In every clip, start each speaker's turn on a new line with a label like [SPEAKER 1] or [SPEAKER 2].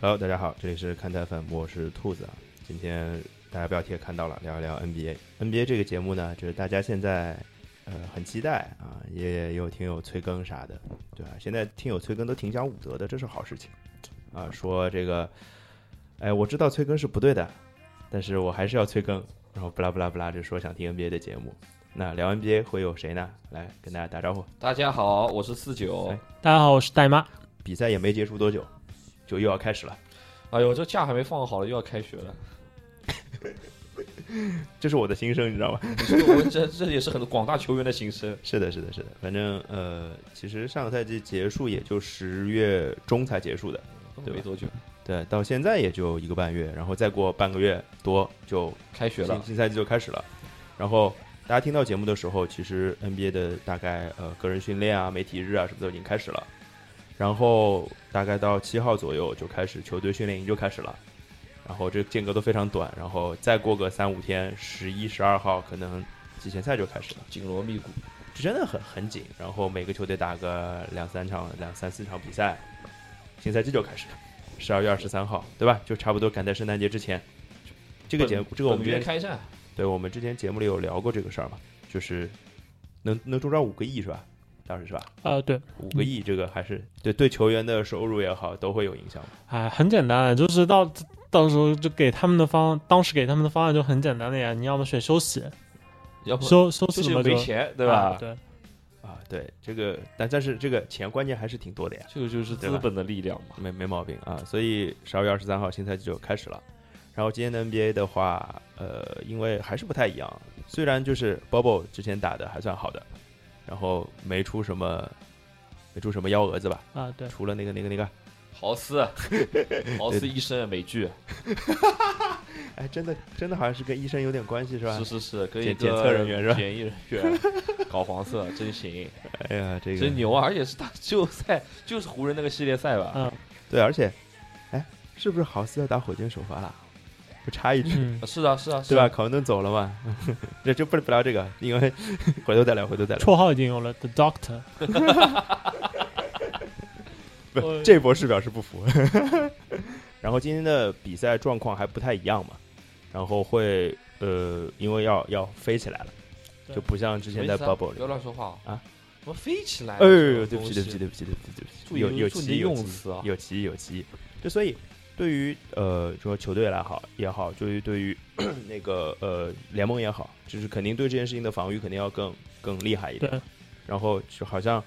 [SPEAKER 1] Hello，大家好，这里是看台 FM，我是兔子啊。今天大家标题也看到了，聊一聊 NBA。NBA 这个节目呢，就是大家现在呃很期待啊，也有听友催更啥的，对吧？现在听友催更都挺讲武德的，这是好事情啊。说这个，哎，我知道催更是不对的，但是我还是要催更。然后不拉不拉不拉，就说想听 NBA 的节目。那聊 NBA 会有谁呢？来跟大家打招呼。
[SPEAKER 2] 大家好，我是四九
[SPEAKER 1] 哎。
[SPEAKER 3] 大家好，我是戴妈。
[SPEAKER 1] 比赛也没结束多久，就又要开始了。
[SPEAKER 2] 哎呦，这假还没放好了，又要开学 了。
[SPEAKER 1] 这是我的心声，你知道吗？
[SPEAKER 2] 这个我这这也是很多广大球员的心声。
[SPEAKER 1] 是的，是的，是的。反正呃，其实上个赛季结束也就十月中才结束的，对吧
[SPEAKER 2] 没多久，
[SPEAKER 1] 对，到现在也就一个半月，然后再过半个月多就
[SPEAKER 2] 开学
[SPEAKER 1] 新
[SPEAKER 2] 了。
[SPEAKER 1] 新赛季就开始了。然后大家听到节目的时候，其实 NBA 的大概呃个人训练啊、媒体日啊什么都已经开始了。然后大概到七号左右就开始球队训练营就开始了，然后这间隔都非常短，然后再过个三五天，十一、十二号可能季前赛就开始了，
[SPEAKER 2] 紧锣密鼓，
[SPEAKER 1] 这真的很很紧。然后每个球队打个两三场、两三四场比赛，新赛季就开始了，十二月二十三号，对吧？就差不多赶在圣诞节之前。这
[SPEAKER 2] 这
[SPEAKER 1] 个节目，这个我们
[SPEAKER 2] 本
[SPEAKER 1] 之前
[SPEAKER 2] 月开战，
[SPEAKER 1] 对，我们之前节目里有聊过这个事儿嘛，就是能能中招五个亿是吧？当时是吧？
[SPEAKER 3] 呃，对，
[SPEAKER 1] 五
[SPEAKER 2] 嗯
[SPEAKER 1] 个亿这个还是对对球员的收入也好都会有影响嘛。
[SPEAKER 3] 哎，很简单，就是到到时候就给他们的方，当时给他们的方案就很简单的呀，你要么选休息，
[SPEAKER 2] 要不
[SPEAKER 3] 休休
[SPEAKER 2] 就
[SPEAKER 3] 息
[SPEAKER 2] 是
[SPEAKER 3] 什么就
[SPEAKER 2] 没钱，对
[SPEAKER 3] 啊
[SPEAKER 2] 吧？
[SPEAKER 3] 对，
[SPEAKER 1] 啊，对这个，但但是这个钱关键还是挺多的呀，
[SPEAKER 2] 这个就是
[SPEAKER 1] 对
[SPEAKER 2] 资
[SPEAKER 1] 吧
[SPEAKER 2] 本的力量嘛。
[SPEAKER 1] 没没毛病啊。所以十二月二十三号新赛季就开始了。然后今天的 NBA 的话，呃，因为还是不太一样，虽然就是 Bobo 之前打的还算好的，然后没出什么没出什么幺蛾子吧，
[SPEAKER 3] 啊对，
[SPEAKER 1] 除了那个那个那个，
[SPEAKER 2] 豪斯，啊 豪斯医生美剧，
[SPEAKER 1] 哎，真的真的好像是跟医生有点关系是吧？
[SPEAKER 2] 是是是，跟一个
[SPEAKER 1] 检检测人员是吧
[SPEAKER 2] 检疫人员 搞黄色，真行，
[SPEAKER 1] 哎呀，这个
[SPEAKER 2] 真牛啊！而且是大季后赛，就是湖人那个系列赛吧？
[SPEAKER 3] 嗯
[SPEAKER 1] 对，而且，哎，是不是豪斯要打火箭首发了？我插一句，
[SPEAKER 3] 嗯，
[SPEAKER 2] 是啊是啊，是
[SPEAKER 1] 对吧？
[SPEAKER 2] 啊？
[SPEAKER 1] 考文顿走了嘛？ 这就不不聊这个，因为 回头再聊，回头再聊。
[SPEAKER 3] 绰号已经有了，The Doctor，
[SPEAKER 1] 不，这波是表示不服。 然后今天的比赛状况还不太一样嘛，然后会呃，因为要要飞起来了，
[SPEAKER 3] 对
[SPEAKER 1] 就不像之
[SPEAKER 2] 什
[SPEAKER 1] 前
[SPEAKER 2] 么意
[SPEAKER 1] 在
[SPEAKER 2] 思啊
[SPEAKER 1] bubble 里
[SPEAKER 2] 不要。乱说话
[SPEAKER 1] 啊！
[SPEAKER 2] 我们飞起来
[SPEAKER 1] 哎
[SPEAKER 2] 了，
[SPEAKER 1] 呦，对
[SPEAKER 2] 这种
[SPEAKER 1] 不起，对不起，
[SPEAKER 2] 东西
[SPEAKER 1] 对不起，对不起，对不
[SPEAKER 2] 注
[SPEAKER 1] 起，
[SPEAKER 2] 意
[SPEAKER 1] 有有
[SPEAKER 2] 注意
[SPEAKER 1] 歧有
[SPEAKER 2] 用
[SPEAKER 1] 歧
[SPEAKER 2] 词啊！
[SPEAKER 1] 有歧有歧，就所以对于呃说球队来好也好，对于对于 那个呃联盟也好，就是肯定对这件事情的防御肯定要更更厉害一点。
[SPEAKER 3] 对
[SPEAKER 1] 然后就好像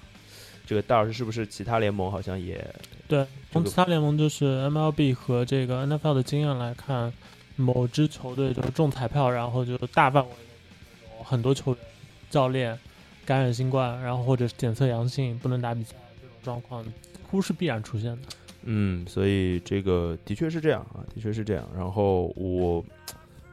[SPEAKER 1] 这个戴老师是不是其他联盟好像也
[SPEAKER 3] 对，从
[SPEAKER 1] 这个
[SPEAKER 3] 其他联盟就是 MLB 和这个 NFL 的经验来看，某支球队就是中彩票，然后就大范围的有很多球员、教练感染新冠，然后或者是检测阳性不能打比赛这种状况，几乎是必然出现的。
[SPEAKER 1] 嗯，所以这个的确是这样啊，的确是这样。然后我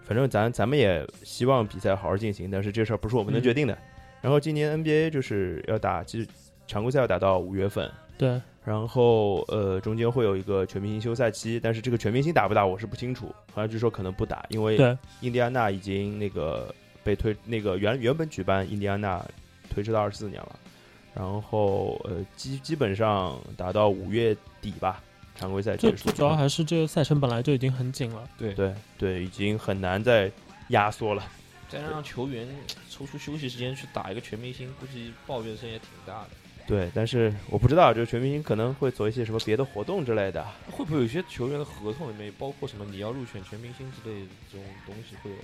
[SPEAKER 1] 反正咱咱们也希望比赛好好进行，但是这事儿不是我们能决定的。然后今年 NBA 就是要打，其实常规赛要打到五月份，
[SPEAKER 3] 对，
[SPEAKER 1] 然后呃，中间会有一个全明星休赛期，但是这个全明星打不打我是不清楚，好像据说可能不打，因为
[SPEAKER 3] 对，
[SPEAKER 1] 印第安纳已经那个被推那个原原本举办印第安纳推迟到二十四年了，然后呃基基本上打到五月底吧，常规赛
[SPEAKER 3] 最
[SPEAKER 1] 结束
[SPEAKER 3] 最，主要还是这个赛程本来就已经很紧了。
[SPEAKER 1] 对对，已经很难再压缩了。
[SPEAKER 2] 再让球员抽出休息时间去打一个全明星，估计抱怨声也挺大的。
[SPEAKER 1] 对，但是我不知道，就是全明星可能会做一些什么别的活动之类的，
[SPEAKER 2] 会不会有些球员的合同里面包括什么你要入选全明星之类的这种东西？会有，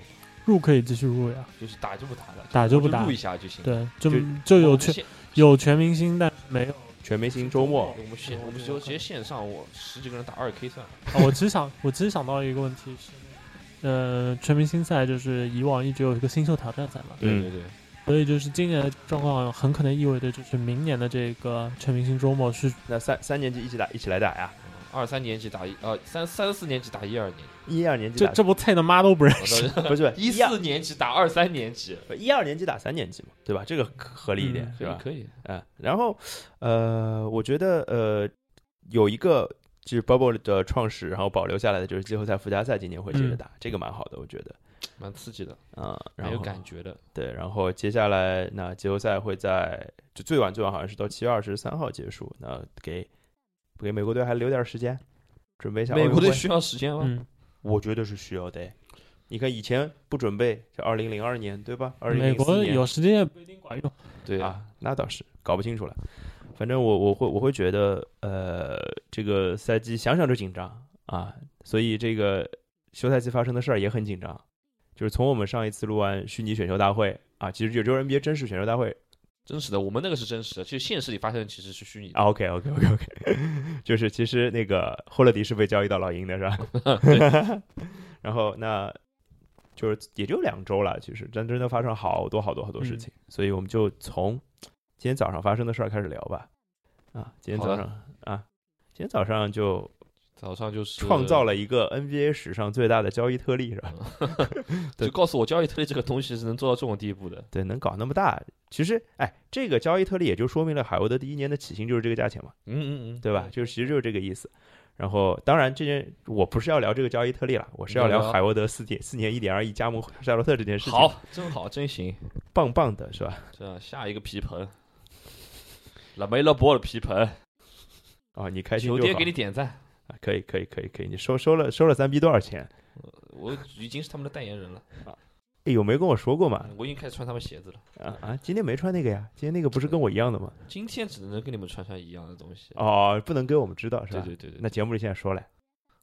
[SPEAKER 3] 入可以继续入呀，
[SPEAKER 2] 就是打就不打了，
[SPEAKER 3] 打就不
[SPEAKER 2] 就
[SPEAKER 3] 打
[SPEAKER 2] 录一。下就哦行。，
[SPEAKER 3] 对，就
[SPEAKER 1] 就
[SPEAKER 3] 就
[SPEAKER 2] 我
[SPEAKER 3] 有
[SPEAKER 2] 们
[SPEAKER 3] 全
[SPEAKER 2] 线，
[SPEAKER 3] 有全明星，但是没有。
[SPEAKER 1] 全明星周末。
[SPEAKER 2] 我们线，我们就直接线上，我十几个人打二 K 算了。
[SPEAKER 3] 啊我其实想，我其实想到一个问题是，呃，全明星赛就是以往一直有一个新秀挑战赛嘛，
[SPEAKER 1] 嗯
[SPEAKER 2] 对对对，
[SPEAKER 3] 所以就是今年的状况很可能意味着就是明年的这个全明星周末是
[SPEAKER 1] 那三三年级一起打，一起来打呀！
[SPEAKER 2] 二三年级打一，呃，三三四年级打一二年级
[SPEAKER 1] 一二年级
[SPEAKER 3] 这
[SPEAKER 1] 打
[SPEAKER 3] 这不菜的妈都不认
[SPEAKER 2] 我
[SPEAKER 3] 识。
[SPEAKER 2] 到，
[SPEAKER 1] 不是
[SPEAKER 2] 一
[SPEAKER 1] 二
[SPEAKER 2] 四年级打二三年级，
[SPEAKER 1] 不一二年级打三年级嘛，对吧？这个可合理一点，
[SPEAKER 3] 嗯
[SPEAKER 2] 可
[SPEAKER 1] 是吧
[SPEAKER 2] 以？可以，
[SPEAKER 1] 嗯，然后呃，我觉得呃，有一个就是 Bubble 的创始，然后保留下来的就是季后赛附加赛，今年会接
[SPEAKER 2] 嗯
[SPEAKER 1] 着打，这个蛮好的，我觉得。
[SPEAKER 2] 蛮刺激的，
[SPEAKER 1] 嗯，然
[SPEAKER 2] 蛮
[SPEAKER 1] 后
[SPEAKER 2] 有感觉的。
[SPEAKER 1] 对，然后接下来那季后赛会在就最晚最晚好像是到七月二十三号结束，那给给美国队还留点时间，准备一下
[SPEAKER 2] 美国
[SPEAKER 1] 的
[SPEAKER 2] 队需要时间吗？
[SPEAKER 3] 嗯，
[SPEAKER 1] 我觉得是需要的。你看以前不准备，这二零零二年对吧？二零
[SPEAKER 3] 嗯美
[SPEAKER 1] 零
[SPEAKER 3] 国
[SPEAKER 1] 四年
[SPEAKER 3] 有时间也不一定管用。
[SPEAKER 2] 对
[SPEAKER 1] 啊，那倒是搞不清楚了。反正我我会我会觉得，呃，这个赛季想想就紧张啊，所以这个休赛期发生的事儿也很紧张。就是从我们上一次录完虚拟选秀大会啊，其实也就是 NBA 真实选秀大会
[SPEAKER 2] 真实的，我们那个是真实的，其实现实里发生的其实是虚拟的。
[SPEAKER 1] 啊。OK OK OK OK，就是 其实那个霍勒迪是被交易到老鹰的是吧？ 然后那就是也就两周了，其实但真的发生好多好多好多
[SPEAKER 2] 嗯
[SPEAKER 1] 事情，所以我们就从今天早上发生的事儿开始聊吧。啊，今天
[SPEAKER 2] 好的
[SPEAKER 1] 早上啊，今天早上就
[SPEAKER 2] 早上就是
[SPEAKER 1] 创造
[SPEAKER 2] 了，
[SPEAKER 1] 了一个 NBA 史上最大的交易特例，是吧？对
[SPEAKER 2] 就告诉我交易特例这个东西是能做到这种地步的。
[SPEAKER 1] 对，能搞那么大，其实哎，这个交易特例也就说明了海沃德第一年的起薪就是这个价钱嘛。
[SPEAKER 2] 嗯嗯嗯，
[SPEAKER 1] 对吧？就是其实就是这个意思。然后，当然，这件我不是要聊这个交易特例了，我是要
[SPEAKER 2] 你要
[SPEAKER 1] 聊
[SPEAKER 2] 聊
[SPEAKER 1] 海沃德四点四年一点二亿加盟夏洛特这件事情。，
[SPEAKER 2] 好，真好，真行，
[SPEAKER 1] 棒棒的是吧？
[SPEAKER 2] 这样下一个皮盆，拉梅勒博尔皮盆，
[SPEAKER 1] 啊、你开心
[SPEAKER 2] 球
[SPEAKER 1] 就
[SPEAKER 2] 爹
[SPEAKER 1] 好
[SPEAKER 2] 给你点赞，
[SPEAKER 1] 啊可以，可以，可以，可以。你收收了收了三 B 多少钱？
[SPEAKER 2] 我已经是他们的代言人了，
[SPEAKER 1] 哎，有没跟我说过嘛？
[SPEAKER 2] 我已经开始穿他们鞋子了。
[SPEAKER 1] 啊啊，今天没穿那个呀，今天那个不是跟我一样的吗？
[SPEAKER 2] 今天只能跟你们穿上一样的东西。
[SPEAKER 1] 哦，不能给我们知道是吧？
[SPEAKER 2] 对对对对，
[SPEAKER 1] 那节目里现在说了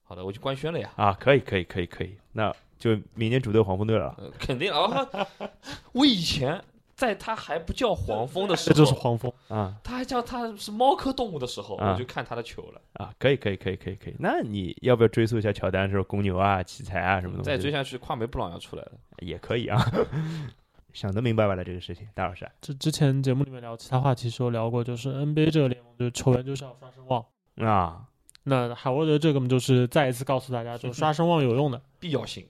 [SPEAKER 2] 好的，我就官宣了呀。
[SPEAKER 1] 啊，可以，可以，可以，可以。那就明年主队黄蜂队了啊。
[SPEAKER 2] 嗯，肯定啊！ 我以前在他还不叫黄蜂的时
[SPEAKER 3] 这就是
[SPEAKER 2] 候，
[SPEAKER 3] 黄蜂，
[SPEAKER 1] 啊
[SPEAKER 2] 他还叫他是猫科动物的时候，
[SPEAKER 1] 啊
[SPEAKER 2] 我就看他的球了。
[SPEAKER 1] 啊，可以，可以，可以，可以，可以。那你要不要追溯一下乔丹是吧公牛啊、奇才啊什么东西的？
[SPEAKER 2] 再追下去，跨梅布朗要出来了。
[SPEAKER 1] 也可以啊。 想得明白白了这个事情，大老师。
[SPEAKER 3] 这之前节目里面聊其他话题时候聊过，就是 NBA 这个联盟，就是球员就是要刷声望。
[SPEAKER 2] 嗯
[SPEAKER 1] 啊
[SPEAKER 3] 那海沃德这个嘛，就是再一次告诉大家，就是刷声望有用的。
[SPEAKER 2] 必要性，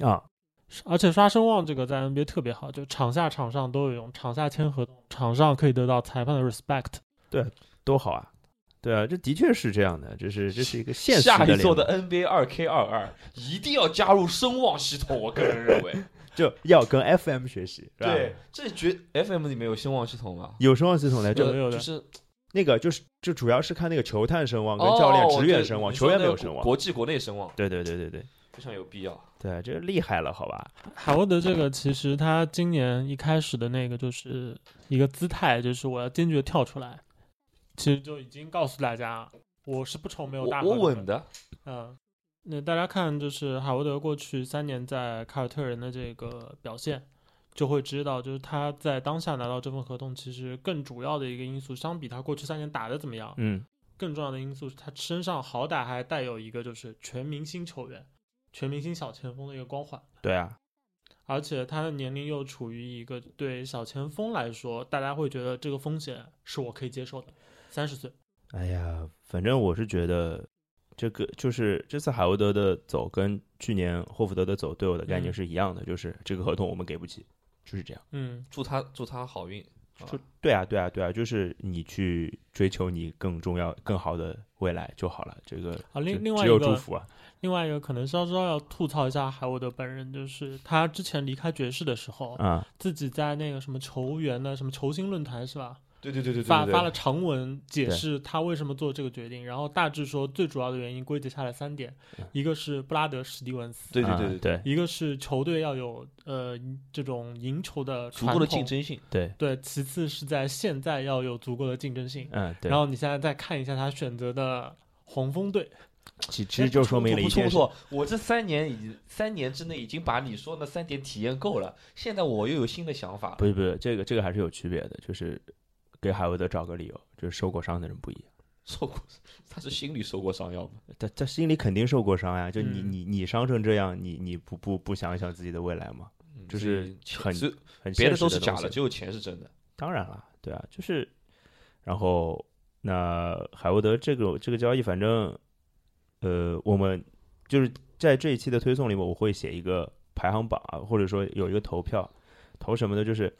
[SPEAKER 1] 啊，
[SPEAKER 3] 而且刷声望这个在 NBA 特别好，就场下场上都有用。场下签合同，场上可以得到裁判的 respect。
[SPEAKER 1] 多好啊！对啊，这的确是这样的，这是这是一个现实
[SPEAKER 2] 下一
[SPEAKER 1] 联
[SPEAKER 2] 座
[SPEAKER 1] 盟
[SPEAKER 2] 的 NBA 二 K 二二一定要加入声望系统，我个人认 为。
[SPEAKER 1] 就要跟 FM 学习，是吧？
[SPEAKER 2] 对，，这绝 FM 里面有声望系统吗？
[SPEAKER 1] 呃
[SPEAKER 2] 呃
[SPEAKER 1] 有声望系统的，
[SPEAKER 3] 有
[SPEAKER 2] 嗯
[SPEAKER 1] 就
[SPEAKER 3] 的有的
[SPEAKER 2] 就是
[SPEAKER 1] 那个就是就主要是看那个球探声望跟教练
[SPEAKER 2] 哦
[SPEAKER 1] 职员声望，球员没有声望。
[SPEAKER 2] 国际国内声望
[SPEAKER 1] 对对对对对
[SPEAKER 2] 非常有必要。
[SPEAKER 1] 对，这厉害了，好吧？
[SPEAKER 3] 海沃德这个其实他今年一开始的那个就是一个姿态，就是我要坚决跳出来，其实就已经告诉大家，我是不愁没有
[SPEAKER 2] 我
[SPEAKER 3] 大合
[SPEAKER 2] 我
[SPEAKER 3] 同
[SPEAKER 2] 稳的，
[SPEAKER 3] 嗯，那大家看，就是海沃德过去三年在凯尔特人的这个表现，就会知道，就是他在当下拿到这份合同，其实更主要的一个因素，相比他过去三年打的怎么样，
[SPEAKER 1] 嗯，
[SPEAKER 3] 更重要的因素是他身上好歹还带有一个就是全明星球员、全明星小前锋的一个光环，
[SPEAKER 1] 对啊，
[SPEAKER 3] 而且他的年龄又处于一个对小前锋来说，大家会觉得这个风险是我可以接受的，三十岁。
[SPEAKER 1] 哎呀，反正我是觉得。这个就是这次海沃德的走跟去年霍福德的走对我的概念
[SPEAKER 3] 嗯
[SPEAKER 1] 是一样的，就是这个合同我们给不起，就是这样。
[SPEAKER 3] 嗯，
[SPEAKER 2] 祝他祝他好运。好吧
[SPEAKER 1] 就对啊，对啊，对啊，就是你去追求你更重要、更好的未来就好了。这个
[SPEAKER 3] 好，
[SPEAKER 1] 只
[SPEAKER 3] 啊另另外
[SPEAKER 1] 只
[SPEAKER 3] 一
[SPEAKER 1] 有
[SPEAKER 3] 个
[SPEAKER 1] 祝福啊，
[SPEAKER 3] 另外一个可能稍稍要吐槽一下海沃德本人，就是他之前离开爵士的时候，
[SPEAKER 2] 嗯
[SPEAKER 1] 啊、
[SPEAKER 3] 自己在那个什么球员的什么球星论坛是吧，
[SPEAKER 2] 对对对对对
[SPEAKER 3] 发
[SPEAKER 2] 对
[SPEAKER 3] 发了长文解
[SPEAKER 1] 对
[SPEAKER 3] 释他为什么做这个决定，然后大致说最主要的原因归结下来三点
[SPEAKER 1] 嗯，
[SPEAKER 3] 一个是布拉德史蒂文斯，
[SPEAKER 2] 对对
[SPEAKER 1] 啊
[SPEAKER 2] 对对
[SPEAKER 1] 对
[SPEAKER 3] 一个是球队要有呃这种赢球的
[SPEAKER 2] 足
[SPEAKER 3] 传
[SPEAKER 2] 够的
[SPEAKER 3] 统
[SPEAKER 2] 竞，争性。
[SPEAKER 1] 对，
[SPEAKER 3] 对，其次是在现在要有足够的竞争性，
[SPEAKER 1] 嗯，对。
[SPEAKER 3] 然后你现在再看一下他选择的黄蜂队，
[SPEAKER 1] 其其实就说明了一
[SPEAKER 2] 哎不错
[SPEAKER 1] 件
[SPEAKER 2] 不
[SPEAKER 1] 事，
[SPEAKER 2] 错，我这三年已经三年之内已经把你说的那三点体验够了，现在我又有新的想法了。
[SPEAKER 1] 不是不是，这个这个还是有区别的，就是给海沃德找个理由，就是受过伤的人不一样，
[SPEAKER 2] 受过， 他是心里受过伤，要么
[SPEAKER 1] 他他心里肯定受过伤呀、就你
[SPEAKER 3] 嗯
[SPEAKER 1] 你你伤成这样，你你不不不想一想自己的未来吗？
[SPEAKER 2] 嗯
[SPEAKER 1] 就是
[SPEAKER 2] 所以
[SPEAKER 1] 很
[SPEAKER 2] 所以
[SPEAKER 1] 很
[SPEAKER 2] 别
[SPEAKER 1] 现
[SPEAKER 2] 的
[SPEAKER 1] 实
[SPEAKER 2] 都
[SPEAKER 1] 的
[SPEAKER 2] 是假
[SPEAKER 1] 东
[SPEAKER 2] 的，
[SPEAKER 1] 西
[SPEAKER 2] 只有钱是真的。
[SPEAKER 1] 当然了，对啊，就是，然后那海沃德这个这个交易，反正，呃，我们就是在这一期的推送里面，我会写一个排行榜啊，或者说有一个投票，投什么呢？就是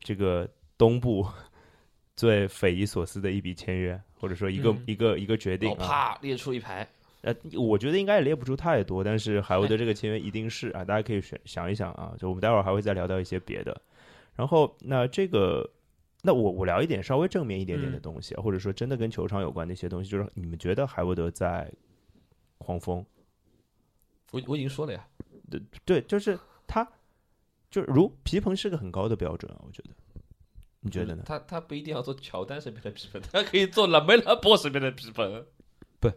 [SPEAKER 1] 这个东部 最匪夷所思的一笔签约，或者说一个、
[SPEAKER 3] 嗯
[SPEAKER 1] 一个一个决定
[SPEAKER 2] 然后
[SPEAKER 1] 啊。
[SPEAKER 2] 啪列出一排，
[SPEAKER 1] 呃，我觉得应该也列不出太多，但是海沃德这个签约一定是啊，大家可以选想一想啊，就我们待会儿还会再聊到一些别的。然后那这个，那我我聊一点稍微正面一点点的
[SPEAKER 3] 嗯
[SPEAKER 1] 东西啊，或者说真的跟球场有关的一些东西，就是你们觉得海沃德在黄蜂。
[SPEAKER 2] 我我已经说了呀，
[SPEAKER 1] 对，就是他，就是如皮蓬是个很高的标准啊，我觉得。你觉
[SPEAKER 3] 嗯
[SPEAKER 1] 得呢？
[SPEAKER 2] 他他不一定要做乔丹身边的皮蓬，他可以做拉梅拉波身边的皮蓬。
[SPEAKER 1] 不，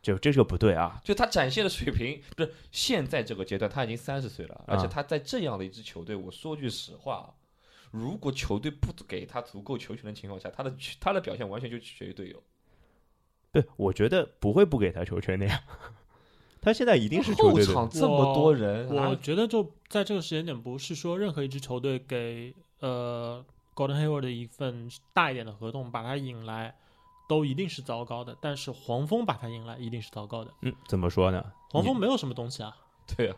[SPEAKER 1] 就这个不对啊。
[SPEAKER 2] 就他展现的水平，不是现在这个阶段，他已经三十岁了，而且
[SPEAKER 1] 啊
[SPEAKER 2] 他在这样的一支球队，我说句实话啊，如果球队不给他足够球权的情况下，他的他的表现完全就取决于队友。
[SPEAKER 1] 对，我觉得不会不给他球权的呀。 他现在一定是球
[SPEAKER 2] 后
[SPEAKER 1] 队的，
[SPEAKER 2] 场这么多人，
[SPEAKER 3] 我
[SPEAKER 2] 啊
[SPEAKER 3] 觉得就在这个时间点，不是说任何一支球队给呃 Gordon Hayward 的一份大一点的合同把他引来，都一定是糟糕的。但是黄蜂把他引来一定是糟糕的。
[SPEAKER 1] 嗯，怎么说呢？
[SPEAKER 3] 黄蜂
[SPEAKER 1] 你
[SPEAKER 3] 没有什么东西啊，
[SPEAKER 2] 对啊，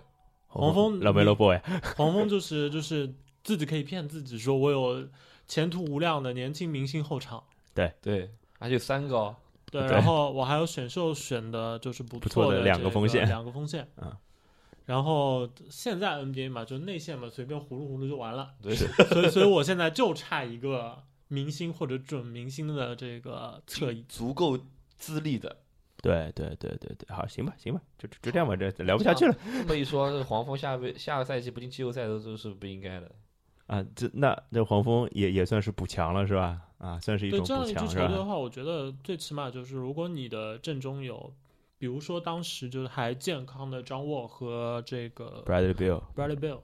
[SPEAKER 1] 黄
[SPEAKER 3] 黄蜂
[SPEAKER 1] 老梅罗 boy，
[SPEAKER 3] 黄蜂就是就是自己可以骗自己说我有前途无量的年轻明星后场，
[SPEAKER 2] 对，而且有三个哦，
[SPEAKER 3] 对，
[SPEAKER 1] 对
[SPEAKER 3] 然后我还有选秀选的就是不
[SPEAKER 1] 不错
[SPEAKER 3] 的
[SPEAKER 1] 的两
[SPEAKER 3] 这
[SPEAKER 1] 个
[SPEAKER 3] 个
[SPEAKER 1] 锋线
[SPEAKER 3] 两个锋线，
[SPEAKER 1] 嗯。
[SPEAKER 3] 然后现在 NBA 嘛，就内线嘛，随便葫芦葫芦就完了。
[SPEAKER 2] 对，
[SPEAKER 3] 所以，所以我现在就差一个明星或者准明星的这个侧翼。
[SPEAKER 2] 足够资历的。
[SPEAKER 1] 对对对对对，好，行吧行吧，就就就这样吧，这聊不下去了
[SPEAKER 2] 这么一说，这黄蜂下个下个赛季不进季后赛都是不应该的。
[SPEAKER 1] 啊。这那那黄蜂也也算是补强了是吧？啊，算是一
[SPEAKER 3] 对
[SPEAKER 1] 种
[SPEAKER 3] 这样
[SPEAKER 1] 补
[SPEAKER 3] 一支
[SPEAKER 1] 强
[SPEAKER 3] 球
[SPEAKER 1] 是
[SPEAKER 3] 队的
[SPEAKER 1] 吧？
[SPEAKER 3] 话，我觉得最起码就是，如果你的阵中有，比如说当时就是还健康的张沃和这个
[SPEAKER 1] Bradley Bill，
[SPEAKER 3] Bradley Bill，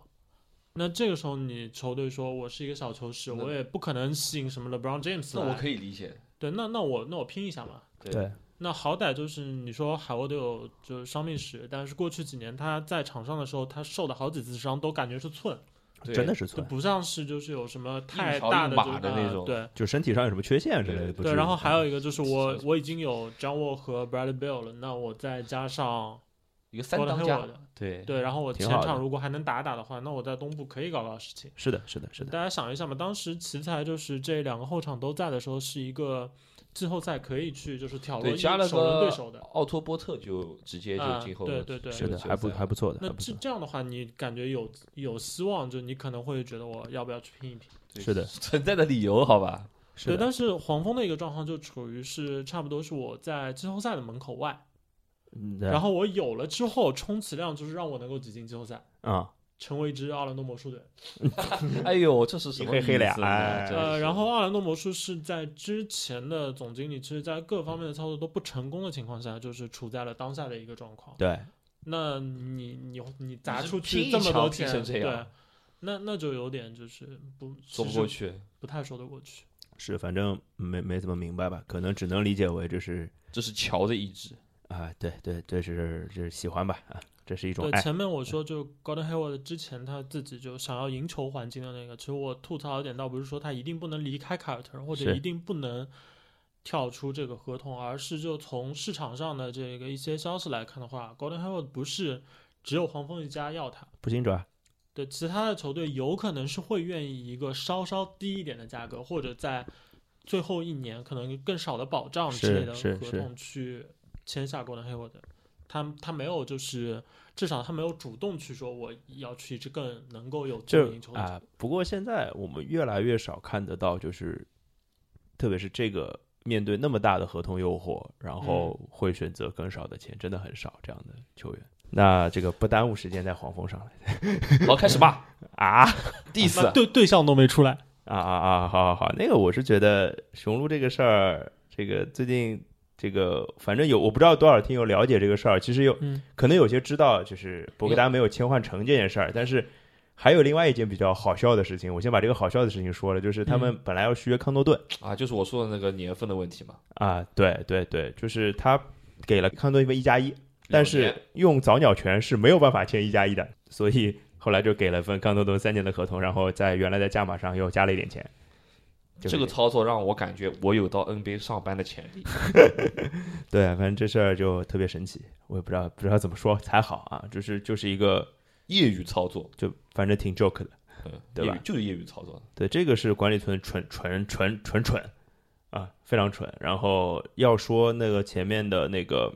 [SPEAKER 3] 那这个时候你球队说我是一个小球市，
[SPEAKER 2] 那
[SPEAKER 3] 我也不可能吸引什么 LeBron James
[SPEAKER 2] 那我
[SPEAKER 3] 来。
[SPEAKER 2] 可以理解，
[SPEAKER 3] 对，那那我那我拼一下嘛。
[SPEAKER 2] 对
[SPEAKER 1] 对
[SPEAKER 3] 那好歹就是你说海沃德有就是伤病史，但是过去几年他在场上的时候，他受了好几次伤，都感觉是寸。
[SPEAKER 2] 对
[SPEAKER 1] 真的是
[SPEAKER 3] 就
[SPEAKER 1] 错，
[SPEAKER 3] 不像是就是有什么太
[SPEAKER 2] 硬桥
[SPEAKER 3] 大
[SPEAKER 2] 硬
[SPEAKER 3] 的
[SPEAKER 2] 马
[SPEAKER 3] 这个
[SPEAKER 2] 的那种
[SPEAKER 3] 对
[SPEAKER 1] 就身体上有什么缺陷之类的
[SPEAKER 2] 对
[SPEAKER 1] 不至于。嗯
[SPEAKER 3] 对，然后还
[SPEAKER 2] 嗯
[SPEAKER 3] 有一个就是我
[SPEAKER 2] 是
[SPEAKER 3] 我已经有 John Wall 和 Bradley Bill 了，那我再加上
[SPEAKER 2] 一个三
[SPEAKER 3] Gordon
[SPEAKER 2] 当
[SPEAKER 3] Hayward，
[SPEAKER 2] 家，对
[SPEAKER 3] 对，然后我
[SPEAKER 1] 挺
[SPEAKER 3] 前
[SPEAKER 1] 好的
[SPEAKER 3] 场如果还能打打的话，那我在东部可以搞搞事情。
[SPEAKER 1] 是的是的是的，
[SPEAKER 3] 大家想一想吧，当时奇才就是这两个后场都在的时候，是一个季后赛可以去就是挑
[SPEAKER 2] 对
[SPEAKER 3] 落一
[SPEAKER 2] 加了
[SPEAKER 3] 首轮
[SPEAKER 2] 个
[SPEAKER 3] 对手的，
[SPEAKER 2] 奥托波特就直接就
[SPEAKER 3] 啊
[SPEAKER 2] 进后
[SPEAKER 3] 对对对
[SPEAKER 1] 是的，还不还不错的，
[SPEAKER 3] 那
[SPEAKER 1] 还不
[SPEAKER 3] 这
[SPEAKER 1] 错。
[SPEAKER 3] 这样的话，你感觉有有希望，就你可能会觉得我要不要去拼一拼。
[SPEAKER 1] 是的
[SPEAKER 2] 存在的理由，好吧？
[SPEAKER 1] 是
[SPEAKER 3] 对，
[SPEAKER 1] 的，
[SPEAKER 3] 但是黄蜂的一个状况就处于是差不多是我在季后赛的门口外，
[SPEAKER 1] 嗯对
[SPEAKER 3] 然后我有了之后，充其量就是让我能够挤进季后赛，
[SPEAKER 1] 啊，
[SPEAKER 3] 成为一支奥兰多魔术队。
[SPEAKER 2] 哎呦，这是什么
[SPEAKER 1] 黑黑脸
[SPEAKER 2] 意思呢
[SPEAKER 1] 哎
[SPEAKER 2] 真的
[SPEAKER 3] 呃，
[SPEAKER 2] 是
[SPEAKER 3] 然后奥兰多魔术是在之前的总经理，其实在各方面的操作都不成功的情况下，就是处在了当下的一个状况。
[SPEAKER 1] 对，
[SPEAKER 3] 那你你你砸
[SPEAKER 2] 你是
[SPEAKER 3] 出
[SPEAKER 2] 拼
[SPEAKER 3] 去
[SPEAKER 2] 一
[SPEAKER 3] 这么
[SPEAKER 2] 墙
[SPEAKER 3] 多
[SPEAKER 2] 拼
[SPEAKER 3] 钱，
[SPEAKER 2] 成这
[SPEAKER 3] 对
[SPEAKER 2] 样，
[SPEAKER 3] 那那就有点就是不
[SPEAKER 2] 说不
[SPEAKER 3] 其实
[SPEAKER 2] 过去，
[SPEAKER 3] 不太说得过去。
[SPEAKER 1] 是反正没没怎么明白吧，可能只能理解为这是
[SPEAKER 2] 这是乔的意志。
[SPEAKER 1] 啊，对对，这是这是喜欢吧啊，这是一种
[SPEAKER 3] 对，
[SPEAKER 1] 爱，
[SPEAKER 3] 前面我说就 Gordon Hayward 之前他自己就想要赢球环境的那个，其实我吐槽一点倒不是说他一定不能离开凯尔特人，或者
[SPEAKER 1] 是
[SPEAKER 3] 一定不能跳出这个合同，而是就从市场上的这个一些消息来看的话，Gordon Hayward 不是只有黄蜂一家要他。
[SPEAKER 1] 不清楚啊，
[SPEAKER 3] 对，其他的球队有可能是会愿意以一个稍稍低一点的价格，或者在最后一年可能更少的保障之类的
[SPEAKER 1] 是是
[SPEAKER 3] 合
[SPEAKER 1] 是
[SPEAKER 3] 同去签下 Gordon Hayward 的。他他没有，就是至少他没有主动去说我要去一支更能够有证
[SPEAKER 1] 就
[SPEAKER 3] 明球队。
[SPEAKER 1] 啊、不过现在我们越来越少看得到，就是特别是这个面对那么大的合同诱惑，然后会选择更少的钱，真的很少这样的球员。那这个不耽误时间在黄蜂上来
[SPEAKER 2] 好，开始吧
[SPEAKER 1] 啊
[SPEAKER 2] ，diss
[SPEAKER 3] 那对对象都没出来，
[SPEAKER 1] 啊啊啊！好好好，那个我是觉得雄鹿这个事儿，这个最近这个反正有我不知道多少听友了解这个事儿，其实有
[SPEAKER 3] 嗯，
[SPEAKER 1] 可能有些知道，就是博格丹没有切换成这件事儿，但是还有另外一件比较好笑的事情，我先把这个好笑的事情说了，就是他们本来要续约康多顿、
[SPEAKER 2] 啊，就是我说的那个年份的问题嘛。
[SPEAKER 1] 啊，对对对，就是他给了康多顿一加一，但是用早鸟权是没有办法签一加一的，所以后来就给了份康多顿三年的合同，然后在原来的价码上又加了一点钱。就
[SPEAKER 2] 这
[SPEAKER 1] 是
[SPEAKER 2] 个操作让我感觉我有到 NBA 上班的潜力。
[SPEAKER 1] 对，啊反正这事儿就特别神奇，我也不知道不知道怎么说才好啊，就是就是一个
[SPEAKER 2] 业余操作，
[SPEAKER 1] 就反正挺 joke 的。
[SPEAKER 2] 嗯，
[SPEAKER 1] 对吧
[SPEAKER 2] 业余就是业余操作，
[SPEAKER 1] 对，这个是管理层蠢蠢蠢蠢蠢啊，非常蠢。然后要说那个前面的那个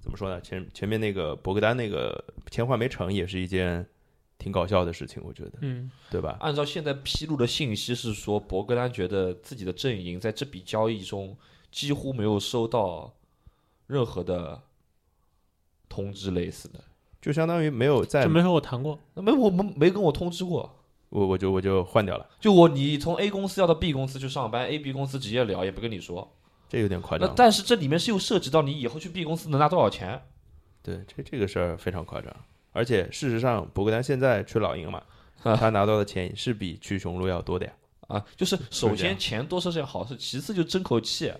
[SPEAKER 1] 怎么说呢？前前面那个博格丹那个签换没成，也是一件挺搞笑的事情，我觉得，
[SPEAKER 3] 嗯，
[SPEAKER 1] 对吧？
[SPEAKER 2] 按照现在披露的信息是说，博格丹觉得自己的阵营在这笔交易中几乎没有收到任何的通知类似的。
[SPEAKER 1] 就相当于没有在
[SPEAKER 3] 就没和我谈过。
[SPEAKER 2] 那没我们没跟我通知过，
[SPEAKER 1] 我我就我就换掉了，
[SPEAKER 2] 就我你从 A 公司要到 B 公司去上班，A、B 公司直接聊，也不跟你说。
[SPEAKER 1] 这有点夸
[SPEAKER 2] 那
[SPEAKER 1] 张。
[SPEAKER 2] 但是这里面是又涉及到你以后去 B 公司能拿多少钱。
[SPEAKER 1] 对，这这个事儿非常夸张。而且事实上，博格丹现在去老鹰 嘛，
[SPEAKER 2] 啊
[SPEAKER 1] 他拿到的钱是比去雄鹿要多的呀。
[SPEAKER 2] 啊，就是首
[SPEAKER 1] 是这
[SPEAKER 2] 先
[SPEAKER 1] 样
[SPEAKER 2] 钱多是件好事，其次就争口气，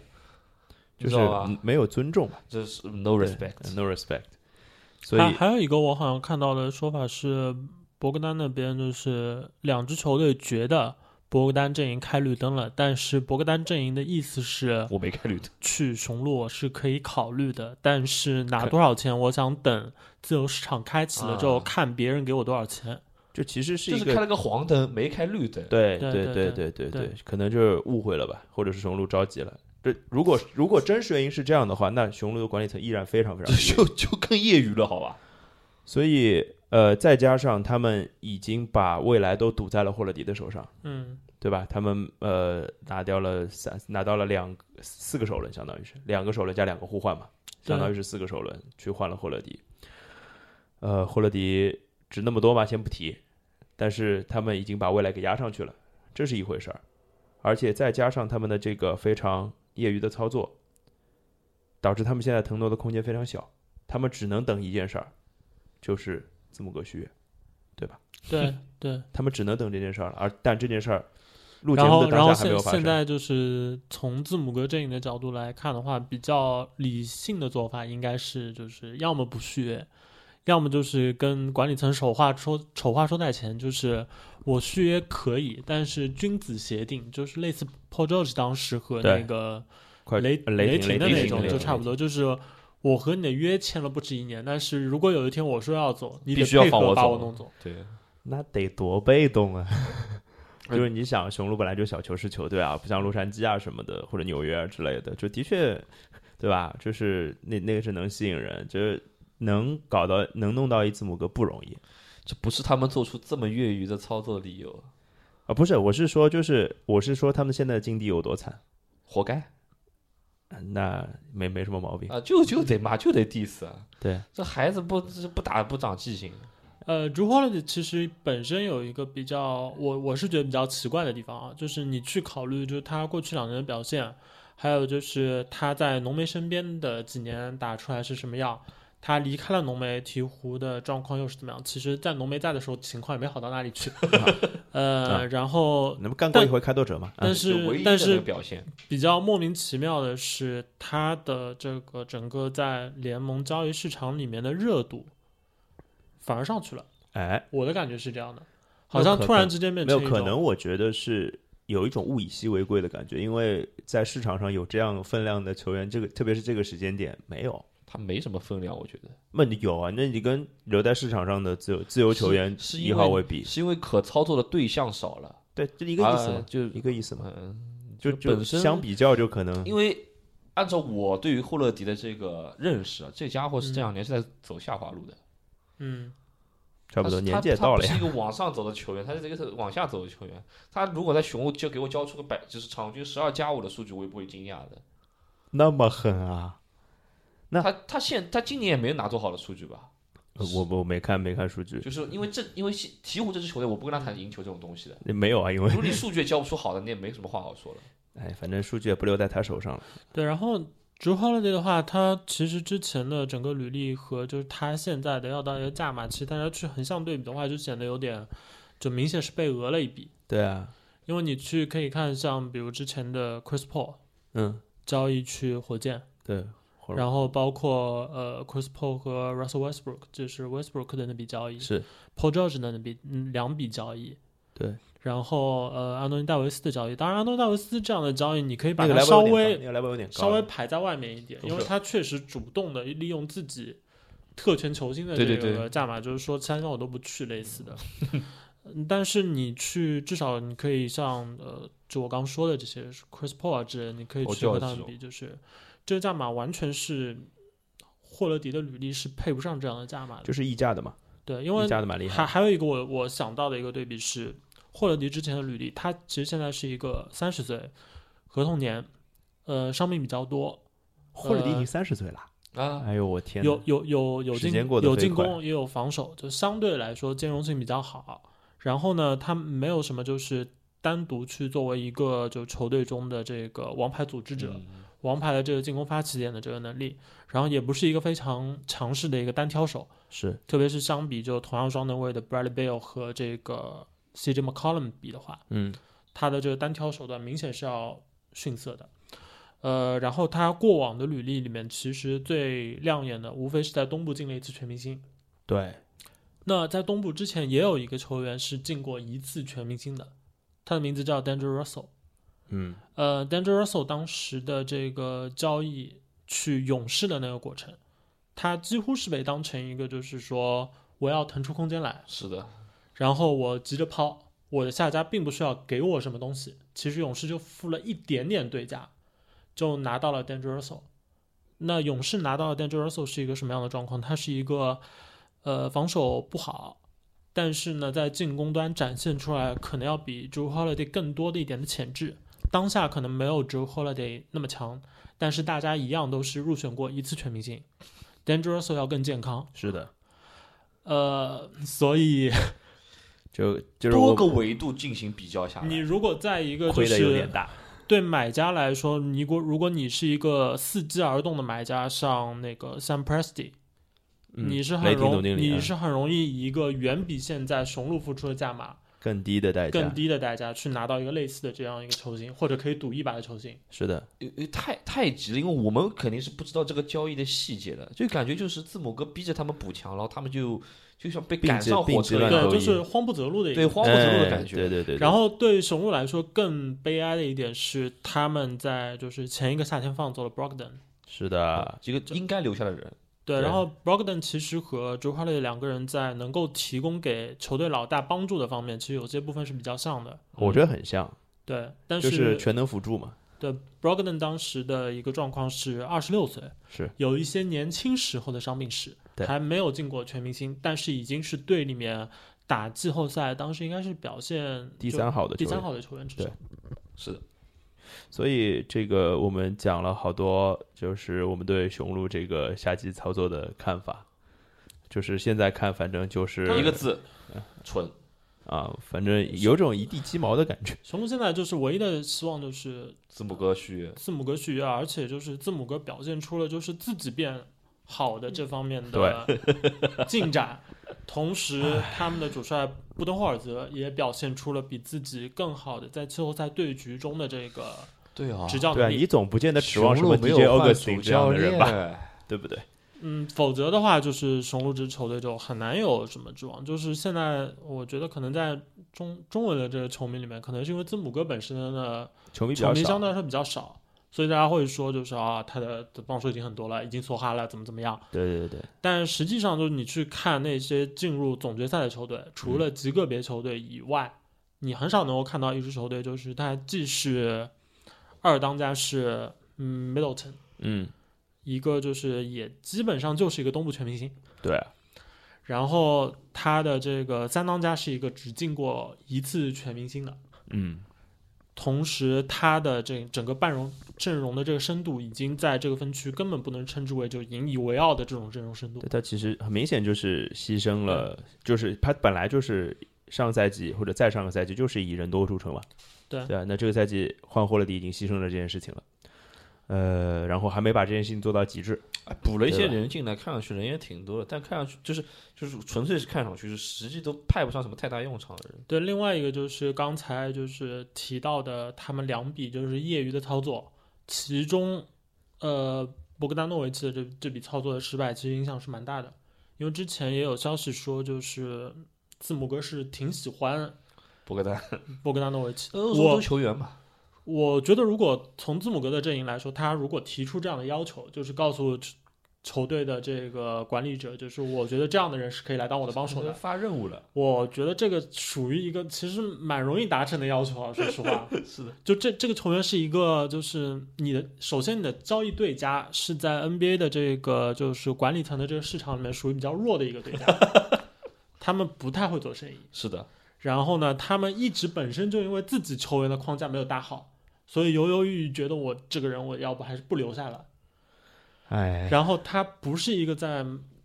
[SPEAKER 2] 你
[SPEAKER 1] 就是
[SPEAKER 2] 知道吧？
[SPEAKER 1] 没有尊 重吧
[SPEAKER 2] 这是 no respect。
[SPEAKER 1] ，no respect。所
[SPEAKER 3] 还
[SPEAKER 1] 以
[SPEAKER 3] 还有一个我好像看到的说法是，博格丹那边就是两支球队觉得博格丹阵营开绿灯了，但是博格丹阵营的意思是
[SPEAKER 2] 我没开绿灯，
[SPEAKER 3] 去雄鹿是可以考虑的，但是拿多少钱，我想等自由市场开启了之后、
[SPEAKER 2] 啊
[SPEAKER 3] 看别人给我多少钱。
[SPEAKER 1] 就其实是
[SPEAKER 2] 就
[SPEAKER 1] 一
[SPEAKER 2] 是开
[SPEAKER 1] 个
[SPEAKER 2] 了个黄灯，没开绿灯。
[SPEAKER 1] 对
[SPEAKER 3] 对
[SPEAKER 1] 对对
[SPEAKER 3] 对
[SPEAKER 1] 对
[SPEAKER 3] 对对
[SPEAKER 1] 对，可能就是误会了吧，或者是雄鹿着急了。这如果如果真实原因是这样的话，那雄鹿的管理层依然非常 非常低
[SPEAKER 2] 就就更业余了，好吧？
[SPEAKER 1] 所以呃，再加上他们已经把未来都赌在了霍勒迪的手上，
[SPEAKER 3] 嗯，
[SPEAKER 1] 对吧？他们呃拿掉了三，拿到了两四个首轮，相当于是两个首轮加两个互换嘛，
[SPEAKER 3] 对
[SPEAKER 1] 相当于是四个首轮去换了霍勒迪。呃，霍勒迪值那么多嘛，先不提，但是他们已经把未来给压上去了，这是一回事儿，而且再加上他们的这个非常业余的操作，导致他们现在腾挪的空间非常小，他们只能等一件事儿，就是字母哥续约，
[SPEAKER 3] 对对。
[SPEAKER 1] 他们只能等这件事儿了，而但这件事儿。录节
[SPEAKER 3] 然
[SPEAKER 1] 目
[SPEAKER 3] 后，
[SPEAKER 1] 的
[SPEAKER 3] 然
[SPEAKER 1] 当
[SPEAKER 3] 后
[SPEAKER 1] 下还没
[SPEAKER 3] 现
[SPEAKER 1] 有发生。
[SPEAKER 3] 现在就是从字母哥阵营的角度来看的话，比较理性的做法应该是就是要么不续约，要么就是跟管理层丑话说丑话说在前，就是我续约可以，但是君子协定，就是类似 p o j o 当时和
[SPEAKER 1] 对
[SPEAKER 3] 那个
[SPEAKER 1] 快
[SPEAKER 3] 雷
[SPEAKER 1] 雷
[SPEAKER 3] 霆的
[SPEAKER 2] 呃雷
[SPEAKER 3] 那
[SPEAKER 2] 霆
[SPEAKER 3] 种
[SPEAKER 2] 雷
[SPEAKER 3] 就
[SPEAKER 2] 霆
[SPEAKER 3] 差不多，就是。我和你的约签了不止一年，但是如果有一天我说要走，你得
[SPEAKER 2] 必须要
[SPEAKER 3] 配
[SPEAKER 2] 放
[SPEAKER 3] 合
[SPEAKER 2] 我
[SPEAKER 3] 把
[SPEAKER 2] 走
[SPEAKER 3] 我弄走。
[SPEAKER 2] 对，
[SPEAKER 1] 那得多被动啊！ 就是你想，雄鹿本来就小球市球队啊，不像洛杉矶啊什么的，或者纽约啊之类的，就的确，对吧？就是那那个是能吸引人，就是能搞到能弄到一字母哥不容易
[SPEAKER 2] 这不是他们做出这么业余的操作的理由，
[SPEAKER 1] 啊！不是，我是说，就是我是说他们现在的境地有多惨，
[SPEAKER 2] 活该
[SPEAKER 1] 那没没什么毛病。
[SPEAKER 3] 呃
[SPEAKER 2] 啊！就就得骂，就得 diss 啊！
[SPEAKER 1] 对，
[SPEAKER 2] 这孩子不这不打不长记性，
[SPEAKER 3] 呃 d r e w Holiday 其实本身有一个比较，我我是觉得比较奇怪的地方啊，就是你去考虑就是他过去两年的表现，还有就是他在浓眉身边的几年打出来是什么样，他离开了浓眉，鹈鹕的状况又是怎么样？其实，在浓眉在的时候，情况也没好到哪里去。
[SPEAKER 2] 啊
[SPEAKER 3] 呃，然后
[SPEAKER 1] 那不干过一
[SPEAKER 3] 但
[SPEAKER 1] 回开拓者吗？啊
[SPEAKER 3] 但
[SPEAKER 2] 就是唯
[SPEAKER 3] 是
[SPEAKER 2] 一的
[SPEAKER 3] 但
[SPEAKER 2] 那个
[SPEAKER 3] 是
[SPEAKER 2] 表现，
[SPEAKER 3] 比较莫名其妙的是，他的这个整个在联盟交易市场里面的热度反而上去了。
[SPEAKER 1] 哎，
[SPEAKER 3] 我的感觉是这样的，
[SPEAKER 1] 没
[SPEAKER 3] 好
[SPEAKER 1] 有
[SPEAKER 3] 像
[SPEAKER 1] 可
[SPEAKER 3] 突然
[SPEAKER 1] 能
[SPEAKER 3] 之间变
[SPEAKER 1] 没有
[SPEAKER 3] 成一
[SPEAKER 1] 可
[SPEAKER 3] 种
[SPEAKER 1] 能，我觉得是有一种物以稀为贵的感觉，因为在市场上有这样分量的球员，这个特别是这个时间点没有。
[SPEAKER 2] 他没什么分量，我觉得
[SPEAKER 1] 那你有啊？那你跟留在市场上的自由自由球员
[SPEAKER 2] 是因
[SPEAKER 1] 一
[SPEAKER 2] 为
[SPEAKER 1] 号位比，
[SPEAKER 2] 是因为可操作的对象少了，
[SPEAKER 1] 对，这一个意思
[SPEAKER 2] 啊
[SPEAKER 1] 嘛，
[SPEAKER 2] 就
[SPEAKER 1] 一个意思嘛，
[SPEAKER 2] 嗯，
[SPEAKER 1] 就
[SPEAKER 2] 就
[SPEAKER 1] 就
[SPEAKER 2] 本身
[SPEAKER 1] 相比较就可能
[SPEAKER 2] 因为按照我对于霍勒迪的这个认识，啊，这家伙
[SPEAKER 1] 嗯
[SPEAKER 2] 是这两年是在走下滑路的，
[SPEAKER 3] 嗯，
[SPEAKER 1] 差不多
[SPEAKER 2] 他
[SPEAKER 1] 年纪也到了
[SPEAKER 2] 他
[SPEAKER 1] 呀。
[SPEAKER 2] 他不是一个往上走的球员，他是一个往下走的球员。他如果在雄鹿就给我交出个百，就是场均十二加五的数据，我也不会惊讶的。
[SPEAKER 1] 那么狠啊！那
[SPEAKER 2] 他他现他今年也没拿多好的数据吧？
[SPEAKER 1] 呃我我没看没看数据，
[SPEAKER 2] 就是因为这因为西鹈鹕这支球队，我不跟他谈赢球这种东西的。
[SPEAKER 1] 没有啊，因为
[SPEAKER 2] 如果你数据也交不出好的，你也没什么话好说了。
[SPEAKER 1] 哎，反正数据也不留在他手上了。
[SPEAKER 3] 对。然后 Drew Holiday 的话，他其实之前的整个履历和就是他现在的要到一个价码，其实大家去横向对比的话，就显得有点就明显是被讹了一笔。
[SPEAKER 1] 对啊，
[SPEAKER 3] 因为你去可以看像比如之前的 Chris Paul
[SPEAKER 1] 嗯，
[SPEAKER 3] 交易去火箭，
[SPEAKER 1] 对，或者
[SPEAKER 3] 然后包括呃 Chris Paul 和 Russell Westbrook，就是 Westbrook 的那笔交易
[SPEAKER 1] 是
[SPEAKER 3] ，Paul George 的那笔嗯两笔交易，
[SPEAKER 1] 对。
[SPEAKER 3] 然后呃，安东尼戴维斯的交易，当然安东尼戴维斯这样的交易，你可以把
[SPEAKER 1] 那个
[SPEAKER 3] 它
[SPEAKER 1] 莱
[SPEAKER 3] 稍
[SPEAKER 1] 博有点
[SPEAKER 3] 微
[SPEAKER 1] 高那个莱博有点高
[SPEAKER 3] 稍微
[SPEAKER 1] 了
[SPEAKER 3] 排在外面一点，
[SPEAKER 1] 不是
[SPEAKER 3] 因为他确实主动的利用自己特权球星的
[SPEAKER 2] 对
[SPEAKER 3] 这
[SPEAKER 2] 对
[SPEAKER 3] 个价码，就是说三项我都不去类 似的。嗯但是你去，至少你可以像呃，就我刚说的这些 Chris Paul 啊之类，你可以
[SPEAKER 2] 我
[SPEAKER 3] 去
[SPEAKER 2] 就要哦
[SPEAKER 3] 和他
[SPEAKER 2] 这
[SPEAKER 3] 们
[SPEAKER 2] 种
[SPEAKER 3] 比，就是这个价码完全是霍勒迪的履历是配不上这样的价码的。
[SPEAKER 1] 就是溢价的嘛，
[SPEAKER 3] 对，因为
[SPEAKER 1] 溢价的蛮厉害
[SPEAKER 3] 还
[SPEAKER 1] 的。
[SPEAKER 3] 还有一个我我想到的一个对比是，霍勒迪之前的履历，他其实现在是一个三十岁，合同年，呃，伤病比较多，
[SPEAKER 1] 霍勒迪已
[SPEAKER 3] 呃
[SPEAKER 1] 经三十岁了，
[SPEAKER 2] 啊，
[SPEAKER 1] 哎呦我天哪，
[SPEAKER 3] 有有有有
[SPEAKER 1] 时
[SPEAKER 3] 进
[SPEAKER 1] 间过得
[SPEAKER 3] 有
[SPEAKER 1] 飞
[SPEAKER 3] 进
[SPEAKER 1] 快
[SPEAKER 3] 攻也有防守，就相对来说兼容性比较好。然后呢，他没有什么就是单独去作为一个就球队中的这个王牌组织者，
[SPEAKER 2] 嗯
[SPEAKER 3] 王牌的这个进攻发起点的这个能力，然后也不是一个非常强势的一个单挑手，
[SPEAKER 1] 是
[SPEAKER 3] 特别是相比就同样双能卫的 Bradley Beal 和这个 CJ McCollum 比的话，
[SPEAKER 1] 嗯
[SPEAKER 3] 他的这个单挑手段明显是要逊色的。呃，然后他过往的履历里面，其实最亮眼的无非是在东部进了一次全明星。
[SPEAKER 1] 对
[SPEAKER 3] 那在东部之前也有一个球员是进过一次全明星的，他的名字叫 d a n g e r Russell。
[SPEAKER 1] 嗯
[SPEAKER 3] 呃 d a n g e r Russell 当时的这个交易去勇士的那个过程，他几乎是被当成一个就是说我要腾出空间来，
[SPEAKER 2] 是的，
[SPEAKER 3] 然后我急着抛，我的下家并不需要给我什么东西，其实勇士就付了一点点对价，就拿到了 d a n g e r s o 那勇士拿到了 d a n g e r s o 是一个什么样的状况？它是一个呃防守不好，但是呢在进攻端展现出来可能要比 Drew Holiday 更多的一点的潜质。当下可能没有 Drew Holiday 那么强，但是大家一样都是入选过一次全明星 d a n g e r s o 要更健康。
[SPEAKER 1] 是的，
[SPEAKER 3] 呃，所以
[SPEAKER 1] 就就是
[SPEAKER 2] 多
[SPEAKER 1] 我
[SPEAKER 2] 个维度进行比较下来，
[SPEAKER 3] 你如果在一个就
[SPEAKER 1] 亏的有
[SPEAKER 3] 是
[SPEAKER 1] 点大，
[SPEAKER 3] 对买家来说，你果如果你是一个伺机而动的买家，像那个 Sam Presti，、
[SPEAKER 1] 嗯
[SPEAKER 3] 你是
[SPEAKER 1] 雷
[SPEAKER 3] 很
[SPEAKER 1] 霆
[SPEAKER 3] 容
[SPEAKER 1] 总经理
[SPEAKER 3] 你
[SPEAKER 1] 嗯
[SPEAKER 3] 是很容易以一个远比现在雄鹿付出的价码
[SPEAKER 1] 更低的代价，
[SPEAKER 3] 更低的代价去拿到一个类似的这样一个球星，或者可以赌一把的球星。
[SPEAKER 1] 是的，
[SPEAKER 2] 呃呃太太急了，因为我们肯定是不知道这个交易的细节的，就感觉就是字母哥逼着他们补强，然后他们就就像被赶
[SPEAKER 1] 并
[SPEAKER 2] 上
[SPEAKER 1] 并
[SPEAKER 2] 火
[SPEAKER 1] 机
[SPEAKER 2] 车
[SPEAKER 1] 乱
[SPEAKER 2] 一
[SPEAKER 1] 投
[SPEAKER 2] 样
[SPEAKER 1] 医
[SPEAKER 3] 对，，就是慌不择路的一个
[SPEAKER 2] 对慌不择路的感
[SPEAKER 1] 哎
[SPEAKER 2] 觉。
[SPEAKER 1] 对对对，对
[SPEAKER 3] 然后对雄鹿来说，更悲哀的一点是，他们在就是前一个夏天放走了 Brogdon，
[SPEAKER 1] 是
[SPEAKER 3] 嗯
[SPEAKER 1] 的，
[SPEAKER 2] 啊几个应该留下的人，
[SPEAKER 3] 对，
[SPEAKER 1] 对
[SPEAKER 3] 然后 Brogdon 其实和 Drew Holiday 两个人在能够提供给球队老大帮助的方面，其实有些部分是比较像的。
[SPEAKER 1] 嗯我觉得很像，
[SPEAKER 3] 对，但、
[SPEAKER 1] 就是是全能辅助嘛，
[SPEAKER 3] 对 Brogdon 当时的一个状况是二十六岁，
[SPEAKER 1] 是
[SPEAKER 3] 有一些年轻时候的伤病史，
[SPEAKER 1] 对
[SPEAKER 3] 还没有进过全明星，但是已经是队里面打季后赛，当时应该是表现
[SPEAKER 1] 第
[SPEAKER 3] 就
[SPEAKER 1] 三好的
[SPEAKER 3] 第
[SPEAKER 1] 球
[SPEAKER 3] 三
[SPEAKER 1] 员。
[SPEAKER 3] 好的球员之
[SPEAKER 1] 对
[SPEAKER 3] 首。
[SPEAKER 2] 是的，
[SPEAKER 1] 所以这个我们讲了好多，就是我们对雄鹿这个夏季操作的看法，就是现在看，反正就是
[SPEAKER 2] 一个字，嗯蠢。
[SPEAKER 1] 啊，反正有种一地鸡毛的感觉。
[SPEAKER 3] 雄鹿现在就是唯一的希望就是
[SPEAKER 2] 字母哥续约，
[SPEAKER 3] 字母哥续约，而且就是字母哥表现出了就是自己变好的这方面的 进展，同时他们的主帅布登霍尔泽也表现出了比自己更好的在季后赛对局中的这个
[SPEAKER 2] 对啊
[SPEAKER 3] 执教
[SPEAKER 1] 对啊，
[SPEAKER 3] 能力。
[SPEAKER 1] 你总不见得指
[SPEAKER 2] 指
[SPEAKER 1] 望
[SPEAKER 2] 望
[SPEAKER 1] 什
[SPEAKER 2] 什
[SPEAKER 1] 么
[SPEAKER 2] 么
[SPEAKER 1] DJ
[SPEAKER 2] DJ
[SPEAKER 1] Augustine
[SPEAKER 2] Augustine
[SPEAKER 1] 这
[SPEAKER 2] 这
[SPEAKER 1] 样
[SPEAKER 2] 样
[SPEAKER 1] 的
[SPEAKER 2] 的
[SPEAKER 1] 人
[SPEAKER 2] 人
[SPEAKER 1] 吧，
[SPEAKER 2] 吧？
[SPEAKER 1] 对不对？
[SPEAKER 3] 嗯，否则的话，就是雄鹿这支球队就很难有什么指望。就是现在，我觉得可能在中中文的这个球迷里面，可能是因为字母哥本身的
[SPEAKER 1] 球迷比
[SPEAKER 3] 球
[SPEAKER 1] 较
[SPEAKER 3] 迷
[SPEAKER 1] 少，
[SPEAKER 3] 相对来说比较少，所以大家会说就是啊，他的帮手已经很多了，已经梭哈了，怎么怎么样。
[SPEAKER 1] 对对对对，
[SPEAKER 3] 但实际上，就是你去看那些进入总决赛的球队，
[SPEAKER 1] 嗯
[SPEAKER 3] 除了极个别球队以外，你很少能够看到一支球队，就是它既是二当家是嗯 Middleton，
[SPEAKER 1] 嗯，
[SPEAKER 3] 一个就是也基本上就是一个东部全明星，
[SPEAKER 1] 对啊，
[SPEAKER 3] 然后他的这个三当家是一个只进过一次全明星的，
[SPEAKER 1] 嗯，
[SPEAKER 3] 同时他的这整个半容阵容的这个深度已经在这个分区根本不能称之为就引以为傲的这种阵容深度
[SPEAKER 1] 对。他其实很明显就是牺牲了，就是他本来就是上赛季或者再上个赛季就是以人多著称嘛，
[SPEAKER 3] 对
[SPEAKER 1] 对啊，那这个赛季换霍勒迪已经牺牲了这件事情了，呃，然后还没把这件事情做到极致，
[SPEAKER 2] 哎补了一
[SPEAKER 1] 对
[SPEAKER 2] 些
[SPEAKER 1] 吧
[SPEAKER 2] 人进来，看上去人也挺多的，但看上去就是就是纯粹是看上去，就是实际都派不上什么太大用场的人。
[SPEAKER 3] 对，另外一个就是刚才就是提到的，他们两笔就是业余的操作，其中，呃，博格丹诺维奇的这这笔操作的失败，其实影响是蛮大的，因为之前也有消息说，就是字母哥是挺喜欢
[SPEAKER 2] 博格丹，
[SPEAKER 3] 博格丹诺维奇的。
[SPEAKER 2] 欧洲
[SPEAKER 3] 我
[SPEAKER 2] 球员嘛，
[SPEAKER 3] 我觉得，如果从字母哥的阵营来说，他如果提出这样的要求，就是告诉球球队的这个管理者，就是我觉得这样的人是可以来当我的帮手的，
[SPEAKER 2] 发任 务了。
[SPEAKER 3] 我觉得这个属于一个其实蛮容易达成的要求啊，说实话。
[SPEAKER 2] 是的，
[SPEAKER 3] 就这这个球员是一个，就是你的首先你的交易对家是在 NBA 的这个就是管理层的这个市场里面属于比较弱的一个对家，他们不太会做生意。
[SPEAKER 2] 是的，
[SPEAKER 3] 然后呢，他们一直本身就因为自己球员的框架没有搭好，所以犹犹豫豫觉得我这个人我要不还是不留下了。
[SPEAKER 1] 哎，
[SPEAKER 3] 然后他不是一个在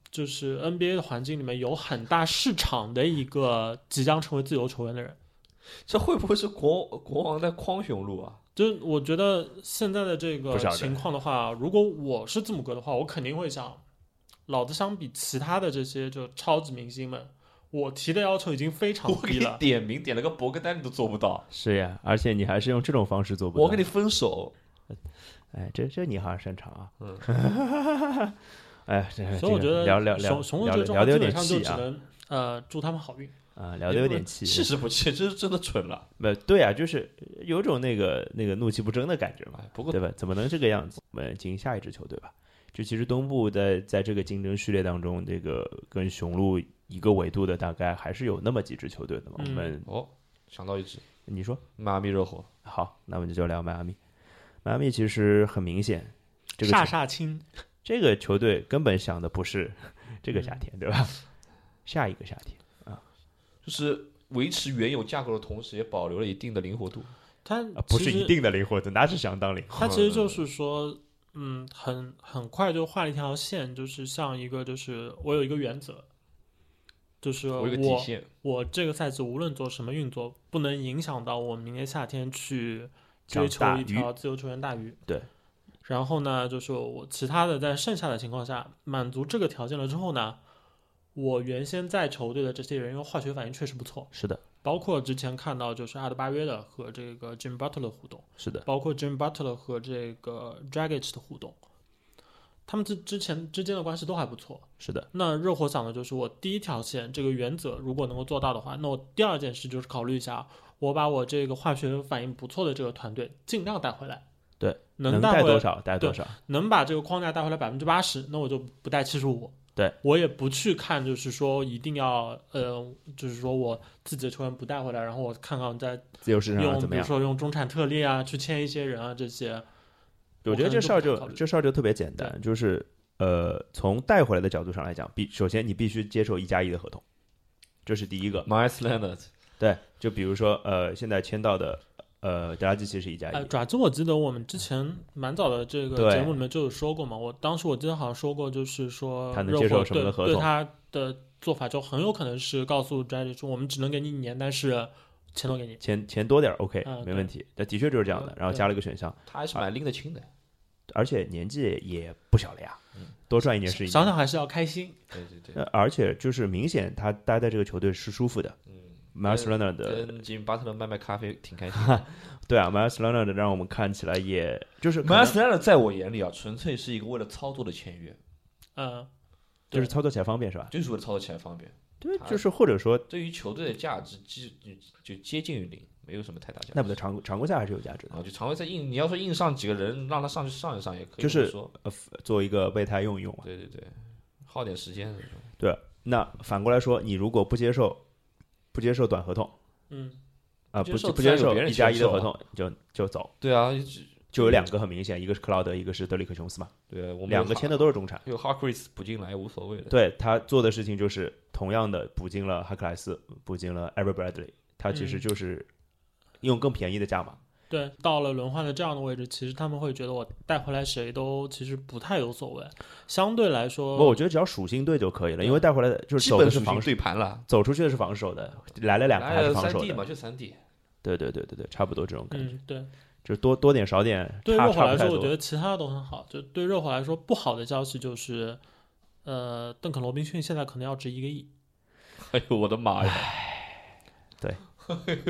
[SPEAKER 3] 就是 NBA 的环境里面有很大市场的一个即将成为自由球员的人。
[SPEAKER 2] 这会不会是国国王在匡雄路啊？
[SPEAKER 3] 就是我觉得现在的这个
[SPEAKER 1] 不晓得
[SPEAKER 3] 情况的话，如果我是字母哥的话，我肯定会想，老子相比其他的这些就超级明星们，我提的要求已经非常
[SPEAKER 2] 我给
[SPEAKER 3] 低
[SPEAKER 2] 你
[SPEAKER 3] 了。
[SPEAKER 2] 点名点了个博格丹，你都做不到，
[SPEAKER 1] 是呀，而且你还是用这种方式做不到。
[SPEAKER 2] 我跟你，分手。
[SPEAKER 1] 哎，这这你好像擅长啊。
[SPEAKER 2] 嗯，
[SPEAKER 1] 哎，这
[SPEAKER 3] 嗯所以我觉
[SPEAKER 1] 这
[SPEAKER 3] 得
[SPEAKER 1] 个聊聊聊
[SPEAKER 3] 雄雄鹿
[SPEAKER 1] 聊
[SPEAKER 3] 队
[SPEAKER 1] 得
[SPEAKER 3] 这
[SPEAKER 1] 聊
[SPEAKER 3] 话
[SPEAKER 1] 的有
[SPEAKER 3] 基本
[SPEAKER 1] 点
[SPEAKER 3] 上就
[SPEAKER 1] 气
[SPEAKER 3] 只
[SPEAKER 1] 啊
[SPEAKER 3] 能呃祝他们好运。
[SPEAKER 1] 啊，聊的有点气。
[SPEAKER 2] 气是不气？这是真的蠢了。
[SPEAKER 1] 不对啊，就是有种那个那个怒气不争的感觉嘛，
[SPEAKER 2] 哎，不过
[SPEAKER 1] 对吧？怎么能这个样子？我们进行下一支球队吧。就其实东部在在这个竞争序列当中，这个跟雄鹿一个维度的大概还是有那么几支球队的嘛。
[SPEAKER 3] 嗯
[SPEAKER 1] 我们
[SPEAKER 2] 哦，想到一支
[SPEAKER 1] 你说
[SPEAKER 2] 迈阿密热火，
[SPEAKER 1] 好，那我们就聊迈阿密。迈阿密其实很明显，这个球
[SPEAKER 3] 煞煞青，
[SPEAKER 1] 这个球队根本想的不是 这个夏天，对吧？下一个夏天，
[SPEAKER 2] 就是维持原有架构的同时，也保留了一定的灵活度。
[SPEAKER 3] 他
[SPEAKER 1] 啊、不
[SPEAKER 3] 其
[SPEAKER 1] 是
[SPEAKER 3] 实
[SPEAKER 1] 一 定的灵活度，那是相当灵活。
[SPEAKER 3] 它其实就是说，嗯，很很快就画了一条线，就是像一个就是我有一个原则，就是
[SPEAKER 2] 我有个底
[SPEAKER 3] 我
[SPEAKER 2] 线，
[SPEAKER 3] 我这个赛季无论做什么运作，不能影响到我明年夏天去追求
[SPEAKER 1] 长大
[SPEAKER 3] 一条自由球员大鱼。
[SPEAKER 1] 对。
[SPEAKER 3] 然后呢，就是我其他的在剩下的情况下满足这个条件了之后呢，我原先在球队的这些人因为化学反应确实不错，
[SPEAKER 1] 是的，
[SPEAKER 3] 包括之前看到就是阿德巴约的和这个 Jim Butler 的互动。
[SPEAKER 1] 是的，
[SPEAKER 3] 包括 Jim Butler 和这个 Dragic 的互动，他们之之前之间的关系都还不错。
[SPEAKER 1] 是的，
[SPEAKER 3] 那热火想的就是我第一条线这个原则，如果能够做到的话，那我第二件事就是考虑一下，我把我这个化学反应不错的这个团队尽量带回来。
[SPEAKER 1] 对，
[SPEAKER 3] 能带
[SPEAKER 1] 带
[SPEAKER 3] 回
[SPEAKER 1] 多
[SPEAKER 3] 来，
[SPEAKER 1] 少带多少，
[SPEAKER 3] 能把这个框架带回来百分之八十，那我就不带七十五。
[SPEAKER 1] 对，
[SPEAKER 3] 我也不去看，就是说一定要，呃，就是说我自己的球员不带回来，然后我看看在
[SPEAKER 1] 自由市场上
[SPEAKER 3] 用
[SPEAKER 1] 怎么
[SPEAKER 3] 比如
[SPEAKER 1] 样？
[SPEAKER 3] 说用中产特例啊，去签一些人啊这些，
[SPEAKER 1] 我觉得
[SPEAKER 3] 可能
[SPEAKER 1] 这
[SPEAKER 3] 就
[SPEAKER 1] 事儿
[SPEAKER 3] 不太
[SPEAKER 1] 就
[SPEAKER 3] 考虑
[SPEAKER 1] 这事儿就特别简单，就是呃，从带回来的角度上来讲，必首先你必须接受一加一的合同，这是第一个。
[SPEAKER 2] Miles Leonard
[SPEAKER 1] 对，就比如说呃，现在签到的呃，德拉季奇是一加
[SPEAKER 3] 呃，
[SPEAKER 1] 一，
[SPEAKER 3] 爪子，我记得我们之前蛮早的这个
[SPEAKER 1] 对
[SPEAKER 3] 节目里面就有说过嘛，我当时我记得好像说过，就是说
[SPEAKER 1] 他能
[SPEAKER 3] 热
[SPEAKER 1] 接受
[SPEAKER 3] 火
[SPEAKER 1] 什么
[SPEAKER 3] 对
[SPEAKER 1] 的合
[SPEAKER 3] 对
[SPEAKER 1] 同
[SPEAKER 3] 他的做法就很有可能是告诉 d r a g 说，我们只能给你一年，但是钱都给你。
[SPEAKER 1] 钱钱多点儿 OK
[SPEAKER 3] 嗯
[SPEAKER 1] 没
[SPEAKER 3] 对
[SPEAKER 1] 问题，但的确就是这样的
[SPEAKER 3] 嗯。
[SPEAKER 1] 然后
[SPEAKER 3] 对
[SPEAKER 1] 加了一个选项，
[SPEAKER 2] 他还是蛮拎得清的。
[SPEAKER 1] 而且年纪也不小了呀，多赚一年是一
[SPEAKER 3] 嗯想
[SPEAKER 1] 年。
[SPEAKER 3] 想还是要开心，
[SPEAKER 2] 对对对，
[SPEAKER 1] 呃而且就是明显他待在这个球队是舒服的。
[SPEAKER 2] 嗯，
[SPEAKER 1] Miles Leonard 的，
[SPEAKER 2] 跟 Jim Butler 卖卖咖啡挺 开心的。
[SPEAKER 1] 对啊，Miles Leonard 让我们看起来也就是可
[SPEAKER 2] m i l
[SPEAKER 1] 能
[SPEAKER 2] s l e n a r 在我眼里啊，纯粹是一个为了操作的签约，
[SPEAKER 3] 嗯，
[SPEAKER 1] 就是操作起来方便是吧？
[SPEAKER 2] 就是为了操作起来方便。
[SPEAKER 1] 对，
[SPEAKER 2] 他
[SPEAKER 1] 就是或者说
[SPEAKER 2] 对于球队的价值，基就就接近于零，没有什么太大价值。
[SPEAKER 1] 那不对，常常规赛还是有价值的。
[SPEAKER 2] 啊，就常规赛硬，你要说硬上几个人，让他上去上一上也可以。
[SPEAKER 1] 就是
[SPEAKER 2] 我们说，
[SPEAKER 1] 呃，做一个备胎用一用嘛。
[SPEAKER 2] 对对对，耗点时间。
[SPEAKER 1] 那反过来说，你如果不接受不接受短合同
[SPEAKER 3] 嗯，
[SPEAKER 1] 啊、
[SPEAKER 2] 不
[SPEAKER 1] 不
[SPEAKER 2] 接受
[SPEAKER 1] 不
[SPEAKER 2] 自
[SPEAKER 1] 接
[SPEAKER 2] 然有
[SPEAKER 1] 受
[SPEAKER 2] 别人
[SPEAKER 1] 一加一
[SPEAKER 2] 接
[SPEAKER 1] 的
[SPEAKER 2] 受啊
[SPEAKER 1] 合同，就就走，
[SPEAKER 2] 对啊，
[SPEAKER 1] 就有两个很明显，一个是克劳德，一个是德里克琼斯嘛，
[SPEAKER 2] 对啊，我们
[SPEAKER 1] 两个签的都是中产。
[SPEAKER 2] 有 h a r k r i s 补进来也无所谓的。
[SPEAKER 1] 对他做的事情就是同样的补进了哈克莱斯，补进了 e v e r Bradley，他其实
[SPEAKER 3] 嗯
[SPEAKER 1] 就是用更便宜的价码。
[SPEAKER 3] 对，到了轮换的这样的位置，其实他们会觉得我带回来谁都其实不太有所谓，相对来
[SPEAKER 1] 不
[SPEAKER 3] 说，
[SPEAKER 1] 过我觉得只要属性对就可以了，因为带回来的就是
[SPEAKER 2] 基
[SPEAKER 1] 走的
[SPEAKER 2] 本
[SPEAKER 1] 是
[SPEAKER 2] 属性
[SPEAKER 1] 防守，
[SPEAKER 2] 对盘了，
[SPEAKER 1] 走出去的是防守的，来了两个还
[SPEAKER 2] 来
[SPEAKER 1] 是
[SPEAKER 2] 了
[SPEAKER 1] 防
[SPEAKER 2] 哎三
[SPEAKER 1] 守
[SPEAKER 2] D
[SPEAKER 1] 的。
[SPEAKER 2] 嘛，就三 D。
[SPEAKER 1] 对对对对对，差不多这种感觉，
[SPEAKER 3] 嗯，对，
[SPEAKER 1] 就是多多点少点，
[SPEAKER 3] 对
[SPEAKER 1] 差
[SPEAKER 3] 热火
[SPEAKER 1] 差
[SPEAKER 3] 来
[SPEAKER 1] 不太
[SPEAKER 3] 说，
[SPEAKER 1] 多
[SPEAKER 3] 我觉。得其他的都很好。就对热火来说，不好的消息就是，呃，邓肯·罗宾逊现在可能要值一个亿。
[SPEAKER 2] 哎呦我的妈呀！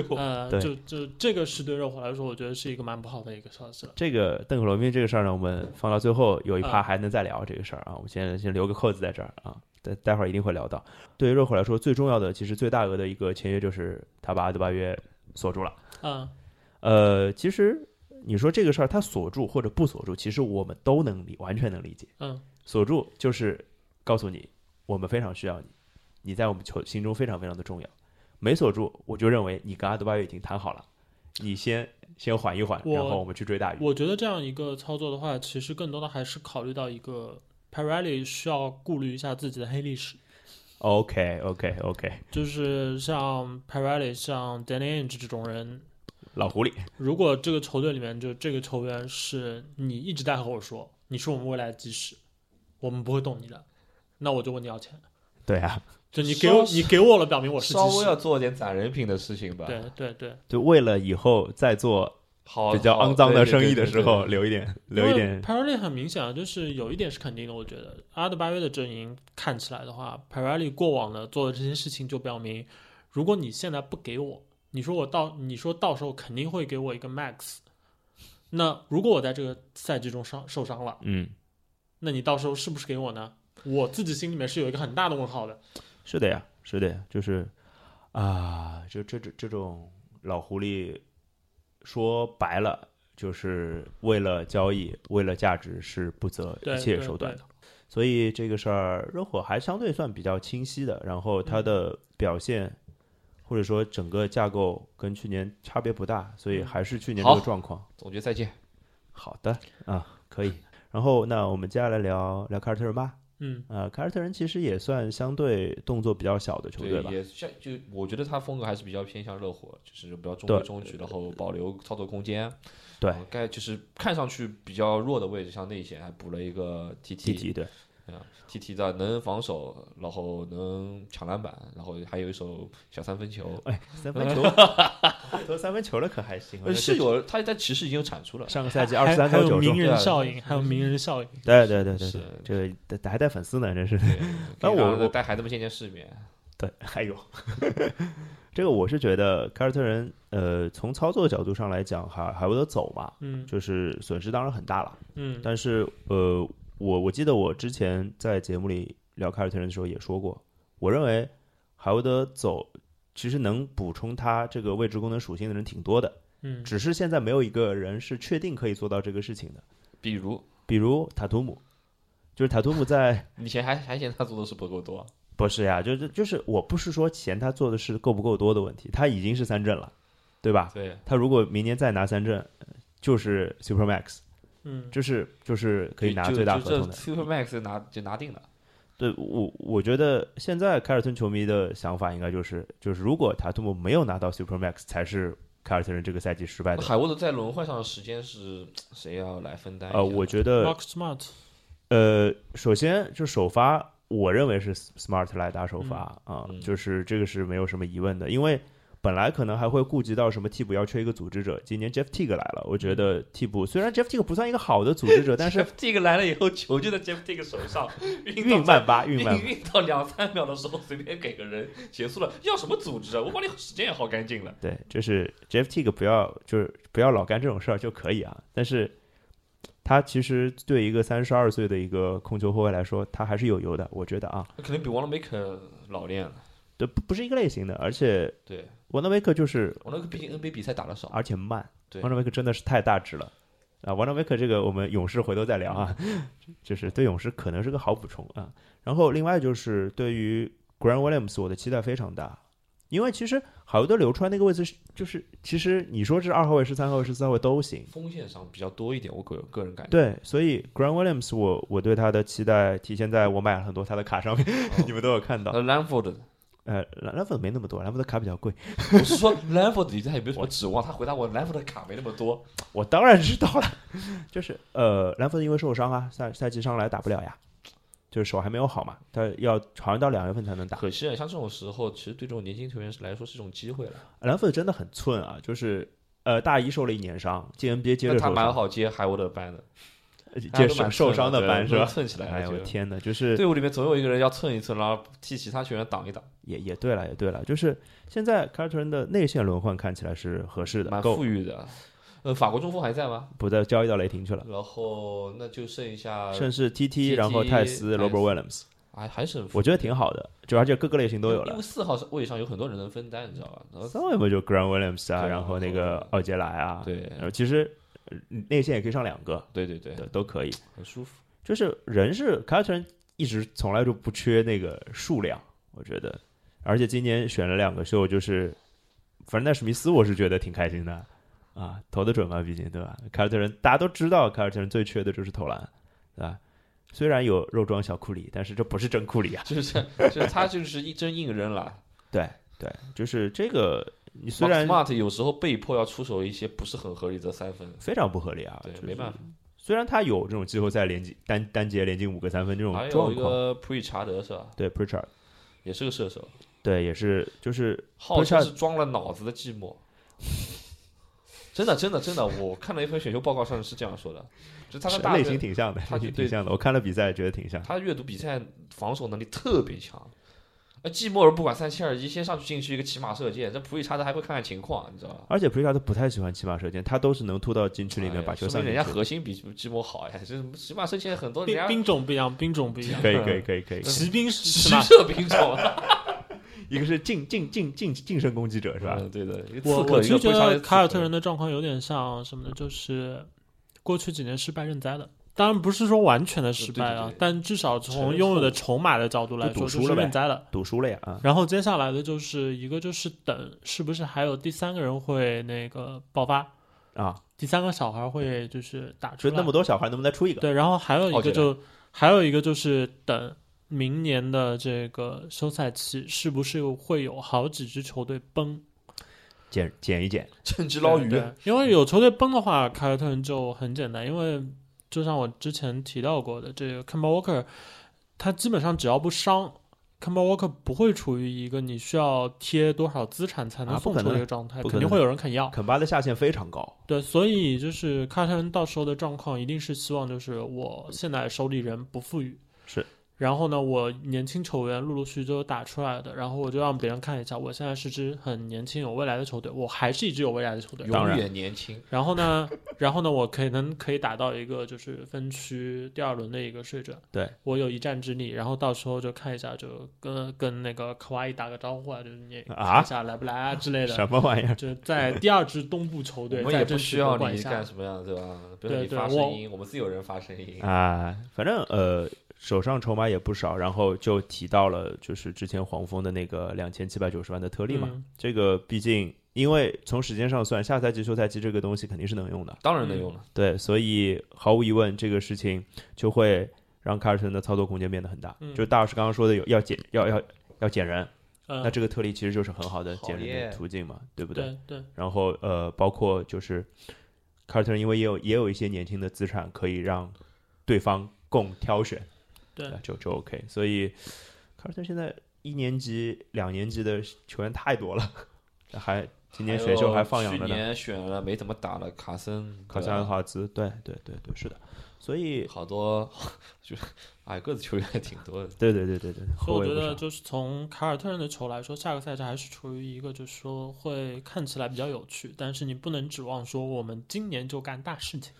[SPEAKER 3] 呃，
[SPEAKER 1] 对
[SPEAKER 3] 就就这个是对热火来说，我觉得是一个蛮不好的一个消息了。
[SPEAKER 1] 这个邓肯罗宾这个事儿呢，我们放到最后有一趴
[SPEAKER 3] 嗯
[SPEAKER 1] 还能再聊这个事儿啊。我们先先留个扣子在这儿啊，待待会儿一定会聊到。对于热火来说，最重要的其实最大额的一个签约就是他把阿德巴约锁住了。
[SPEAKER 3] 嗯，
[SPEAKER 1] 呃，其实你说这个事儿他锁住或者不锁住，其实我们都能理，完全能理解。
[SPEAKER 3] 嗯，
[SPEAKER 1] 锁住就是告诉你我们非常需要你，你在我们球心中非常非常的重要。没锁住，我就认为你跟阿德巴约已经谈好了，你先先缓一缓，
[SPEAKER 3] 我
[SPEAKER 1] 然后我们去追大鱼。
[SPEAKER 3] 我觉得这样一个操作的话，其实更多的还是考虑到一个 p e r e l i 需要顾虑一下自己的黑历史，
[SPEAKER 1] OK OK OK，
[SPEAKER 3] 就是像 p e r e l i 像 Danny Ainge 这种人，
[SPEAKER 1] 老狐狸，
[SPEAKER 3] 如果这个球队里面就这个球员是你一直在和我说你是我们未来的基石，我们不会动你的，那我就问你要钱。
[SPEAKER 1] 对啊，
[SPEAKER 3] 就你给我，
[SPEAKER 2] 稍
[SPEAKER 3] 你给我了，表明我是
[SPEAKER 2] 稍
[SPEAKER 3] 技
[SPEAKER 2] 微要
[SPEAKER 3] 师。
[SPEAKER 2] 做点攒人品的事情吧。
[SPEAKER 3] 对，对对，
[SPEAKER 1] 就为了以后再做
[SPEAKER 2] 好
[SPEAKER 1] 比较肮脏的生意的时候，
[SPEAKER 2] 对对对对对
[SPEAKER 1] 留一点，留一点
[SPEAKER 3] p a r l y 很明显啊，就是有一点是肯定的，我觉得阿德巴约的阵营看起来的话 p a r l y 过往的做的这些事情就表明，如果你现在不给我，你说我到你说到时候肯定会给我一个 max，那如果我在这个赛季中伤受伤了，
[SPEAKER 1] 嗯。
[SPEAKER 3] 那你到时候是不是给我呢？我自己心里面是有一个很大的问号的。
[SPEAKER 1] 是的呀，是的呀，就是啊，就这这这种老狐狸，说白了就是为了交易，为了价值是不择
[SPEAKER 3] 对
[SPEAKER 1] 一切手段
[SPEAKER 3] 对
[SPEAKER 1] 的。所以这个事儿，热火还相对算比较清晰的，然后
[SPEAKER 3] 嗯
[SPEAKER 1] 它的表现、或者说整个架构跟去年差别不大，所以
[SPEAKER 3] 嗯
[SPEAKER 1] 还是去年
[SPEAKER 2] 好
[SPEAKER 1] 这个状况。
[SPEAKER 2] 总决赛见。
[SPEAKER 1] 好的啊，可 以。然后那我们接下来聊聊凯尔特人吧。
[SPEAKER 3] 嗯，
[SPEAKER 1] 呃，凯尔特人其实也算相对动作比较小的球队
[SPEAKER 2] 对，
[SPEAKER 1] 吧。
[SPEAKER 2] 也像就我觉得他风格还是比较偏向热火，就是比较中
[SPEAKER 1] 对
[SPEAKER 2] 规中矩，然后保留操作空间。
[SPEAKER 1] 对
[SPEAKER 2] 然后该就是看上去比较弱的位置，像内线还补了一个
[SPEAKER 1] T
[SPEAKER 2] TT，TT
[SPEAKER 1] T 对，
[SPEAKER 2] 的能防守，然后能抢篮板，然后还有一手小三分球，
[SPEAKER 1] 哎，三分 球，得三分球了可还行啊
[SPEAKER 2] 呃，是有他在骑士已经有产出了，
[SPEAKER 1] 上个赛季二
[SPEAKER 3] 还
[SPEAKER 1] 十三
[SPEAKER 3] 还
[SPEAKER 1] 投
[SPEAKER 3] 有
[SPEAKER 1] 九中
[SPEAKER 3] 名，
[SPEAKER 2] 对
[SPEAKER 3] 人
[SPEAKER 2] 啊
[SPEAKER 3] 效
[SPEAKER 2] 是
[SPEAKER 3] 应，还有名人效应。
[SPEAKER 1] 对对对对
[SPEAKER 2] 是
[SPEAKER 1] 对，这个还还带粉丝呢，真 是。
[SPEAKER 2] 对，
[SPEAKER 1] 但我
[SPEAKER 2] 可以让
[SPEAKER 1] 我
[SPEAKER 2] 带孩子们见见世面，
[SPEAKER 1] 对，还有 这个，我是觉得凯尔特人，呃，从操作角度上来讲，还还有得走嘛，
[SPEAKER 3] 嗯
[SPEAKER 1] 就是损失当然很大了，
[SPEAKER 3] 嗯
[SPEAKER 1] 但是呃，我我记得我之前在节目里聊凯尔特人的时候也说过，我认为海沃德走其实能补充他这个位置功能属性的人挺多的，
[SPEAKER 3] 嗯
[SPEAKER 1] 只是现在没有一个人是确定可以做到这个事情的。
[SPEAKER 2] 比如
[SPEAKER 1] 比如塔图姆，就是塔图姆 在
[SPEAKER 2] 以前还还嫌他做的是不够多，啊
[SPEAKER 1] 不是呀，就是就是我不是说嫌他做的事够不够多的问题，他已经是三振了，对吧？
[SPEAKER 2] 对，
[SPEAKER 1] 他如果明年再拿三振，就是 Super Max，
[SPEAKER 3] 嗯，
[SPEAKER 1] 就是就是可以拿
[SPEAKER 2] 就
[SPEAKER 1] 最大
[SPEAKER 2] 就
[SPEAKER 1] 合同
[SPEAKER 2] 这
[SPEAKER 1] 的。
[SPEAKER 2] Super Max 拿就拿定了，
[SPEAKER 1] 对我，我觉得现在凯尔特人球迷的想法应该就是，就是如果塔图姆没有拿到 Super Max，才是凯尔特人这个赛季失败
[SPEAKER 2] 那
[SPEAKER 1] 的。
[SPEAKER 2] 海沃德在轮换上的时间是谁要来分担一下？
[SPEAKER 1] 呃，我 觉得
[SPEAKER 3] Mark Smart，
[SPEAKER 1] 呃，首先就首发，我认为是 Smart 来打首发啊、
[SPEAKER 2] 嗯
[SPEAKER 1] 就是这个是没有什么疑问的，因为本来可能还会顾及到什么替补要缺一个组织者，今年 Jeff Teague 来了，我觉得替补虽然 Jeff Teague 不算一个好的组织者，但
[SPEAKER 2] Jeff
[SPEAKER 1] 是
[SPEAKER 2] Teague 来了以后，球就在 Jeff Teague 手上，
[SPEAKER 1] 运
[SPEAKER 2] 运到
[SPEAKER 1] 曼巴运
[SPEAKER 2] 运
[SPEAKER 1] 曼巴，
[SPEAKER 2] 运到两三秒的时候，随便给个人结束了，要什么组织啊？我把你时间也耗干净了。
[SPEAKER 1] 对，就是 Jeff Teague 不要就是不要老干这种事儿就可以啊，但是。他其实对一个三十二岁的一个控球后卫来说，他还是有油的，我觉得啊，
[SPEAKER 2] 那肯定比 w a n d e m a k e r 老练了。
[SPEAKER 1] 对，不不是一个类型的，而且
[SPEAKER 2] 对
[SPEAKER 1] w a n d e Maker 就是
[SPEAKER 2] w a n d e m a k e r 毕竟 NBA 比赛打的少，
[SPEAKER 1] 而且慢。
[SPEAKER 2] 对
[SPEAKER 1] w a n d e Maker 真的是太大只了啊 w a n d e Maker 这个我们勇士回头再聊啊， 就是对勇士可能是个好补充啊。然后另外就是对于 Grant Williams 我的期待非常大，因为其实海沃德流出来那个位置是就是其实你说是二号位、是三号位、是四号位都行。
[SPEAKER 2] 锋线上比较多一点，我个个人感觉。
[SPEAKER 1] 对，所以 Grant Williams 我我对他的期待体现在我买了很多他的卡上面， 你们都有看到。
[SPEAKER 2] 那 Lanford，
[SPEAKER 1] 呃，兰兰粉没那么多，兰粉的卡比较贵。
[SPEAKER 2] 我是说 Lanford 你在有没有什么指望？他回答我，Lanford 的卡没那么多。
[SPEAKER 1] 我当然知道了，就是呃，兰佛因为受伤啊，赛赛季上来打不了呀，就是手还没有好嘛，他要好像到两月份才能打。
[SPEAKER 2] 可惜啊，像这种时候，其实对这种年轻球员来说是一种机会了。
[SPEAKER 1] 兰佛真的很寸啊，就是呃，大一受了一年伤，进 NBA 接
[SPEAKER 2] 那
[SPEAKER 1] 着
[SPEAKER 2] 他
[SPEAKER 1] 受
[SPEAKER 2] 蛮
[SPEAKER 1] 伤，
[SPEAKER 2] 好接海沃德的班的，
[SPEAKER 1] 接受受伤的班是吧？
[SPEAKER 2] 蹭起来
[SPEAKER 1] 哎
[SPEAKER 2] 了
[SPEAKER 1] 呀，
[SPEAKER 2] 就，
[SPEAKER 1] 我天哪，就是
[SPEAKER 2] 队伍里面总有一个人要蹭一蹭，然后替其他球员挡一挡，
[SPEAKER 1] 也也对了，也对了，就是现在凯尔特人的内线轮换看起来是合适的，
[SPEAKER 2] 蛮
[SPEAKER 1] 够
[SPEAKER 2] 富裕的。呃，法国中锋还在吗？
[SPEAKER 1] 不再交易到雷霆去了，
[SPEAKER 2] 然后那就剩一下，
[SPEAKER 1] 甚至 TT，
[SPEAKER 2] TT
[SPEAKER 1] 然后泰斯、
[SPEAKER 2] 泰斯
[SPEAKER 1] Robert Williams，
[SPEAKER 2] 还还剩
[SPEAKER 1] 我觉得挺好的，就而且各个类型都有
[SPEAKER 2] 因
[SPEAKER 1] 了
[SPEAKER 2] 为。四号位上有很多人能分担，你知道吧？然后
[SPEAKER 1] 三位嘛就 Grant Williams 啊，
[SPEAKER 2] 对
[SPEAKER 1] 然后那个奥杰莱啊，
[SPEAKER 2] 对
[SPEAKER 1] 然后其实呃内线也可以上两个，
[SPEAKER 2] 对对对，
[SPEAKER 1] 对，都可以。
[SPEAKER 2] 很舒服。
[SPEAKER 1] 就是人是凯尔特人一直从来就不缺那个数量，我觉得，而且今年选了两个秀，就是反正奈史密斯我是觉得挺开心的啊，投得准嘛，毕竟对吧？凯尔特人大家都知道，凯尔特人最缺的就是投篮，对吧？虽然有肉装小库里，但是这不是真库里啊。
[SPEAKER 2] 就是 就是他就是一真硬扔了。
[SPEAKER 1] 对对，就是这个，你虽然
[SPEAKER 2] Mark Smart 有时候被迫要出手一些不是很合理的三分，
[SPEAKER 1] 非常不合理啊，
[SPEAKER 2] 对
[SPEAKER 1] 就是
[SPEAKER 2] 没办法。
[SPEAKER 1] 虽然他有这种季后赛连进单单节连进五个三分这种
[SPEAKER 2] 还有
[SPEAKER 1] 状
[SPEAKER 2] 一
[SPEAKER 1] 况，
[SPEAKER 2] 个普里查德是吧？
[SPEAKER 1] 对 Pritchard，
[SPEAKER 2] 也是个射手，
[SPEAKER 1] 对也是就是
[SPEAKER 2] 号称
[SPEAKER 1] Pritchard-
[SPEAKER 2] 是装了脑子的寂寞。 真的，真的，真的，我看了一份选秀报告上是这样说的，就是他跟大
[SPEAKER 1] 类
[SPEAKER 2] 学
[SPEAKER 1] 型挺像的，
[SPEAKER 2] 他
[SPEAKER 1] 类型
[SPEAKER 2] 对
[SPEAKER 1] 挺像的。我看了比赛，觉得挺像。
[SPEAKER 2] 他阅读比赛防守能力特别强，呃，季默尔不管三七二十一，先上去禁区一个骑马射箭，这普里查德还会看看情况，你知道吧？
[SPEAKER 1] 而且 Pritchard 他不太喜欢骑马射箭，他都是能突到禁区里
[SPEAKER 2] 哎
[SPEAKER 1] 面
[SPEAKER 2] 呀
[SPEAKER 1] 把球
[SPEAKER 2] 说
[SPEAKER 1] 上
[SPEAKER 2] 明
[SPEAKER 1] 进
[SPEAKER 2] 人
[SPEAKER 1] 去。
[SPEAKER 2] 家核心比季默好哎，这骑马射箭很多人
[SPEAKER 3] 兵
[SPEAKER 2] 家
[SPEAKER 3] 兵种不一样，兵种不一样。
[SPEAKER 1] 可以 可以可以可以，
[SPEAKER 2] 嗯
[SPEAKER 3] 骑兵是
[SPEAKER 2] 骑
[SPEAKER 3] 是吧？
[SPEAKER 2] 射兵种啊，
[SPEAKER 1] 一个是近近近近近身攻击者是吧？
[SPEAKER 2] 嗯对的，一个
[SPEAKER 3] 我
[SPEAKER 2] 刺客
[SPEAKER 3] 我
[SPEAKER 2] 一
[SPEAKER 3] 其
[SPEAKER 2] 个
[SPEAKER 3] 实觉
[SPEAKER 2] 不杀的
[SPEAKER 3] 得
[SPEAKER 2] 刺
[SPEAKER 3] 凯尔
[SPEAKER 2] 客
[SPEAKER 3] 特人的状况有点像什么呢？就是过去几年失败认栽的，当然不是说完全的失败啊，
[SPEAKER 2] 对对对
[SPEAKER 3] 但至少
[SPEAKER 2] 承
[SPEAKER 3] 从
[SPEAKER 2] 认
[SPEAKER 3] 拥有
[SPEAKER 2] 错误
[SPEAKER 3] 的筹码的角度来
[SPEAKER 1] 就赌
[SPEAKER 3] 说，
[SPEAKER 1] 输
[SPEAKER 3] 就是
[SPEAKER 1] 了呗
[SPEAKER 3] 认栽了。
[SPEAKER 1] 赌输了呀啊！
[SPEAKER 3] 然后接下来的就是一个就是等是不是还有第三个人会那个爆发，
[SPEAKER 1] 啊，
[SPEAKER 3] 第三个小孩会就是打
[SPEAKER 1] 就
[SPEAKER 3] 出来。
[SPEAKER 1] 那么多小孩，能不能出一个？
[SPEAKER 3] 对，然后还有一
[SPEAKER 2] 奥杰
[SPEAKER 3] 个就还有一个就是等明年的这个休赛期是不是会有好几支球队崩
[SPEAKER 1] 捡捡一捡，
[SPEAKER 2] 趁机捞鱼，
[SPEAKER 3] 对对因为有球队崩的话，凯尔特人就很简单，因为就像我之前提到过的，这个 c a m b a Walker，他基本上只要不伤 c a m b a Walker 不会处于一个你需要贴多少资产才
[SPEAKER 1] 啊
[SPEAKER 3] 能
[SPEAKER 1] 不
[SPEAKER 3] 送
[SPEAKER 1] 可
[SPEAKER 3] 出的
[SPEAKER 1] 能
[SPEAKER 3] 一个状态，
[SPEAKER 1] 不可
[SPEAKER 3] 肯定
[SPEAKER 1] 能
[SPEAKER 3] 会有人肯要。
[SPEAKER 1] 肯巴的下限非常高，
[SPEAKER 3] 对，所以就是凯尔特人到时候的状况一定是希望就是我现在手里人不富裕，
[SPEAKER 1] 是，
[SPEAKER 3] 然后呢，我年轻球员陆陆续续都打出来的，然后我就让别人看一下，我现在是支很年轻有未来的球队，我还是一支有未来的球队，
[SPEAKER 1] 当
[SPEAKER 2] 永
[SPEAKER 1] 然
[SPEAKER 2] 远年轻，
[SPEAKER 3] 然后呢，然后呢，我可能可以达到一个就是分区第二轮的一个水准。
[SPEAKER 1] 对
[SPEAKER 3] 我有一战之力，然后到时候就看一下，就跟跟那个卡哇伊打个招呼啊，就是你
[SPEAKER 1] 啊
[SPEAKER 3] 看一下来不来啊之类的。
[SPEAKER 1] 什么玩意儿？
[SPEAKER 3] 就在第二支东部球队，
[SPEAKER 2] 我们也
[SPEAKER 3] 在这
[SPEAKER 2] 不
[SPEAKER 3] 次
[SPEAKER 2] 需要
[SPEAKER 3] 夺冠
[SPEAKER 2] 你
[SPEAKER 3] 下
[SPEAKER 2] 干什么样，对吧？比如说
[SPEAKER 3] 对
[SPEAKER 2] 你
[SPEAKER 3] 对
[SPEAKER 2] 发
[SPEAKER 3] 我
[SPEAKER 2] 声音，我们自己有人发声音，
[SPEAKER 1] 啊，反正呃，手上筹码也不少，然后就提到了就是之前黄蜂的那个两千七百九十万的特例嘛，
[SPEAKER 3] 嗯
[SPEAKER 1] 这个毕竟因为从时间上算，下赛季休赛期这个东西肯定是能用的，
[SPEAKER 2] 当然能用了。
[SPEAKER 1] 对，所以毫无疑问这个事情就会让卡尔顿的操作空间变得很大，
[SPEAKER 3] 嗯
[SPEAKER 1] 就大老师刚刚说的有要减要要要减人，
[SPEAKER 3] 嗯
[SPEAKER 1] 那这个特例其实就是很好的
[SPEAKER 2] 好
[SPEAKER 1] 减人
[SPEAKER 2] 耶
[SPEAKER 1] 的途径嘛，对不对？
[SPEAKER 3] 对对，
[SPEAKER 1] 然后呃，包括就是卡尔特人，因为也有也有一些年轻的资产可以让对方供挑选，
[SPEAKER 3] 对
[SPEAKER 1] 啊就就 OK。所以卡尔特人现在一年级、两年级的球员太多了，还今年选秀还放养
[SPEAKER 2] 去
[SPEAKER 1] 了呢，
[SPEAKER 2] 年选了没怎么打了卡森，
[SPEAKER 1] 考
[SPEAKER 2] 对吧
[SPEAKER 1] 萨哈兹，对对对对，是的。所以
[SPEAKER 2] 啊好多就 矮个子球员还挺多的。
[SPEAKER 1] 对对对对对，后
[SPEAKER 3] 所以我
[SPEAKER 1] 卫
[SPEAKER 3] 觉
[SPEAKER 1] 不
[SPEAKER 3] 得
[SPEAKER 1] 少。
[SPEAKER 3] 就是从凯尔特人的球来说，下个赛季还是处于一个就是说会看起来比较有趣，但是你不能指望说我们今年就干大事情。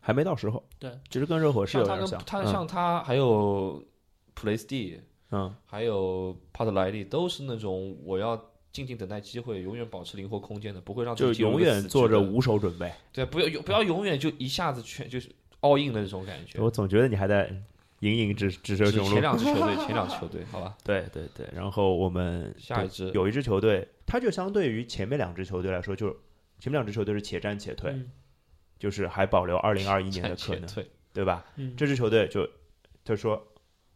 [SPEAKER 1] 还没到时候，
[SPEAKER 3] 对，
[SPEAKER 1] 其实跟热 火是
[SPEAKER 2] 像
[SPEAKER 1] 有
[SPEAKER 2] 他
[SPEAKER 1] 点
[SPEAKER 2] 跟
[SPEAKER 1] 像，
[SPEAKER 2] 他
[SPEAKER 1] 嗯
[SPEAKER 2] 像他还有普雷斯蒂，
[SPEAKER 1] 嗯，
[SPEAKER 2] 还有帕特莱利，都是那种我要静静等待机会，永远保持灵活空间的，不会让自
[SPEAKER 1] 就
[SPEAKER 2] 己进
[SPEAKER 1] 永
[SPEAKER 2] 入啊一个
[SPEAKER 1] 远
[SPEAKER 2] 死
[SPEAKER 1] 做
[SPEAKER 2] 局
[SPEAKER 1] 着
[SPEAKER 2] 的
[SPEAKER 1] 无手准备。
[SPEAKER 2] 对，不要永不要永远就一下子全就是 all in 的那种感觉。
[SPEAKER 1] 我总觉得你还在隐隐指指
[SPEAKER 2] 只
[SPEAKER 1] 着雄鹿
[SPEAKER 2] 前。两支球队，前两支球队，好吧，
[SPEAKER 1] 对对对，然后我们
[SPEAKER 2] 下
[SPEAKER 1] 对
[SPEAKER 2] 一支
[SPEAKER 1] 有一支球队，它就相对于前面两支球队来说，就是前面两支球队是且战且退，
[SPEAKER 3] 嗯
[SPEAKER 1] 就是还保留二零二一年的
[SPEAKER 2] 站
[SPEAKER 1] 可
[SPEAKER 2] 前
[SPEAKER 1] 能，
[SPEAKER 2] 退，
[SPEAKER 1] 对吧？
[SPEAKER 3] 嗯，
[SPEAKER 1] 这支球队就他说，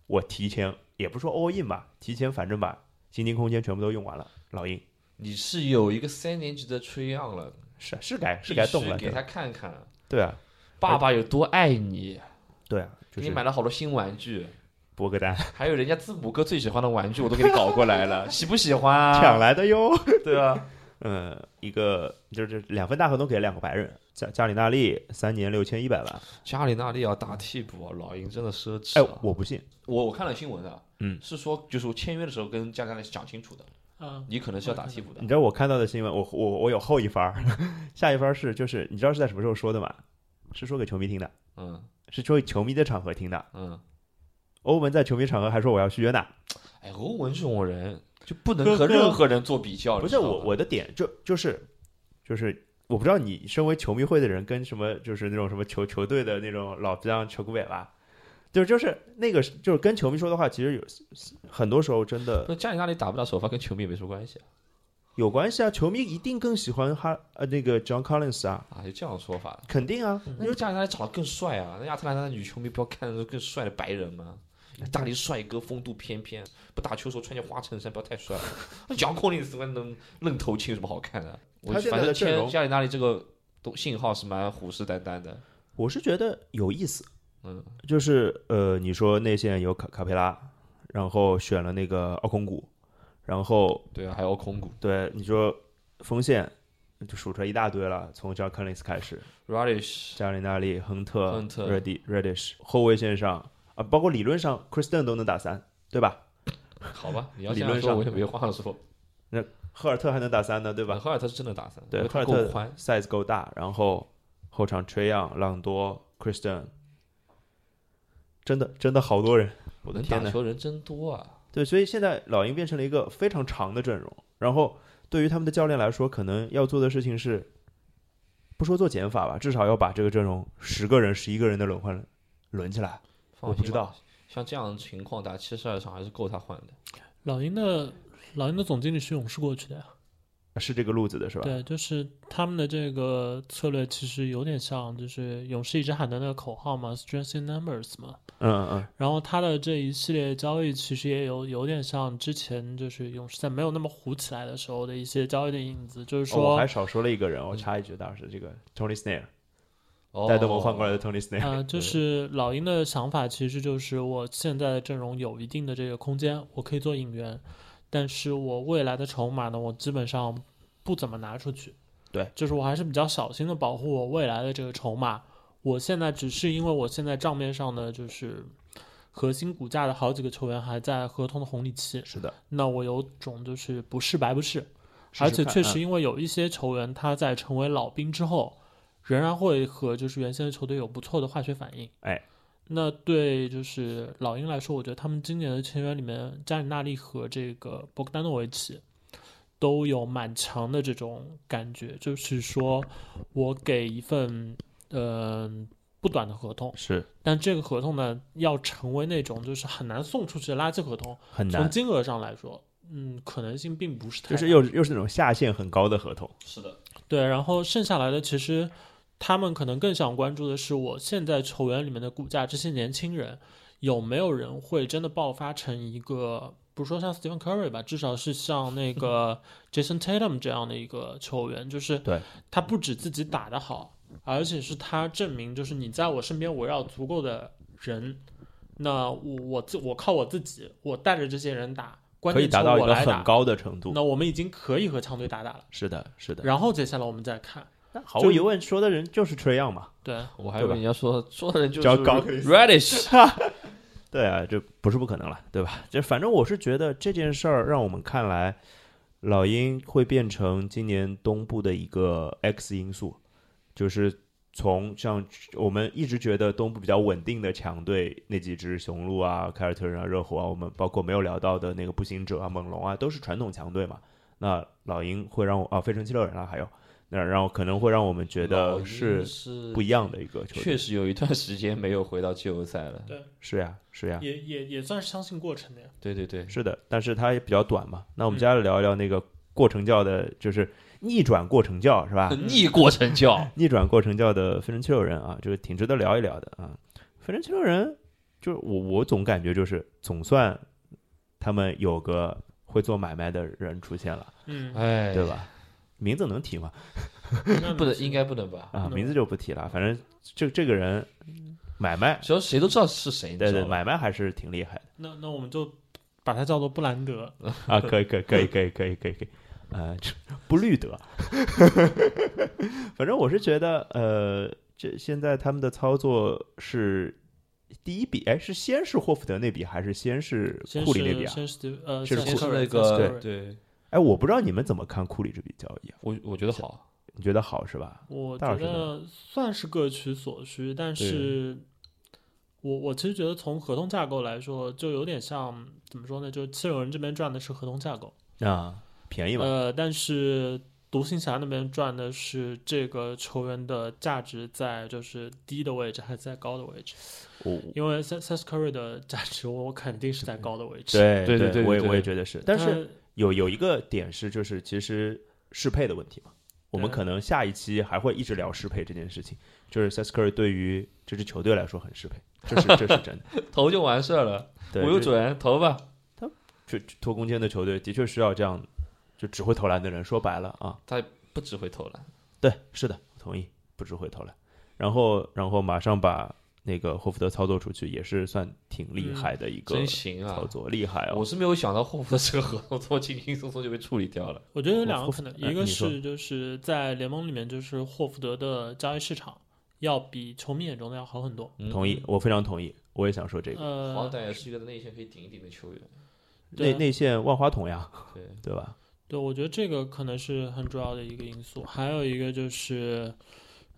[SPEAKER 1] 我提前也不说 all in 吧，提前反正把薪金空间全部都用完了，老鹰
[SPEAKER 2] 你是有一个三年级的吹样了，
[SPEAKER 1] 是是该是该动了，
[SPEAKER 2] 必须
[SPEAKER 1] 对
[SPEAKER 2] 给
[SPEAKER 1] 吧
[SPEAKER 2] 他看看
[SPEAKER 1] 对啊
[SPEAKER 2] 爸爸有多爱你，
[SPEAKER 1] 对啊，就
[SPEAKER 2] 给你
[SPEAKER 1] 是
[SPEAKER 2] 买了好多新玩具，
[SPEAKER 1] 博格丹
[SPEAKER 2] 还有人家字母哥最喜欢的玩具，我都给你搞过 来了，喜不喜欢啊？
[SPEAKER 1] 抢来的哟。
[SPEAKER 2] 对啊，
[SPEAKER 1] 嗯，一个就是两份大合同给了两个白人，加加里纳利三年六千一百万，
[SPEAKER 2] 加里纳利要打替补啊，老鹰真的奢侈、
[SPEAKER 1] 哎
[SPEAKER 2] 啊。，
[SPEAKER 1] 我不信，
[SPEAKER 2] 我我看了新闻啊，
[SPEAKER 1] 嗯，
[SPEAKER 2] 是说就是签约的时候跟加里纳利是讲清楚的，
[SPEAKER 3] 嗯，
[SPEAKER 2] 你可能是要打替补的
[SPEAKER 1] 你，知道我看到的新闻，我我我有后一番儿， 下一番儿是就是你知道是在什么时候说的吗？是说给球迷听的，
[SPEAKER 2] 嗯
[SPEAKER 1] 是说给球迷的场合听的。
[SPEAKER 2] 嗯，
[SPEAKER 1] 欧文在球迷场合还说我要续约呢，
[SPEAKER 2] 哎，欧文这种人就不能和任何人做比较，
[SPEAKER 1] 不
[SPEAKER 2] 你
[SPEAKER 1] 是
[SPEAKER 2] 哦知道
[SPEAKER 1] 我
[SPEAKER 2] 吗
[SPEAKER 1] 我的点就就是就是我不知道你身为球迷会的人跟什么就是那种什么球球队的那种老将球古伟吧，就是就是那个就是跟球迷说的话，其实有很多时候真的
[SPEAKER 2] 那加里纳利打不打首发跟球迷也没什么关系啊
[SPEAKER 1] 有关系啊，球迷一定更喜欢哈呃那个 John Collins 啊，
[SPEAKER 2] 啊，有这样的说法。
[SPEAKER 1] 肯定啊，
[SPEAKER 2] 那加里纳利长得更帅啊，那亚特兰大的女球迷不要看更帅的白人吗？意大利帅哥风度翩翩，不打球的时候穿件花衬衫，不要太帅了。啊那讲孔里斯关能愣头青有什么好看的？我
[SPEAKER 1] 他现在
[SPEAKER 2] 反
[SPEAKER 1] 的
[SPEAKER 2] 正
[SPEAKER 1] 阵容
[SPEAKER 2] 签加里纳利这个都信号是蛮虎视眈眈的。
[SPEAKER 1] 我是觉得有意思，
[SPEAKER 2] 嗯，
[SPEAKER 1] 就是呃，你说内线有卡卡佩拉，然后选了那个奥孔古，然后
[SPEAKER 2] 对啊，还有空谷
[SPEAKER 1] 对你说锋线就数出来一大堆了，从 j o h n Collins 开始，
[SPEAKER 2] Radish，
[SPEAKER 1] 加里纳利、亨特、
[SPEAKER 2] 亨特
[SPEAKER 1] Reddy、Reddish 后卫线上啊，包括理论上 Kristen 都能打三，对吧？
[SPEAKER 2] 好吧，你要
[SPEAKER 1] 理
[SPEAKER 2] 这样
[SPEAKER 1] 论
[SPEAKER 2] 说
[SPEAKER 1] 上
[SPEAKER 2] 我也没话说，
[SPEAKER 1] 赫尔特还能打三呢，对
[SPEAKER 2] 对
[SPEAKER 1] 吧？
[SPEAKER 2] 赫尔特是真的打三，因
[SPEAKER 1] 对，
[SPEAKER 2] 为
[SPEAKER 1] 赫
[SPEAKER 2] 他
[SPEAKER 1] 尔
[SPEAKER 2] 够
[SPEAKER 1] 特
[SPEAKER 2] 宽，
[SPEAKER 1] size 够大，然后后场 t r e y o n 朗多、Kristen，真的真的好多人，我的
[SPEAKER 2] 能
[SPEAKER 1] 天
[SPEAKER 2] 打
[SPEAKER 1] 呐！
[SPEAKER 2] 球人真多啊。
[SPEAKER 1] 对，所以现在老鹰变成了一个非常长的阵容，然后对于他们的教练来说，可能要做的事情是，不说做减法吧，至少要把这个阵容十个人、十一个人的轮换轮起来。
[SPEAKER 2] 放
[SPEAKER 1] 我不
[SPEAKER 2] 心
[SPEAKER 1] 知
[SPEAKER 2] 吧
[SPEAKER 1] 道，
[SPEAKER 2] 像这样的情况打七十二场还是够他换的。
[SPEAKER 3] 老鹰的老鹰的总经理是勇士过去的呀，
[SPEAKER 1] 是这个路子的是吧？
[SPEAKER 3] 对，就是他们的这个策略其实有点像，就是勇士一直喊的那个口号嘛，“Strength in Numbers” 嘛。
[SPEAKER 1] 嗯嗯
[SPEAKER 3] 然后他的这一系列交易其实也有有点像之前就是勇士在没有那么糊起来的时候的一些交易的影子，就
[SPEAKER 1] 嗯，
[SPEAKER 3] 是
[SPEAKER 1] 哦，我
[SPEAKER 3] 说，嗯
[SPEAKER 1] 还少说了一个人，我插一句，当时这个 Tony Snare，
[SPEAKER 2] 哦，
[SPEAKER 1] 戴德蒙换过来的 Tony Snare，
[SPEAKER 3] 呃，就
[SPEAKER 2] 对
[SPEAKER 3] 是老鹰的想法其实就是我现在的阵容有一定的这个空间，我可以做引援，但是我未来的筹码呢，我基本上不怎么拿出去。
[SPEAKER 1] 对，
[SPEAKER 3] 就是我还是比较小心的保护我未来的这个筹码。我现在只是因为我现在账面上的就是核心骨架的好几个球员还在合同的红利期，
[SPEAKER 1] 是的，
[SPEAKER 3] 那我有种就是不是白不
[SPEAKER 1] 试
[SPEAKER 3] 是，嗯而
[SPEAKER 1] 试
[SPEAKER 3] 且
[SPEAKER 1] 看
[SPEAKER 3] 确
[SPEAKER 1] 嗯
[SPEAKER 3] 实因为有一些球员他在成为老兵之后，仍然会和就是原先的球队有不错的化学反应。
[SPEAKER 1] 哎，
[SPEAKER 3] 那对就是老鹰来说，我觉得他们今年的签约里面，加里纳利和这个博格丹诺维奇都有蛮强的这种感觉，就是说我给一份嗯、不短的合同，
[SPEAKER 1] 嗯是
[SPEAKER 3] 但这个合同呢要成为那种就是很难送出去的垃圾合同，
[SPEAKER 1] 很
[SPEAKER 3] 从
[SPEAKER 1] 难，
[SPEAKER 3] 金额上来说，嗯，可能性并不是太
[SPEAKER 1] 就是
[SPEAKER 3] 大
[SPEAKER 1] 又又是那种下限很高的合同，
[SPEAKER 2] 是的，
[SPEAKER 3] 对，然后剩下来的其实他们可能更想关注的是，我现在球员里面的骨架，这些年轻人有没有人会真的爆发成一个，不是说像 Stephen Curry 吧，至少是像
[SPEAKER 1] 嗯
[SPEAKER 3] 那个 Jason Tatum 这样的一个球员，就是
[SPEAKER 1] 对
[SPEAKER 3] 他不止自己打得好，而且是他证明，就是你在我身边围绕足够的人，那我我自我靠我自己，我带着这些人打，关
[SPEAKER 1] 可以
[SPEAKER 3] 键球
[SPEAKER 1] 达到一
[SPEAKER 3] 我
[SPEAKER 1] 个
[SPEAKER 3] 来
[SPEAKER 1] 很
[SPEAKER 3] 打，
[SPEAKER 1] 高的程度。
[SPEAKER 3] 那我们已经可以和强队打打了。
[SPEAKER 1] 是的，是的。
[SPEAKER 3] 然后接下来我们再看。
[SPEAKER 1] 那毫无疑问，说的人就是 t r e y o n 嘛。
[SPEAKER 3] 对，
[SPEAKER 2] 我还以
[SPEAKER 1] 对吧
[SPEAKER 2] 为你要说说的人就
[SPEAKER 1] 比较
[SPEAKER 2] 是
[SPEAKER 1] 高
[SPEAKER 2] Radish，
[SPEAKER 1] 对啊，这不是不可能了，对吧？这反正我是觉得这件事儿让我们看来，老鹰会变成今年东部的一个 X 因素，就是从像我们一直觉得东部比较稳定的强队那几支雄鹿啊、凯尔特人啊、热火啊，我们包括没有聊到的那个步行者啊、猛龙啊，都是传统强队嘛。那老鹰会让我啊，费城七六人啊，还有那让我可能会让我们 觉
[SPEAKER 2] 老
[SPEAKER 1] 得
[SPEAKER 2] 鹰
[SPEAKER 1] 是
[SPEAKER 2] 哦是
[SPEAKER 1] 不一样的一个球队，
[SPEAKER 2] 确实有一段时间没有回到季后赛了。
[SPEAKER 1] 是呀，是呀，
[SPEAKER 3] 也也也算是相信过程的呀。
[SPEAKER 2] 对对对，
[SPEAKER 1] 是的，但是它也比较短嘛。那我
[SPEAKER 2] 嗯
[SPEAKER 1] 们接下来聊一聊那个过程教的，就是逆转过程教是吧？
[SPEAKER 2] 逆过程教，
[SPEAKER 1] 逆转过程教的非人七六人啊，这个挺值得聊一聊的啊。非人七六人就是我，我总感觉就是总算他们有个会做买卖的人出现了，
[SPEAKER 3] 嗯，
[SPEAKER 2] 哎，
[SPEAKER 1] 对？吧？名字能提吗？
[SPEAKER 2] 不能，应该不能吧？
[SPEAKER 1] 啊，
[SPEAKER 3] No
[SPEAKER 1] 名字就不提了，反正这这个人买卖，
[SPEAKER 2] 只要谁都知道是谁，你
[SPEAKER 1] 对
[SPEAKER 2] 知
[SPEAKER 1] 对，
[SPEAKER 2] 道吧？
[SPEAKER 1] 买卖还是挺厉害的。
[SPEAKER 3] 那那我们就把它叫做布兰德。
[SPEAKER 1] 啊，可以，可以，可以，可以，可以，可以，可以，呃，这不绿德， 反正我是觉得，呃，这现在他们的操作是第一笔，哎，是先是霍福德那笔，还是先是
[SPEAKER 3] 先
[SPEAKER 1] 库里那笔
[SPEAKER 3] 是
[SPEAKER 1] 啊？
[SPEAKER 3] 先是呃，
[SPEAKER 1] 是
[SPEAKER 3] 先
[SPEAKER 2] 先
[SPEAKER 1] 库
[SPEAKER 2] 是
[SPEAKER 3] 克
[SPEAKER 2] 那
[SPEAKER 3] 瑞
[SPEAKER 2] 个，
[SPEAKER 3] 先是
[SPEAKER 2] 对，
[SPEAKER 1] 哎，我不知道你们怎么看库里这笔交易啊？
[SPEAKER 2] 我我觉得好，
[SPEAKER 1] 你觉得好是吧？
[SPEAKER 3] 我
[SPEAKER 1] 大
[SPEAKER 3] 觉
[SPEAKER 1] 老师觉得
[SPEAKER 3] 得算是各取所需，但是我我其实觉得从合同架构来说，就有点像怎么说呢？就是七六人这边赚的是合同架构，
[SPEAKER 1] 啊，便宜嘛，
[SPEAKER 3] 呃，但是独行侠那边赚的是这个球员的价值在就是低的位置还是在高的位置？
[SPEAKER 1] 我
[SPEAKER 3] 因为 s a s Curry 的价值，我肯 定是在高的位置。，
[SPEAKER 1] 对
[SPEAKER 2] 对对对
[SPEAKER 1] 我也
[SPEAKER 2] 对
[SPEAKER 1] 我也觉得是，但
[SPEAKER 3] 但
[SPEAKER 1] 是有有一个点是，就是其实适配的问题嘛。我们
[SPEAKER 3] 对
[SPEAKER 1] 可能下一期还会一直聊适配这件事情，就是 s a s k e r 对于这支球队来说很适配，这是这是真的。
[SPEAKER 2] 投就完事儿了。
[SPEAKER 1] 对，
[SPEAKER 2] 我又
[SPEAKER 1] 就
[SPEAKER 2] 准，投吧。
[SPEAKER 1] 就就拖攻坚的球队的确需要这样就只会投篮的人。说白了啊，
[SPEAKER 2] 不只会投篮，
[SPEAKER 1] 对，是的，我同意，不只会投篮。然后然后马上把那个霍福德操作出去，也是算挺厉害的一个
[SPEAKER 2] 嗯真行啊
[SPEAKER 1] 操！作，厉害
[SPEAKER 2] 我
[SPEAKER 1] 哦。
[SPEAKER 2] 是没有想到霍福德这个合同这么轻轻松松就被处理掉了。
[SPEAKER 3] 我觉得有两个可能，
[SPEAKER 1] 霍福呃
[SPEAKER 3] 一个
[SPEAKER 1] 你说
[SPEAKER 3] 是就是在联盟里面，就是霍福德的交易市场要比球迷眼中的要好很多。
[SPEAKER 2] 嗯
[SPEAKER 1] 同意，，我非常同意，我也想说这个
[SPEAKER 2] 好
[SPEAKER 3] 呃，
[SPEAKER 2] 歹也是一个内线可以顶一顶的球员。
[SPEAKER 1] 内
[SPEAKER 3] 对
[SPEAKER 1] 内线万花筒呀，
[SPEAKER 2] 对，
[SPEAKER 1] 对吧？
[SPEAKER 3] 对，我觉得这个可能是很主要的一个因素。还有一个就是，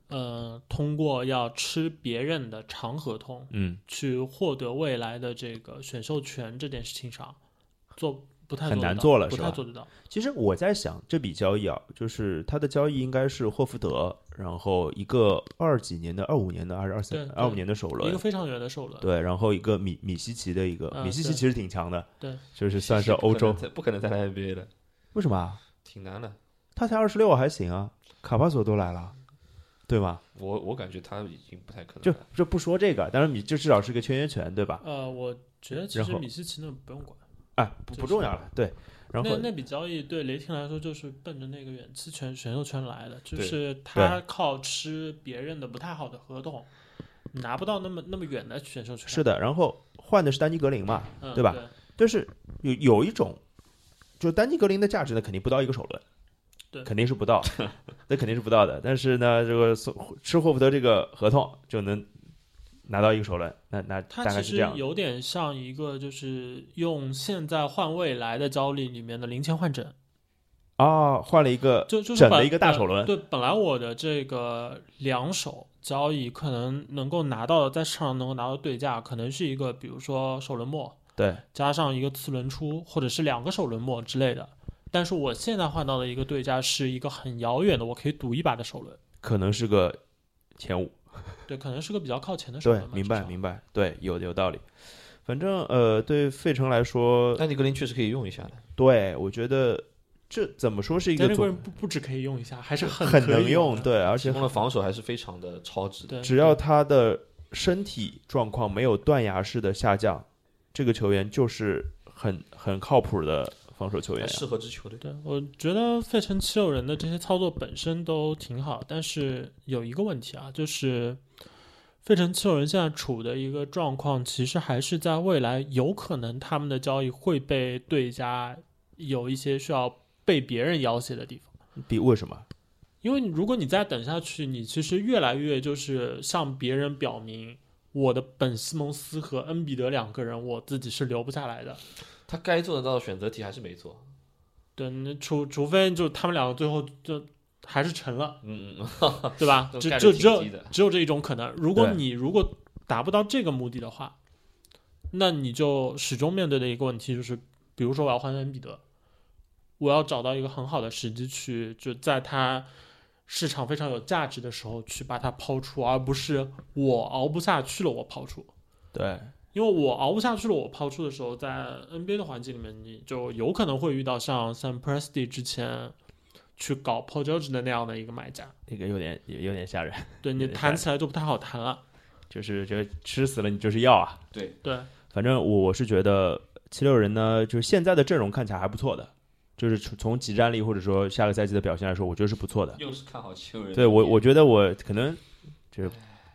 [SPEAKER 3] 呃，通过要吃别人的长合同
[SPEAKER 1] 嗯，
[SPEAKER 3] 去获得未来的这个选秀权这件事情上，做不太
[SPEAKER 1] 很
[SPEAKER 3] 得
[SPEAKER 1] 难
[SPEAKER 3] 到
[SPEAKER 1] 做了
[SPEAKER 3] 不
[SPEAKER 1] 是
[SPEAKER 3] 太
[SPEAKER 1] 吧
[SPEAKER 3] 做得到。
[SPEAKER 1] 其实我在想这笔交易啊，就是他的交易应该是霍福德，然后一个二几年的、二五年的还是二三
[SPEAKER 3] 对
[SPEAKER 1] 二五年的首
[SPEAKER 3] 一
[SPEAKER 1] 轮
[SPEAKER 3] 个，非常远的首轮，
[SPEAKER 1] 对，然后一个米米西奇的一个，
[SPEAKER 3] 嗯
[SPEAKER 1] 米西奇
[SPEAKER 3] 对
[SPEAKER 1] 其实挺强的，
[SPEAKER 3] 对，
[SPEAKER 1] 就是算是欧洲
[SPEAKER 2] 不可能，再不可能再来 NBA 的，
[SPEAKER 1] 为什么啊？
[SPEAKER 2] 挺难的。
[SPEAKER 1] 他才二十六还行啊，卡帕索都来了，对吧？
[SPEAKER 2] 我我感觉他已经不太可
[SPEAKER 1] 就
[SPEAKER 2] 能了。
[SPEAKER 1] 就不说这个，当然米这至少是个签约权，对吧？
[SPEAKER 3] 呃，我觉得其
[SPEAKER 1] 然
[SPEAKER 3] 实
[SPEAKER 1] 后
[SPEAKER 3] 米西奇那不用管，
[SPEAKER 1] 哎，不
[SPEAKER 3] 呃就是
[SPEAKER 1] 不重要了，对。然后
[SPEAKER 3] 那那笔交易对雷霆来说就是奔着那个远期权选秀权来的，就
[SPEAKER 2] 对
[SPEAKER 3] 是他靠吃别人的不太好的合同，拿不到那么那么远的选秀权，
[SPEAKER 1] 是的，然后换的是丹尼格林嘛，
[SPEAKER 3] 嗯、
[SPEAKER 1] 对吧但是有有一种，就丹尼格林的价值呢，肯定不到一个首轮，
[SPEAKER 3] 对
[SPEAKER 1] 肯定是不 到，那肯定是不到的。但是呢，这个送吃霍福德这个合同就能拿到一个首轮，那那
[SPEAKER 3] 它
[SPEAKER 1] 大概
[SPEAKER 3] 其
[SPEAKER 1] 是这
[SPEAKER 3] 实
[SPEAKER 1] 样。
[SPEAKER 3] 有点像一个就是用现在换未来的交易里面的零钱换整，
[SPEAKER 1] 啊，换了一个
[SPEAKER 3] 就就是
[SPEAKER 1] 整
[SPEAKER 3] 本
[SPEAKER 1] 了一个大
[SPEAKER 3] 本
[SPEAKER 1] 首轮，
[SPEAKER 3] 对，本来我的这个两手交易可能能够拿到的，在市场上能够拿到对价，可能是一个比如说首轮末
[SPEAKER 1] 对，
[SPEAKER 3] 加上一个次轮出，或者是两个首轮末之类的。但是我现在换到的一个对价是一个很遥远的，我可以赌一把的首轮，
[SPEAKER 1] 可能是个前五。
[SPEAKER 3] 对，可能是个比较靠前的首
[SPEAKER 1] 对
[SPEAKER 3] 轮嘛。，
[SPEAKER 1] 明
[SPEAKER 3] 至
[SPEAKER 1] 白
[SPEAKER 3] 少
[SPEAKER 1] 明白，对，有有道理。反正呃，对费城来
[SPEAKER 3] 哎
[SPEAKER 1] 说，
[SPEAKER 2] 丹尼格林确实可以用一下的，
[SPEAKER 1] 对我觉得这怎么说是一
[SPEAKER 3] 但
[SPEAKER 1] 个
[SPEAKER 3] 这
[SPEAKER 1] 总
[SPEAKER 3] 个人不不只可以用一下，还是很
[SPEAKER 1] 很
[SPEAKER 3] 可以
[SPEAKER 1] 能用，
[SPEAKER 3] 的。
[SPEAKER 1] 对，而
[SPEAKER 2] 提
[SPEAKER 1] 且
[SPEAKER 2] 供的防守还是非常的超值的。
[SPEAKER 3] 对，
[SPEAKER 1] 只要他的身体状况没有断崖式的下降，这个球员就是很很靠谱的防守球员
[SPEAKER 2] 还
[SPEAKER 1] 呀。
[SPEAKER 2] 适合支球队。
[SPEAKER 3] 对，我觉得费城七六人的这些操作本身都挺好，但是有一个问题啊，就是费城七六人现在处的一个状况，其实还是在未来有可能他们的交易会被对家有一些需要被别人要挟的地方。
[SPEAKER 1] 比为什么？
[SPEAKER 3] 因为你如果你再等下去，你其实越来越就是向别人表明，我的本西蒙斯和恩比德两个人，我自己是留不下来的。
[SPEAKER 2] 他该做得到的选择题还是没做。
[SPEAKER 3] 对，那除除非就他们两个最后就还是成了。
[SPEAKER 2] 嗯嗯，
[SPEAKER 3] 对吧？
[SPEAKER 2] 这种概
[SPEAKER 3] 只
[SPEAKER 2] 率
[SPEAKER 3] 就只有
[SPEAKER 2] 挺低的
[SPEAKER 3] 只有这一种可能。如果
[SPEAKER 1] 对
[SPEAKER 3] 你如果达不到这个目的的话，那你就始终面对的一个问题就是，比如说我要换恩比德，我要找到一个很好的时机去，就在他市场非常有价值的时候去把它抛出，而不是我熬不下去了我抛出。
[SPEAKER 1] 对，
[SPEAKER 3] 因为我熬不下去了，我抛出的时候，在 NBA 的环境里面，你就有可能会遇到像 Sam Presti 之前去搞 Paul George 的那样的一个买家，
[SPEAKER 1] 那个有点有有点吓人，
[SPEAKER 3] 对
[SPEAKER 1] 有
[SPEAKER 3] 你
[SPEAKER 1] 点吓
[SPEAKER 3] 谈
[SPEAKER 1] 人
[SPEAKER 3] 起来就不太好谈了。
[SPEAKER 1] 就是这个吃死了你就是要啊。
[SPEAKER 2] 对，
[SPEAKER 3] 对，
[SPEAKER 1] 反正我我是觉得七六人呢，就是现在的阵容看起来还不错的，就是从从集战力或者说下个赛季的表现来说，我觉得是不错的。
[SPEAKER 2] 又是看好球员。
[SPEAKER 1] 对我，我觉得我可能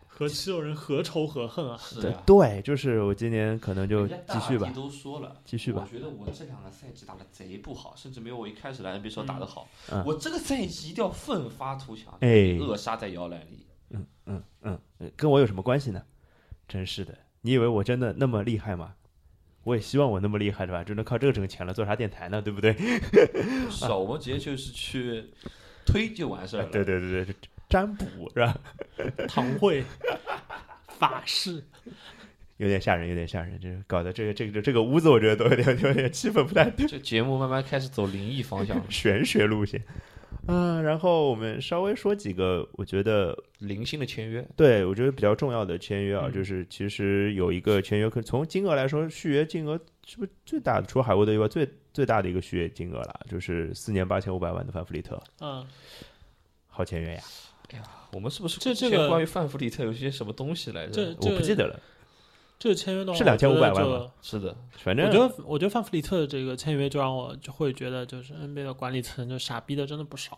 [SPEAKER 3] 和七六人何仇何恨啊？
[SPEAKER 2] 是
[SPEAKER 1] 对
[SPEAKER 2] 啊，
[SPEAKER 1] 对，就是我今年可能就
[SPEAKER 2] 人家
[SPEAKER 1] 继
[SPEAKER 2] 大
[SPEAKER 1] 续吧
[SPEAKER 2] 帝，都说了。
[SPEAKER 1] 继续吧
[SPEAKER 2] 我。觉得我这两个赛季打的贼不好，甚至没有我一开始来 NBA 时候打的好。
[SPEAKER 1] 嗯
[SPEAKER 2] 我这个赛季一定要奋发图强，
[SPEAKER 1] 哎，
[SPEAKER 2] 扼杀在摇篮 里。
[SPEAKER 1] 嗯嗯，嗯跟我有什么关系呢？真是的，你以为我真的那么厉害吗？我也希望我那么厉害，是吧？就能靠这个挣钱了，做啥电台呢？对不对？
[SPEAKER 2] 是啊，我们直接就是去推就完事儿了。
[SPEAKER 1] 哎对对对对，占卜是吧？
[SPEAKER 3] 堂会、法式，
[SPEAKER 1] 有点吓人，有点吓人，这搞得这个这个这个屋子，我觉得都有点 有点气氛不太对。，
[SPEAKER 2] 这节目慢慢开始走灵异方向了
[SPEAKER 1] 玄学路线。啊、然后我们稍微说几个，我觉得
[SPEAKER 2] 零星的签约，
[SPEAKER 1] 对我觉得比较重要的签约啊，
[SPEAKER 3] 嗯
[SPEAKER 1] 就是其实有一个签约，可从金额来说，续约金额是不是最大的？除了海沃德以外，最最大的一个续约金额了，就是四年八千五百万的范弗利特，
[SPEAKER 3] 嗯，
[SPEAKER 1] 好签约呀！
[SPEAKER 2] 我们是不是
[SPEAKER 3] 这
[SPEAKER 2] 之
[SPEAKER 3] 这
[SPEAKER 2] 前
[SPEAKER 3] 个
[SPEAKER 2] 关于范弗里特有些什么东西来
[SPEAKER 3] 这
[SPEAKER 2] 着？
[SPEAKER 1] 我
[SPEAKER 3] 这
[SPEAKER 1] 不记得了，
[SPEAKER 3] 这个签约的话
[SPEAKER 1] 是2500万
[SPEAKER 3] 我觉得
[SPEAKER 1] 吗
[SPEAKER 3] 就是
[SPEAKER 2] 的，
[SPEAKER 1] 反
[SPEAKER 3] 我
[SPEAKER 1] 正
[SPEAKER 3] 觉得，我觉得范弗里特这个签约就让我就会觉得，就是 NBA 的管理层就傻逼的真的不少。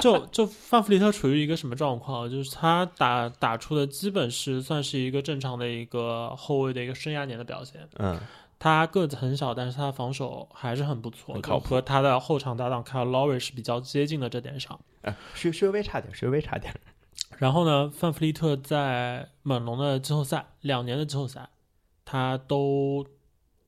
[SPEAKER 3] 就就范弗利特处于一个什么状况？啊就是他打打出的基本是算是一个正常的一个后卫的一个生涯年的表现。
[SPEAKER 1] 嗯
[SPEAKER 3] 他个子很小，但是他的防守还是很不错，
[SPEAKER 1] 很靠谱
[SPEAKER 3] 就和他的后场搭档 Kyle Lowry 是比较接近的这点上。
[SPEAKER 1] 啊，稍稍微差点，稍微差点。
[SPEAKER 3] 然后呢，范弗利特在猛龙的季后赛两年的季后赛，他都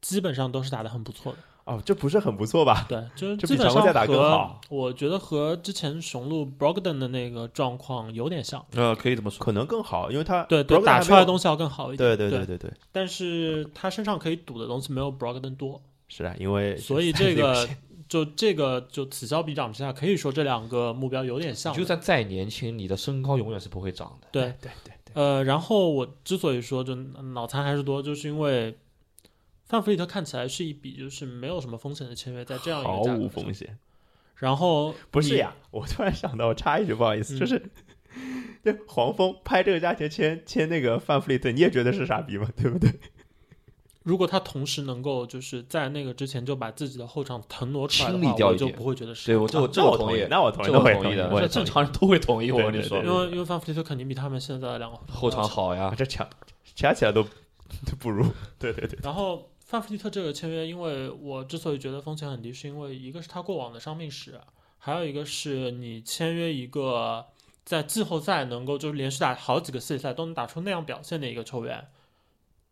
[SPEAKER 3] 基本上都是打得很不错的。
[SPEAKER 1] 哦，这不是很不错吧？
[SPEAKER 3] 对，就是
[SPEAKER 1] 这
[SPEAKER 3] 基
[SPEAKER 1] 比
[SPEAKER 3] 本
[SPEAKER 1] 常规
[SPEAKER 3] 上
[SPEAKER 1] 赛打更
[SPEAKER 3] 和
[SPEAKER 1] 好
[SPEAKER 3] 我觉得和之前雄鹿 Brogdon 的那个状况有点像。
[SPEAKER 2] 呃，可以这么说。
[SPEAKER 1] 可能更好，因为他
[SPEAKER 3] 对对，打出来的东
[SPEAKER 1] 西，
[SPEAKER 3] 西要更好一
[SPEAKER 1] 对
[SPEAKER 3] 点。
[SPEAKER 1] 对
[SPEAKER 3] 对
[SPEAKER 1] 对对对，
[SPEAKER 3] 但是他身上可以赌的东西没有 Brogdon 多，
[SPEAKER 1] 是啊，因为
[SPEAKER 3] 所以这个就这个就此消彼长之下，可以说这两个目标有点像
[SPEAKER 2] 你。就算再年轻，你的身高永远是不会长的。
[SPEAKER 3] 对，
[SPEAKER 1] 对对对，
[SPEAKER 3] 呃，然后我之所以说就脑残还是多，就是因为范弗利特看起来是一笔就是没有什么风险的签约，在这样一
[SPEAKER 1] 毫
[SPEAKER 3] 个价格
[SPEAKER 1] 无
[SPEAKER 3] 上
[SPEAKER 1] 风险。
[SPEAKER 3] 然后
[SPEAKER 1] 不是
[SPEAKER 3] 你
[SPEAKER 1] 呀，我突然想到，我插一句，不好意思，
[SPEAKER 3] 嗯
[SPEAKER 1] 就是。 就黄蜂拍这个价钱签签那个范弗利特，你也觉得是傻逼吗？对不对？
[SPEAKER 3] 如果他同时能够就是在那个之前就把自己的后场腾挪出来的
[SPEAKER 2] 清
[SPEAKER 3] 话，
[SPEAKER 2] 理掉
[SPEAKER 3] 我
[SPEAKER 2] 一
[SPEAKER 3] 就
[SPEAKER 2] 点
[SPEAKER 3] 不会觉得是。
[SPEAKER 2] 对我这我
[SPEAKER 1] 啊
[SPEAKER 2] 这
[SPEAKER 1] 那我
[SPEAKER 2] 同
[SPEAKER 1] 意
[SPEAKER 2] 意，，
[SPEAKER 1] 那我同意，
[SPEAKER 2] 这
[SPEAKER 1] 那
[SPEAKER 2] 我
[SPEAKER 1] 也
[SPEAKER 2] 同
[SPEAKER 1] 意
[SPEAKER 2] 的，
[SPEAKER 1] 我也同
[SPEAKER 2] 这正
[SPEAKER 1] 意
[SPEAKER 2] 常人都会同意。我跟你
[SPEAKER 1] 对对
[SPEAKER 2] 说
[SPEAKER 1] 对，
[SPEAKER 3] 因为因为范弗利特肯定比他们现在的两个
[SPEAKER 2] 后场。好呀
[SPEAKER 1] 啊，，这抢加起来都 都不 如。对对对，
[SPEAKER 3] 然后范弗利特这个签约，因为我之所以觉得风险很低，是因为一个是他过往的伤病史，还有一个是你签约一个在季后赛能够就是连续打好几个系列赛都能打出那样表现的一个球员。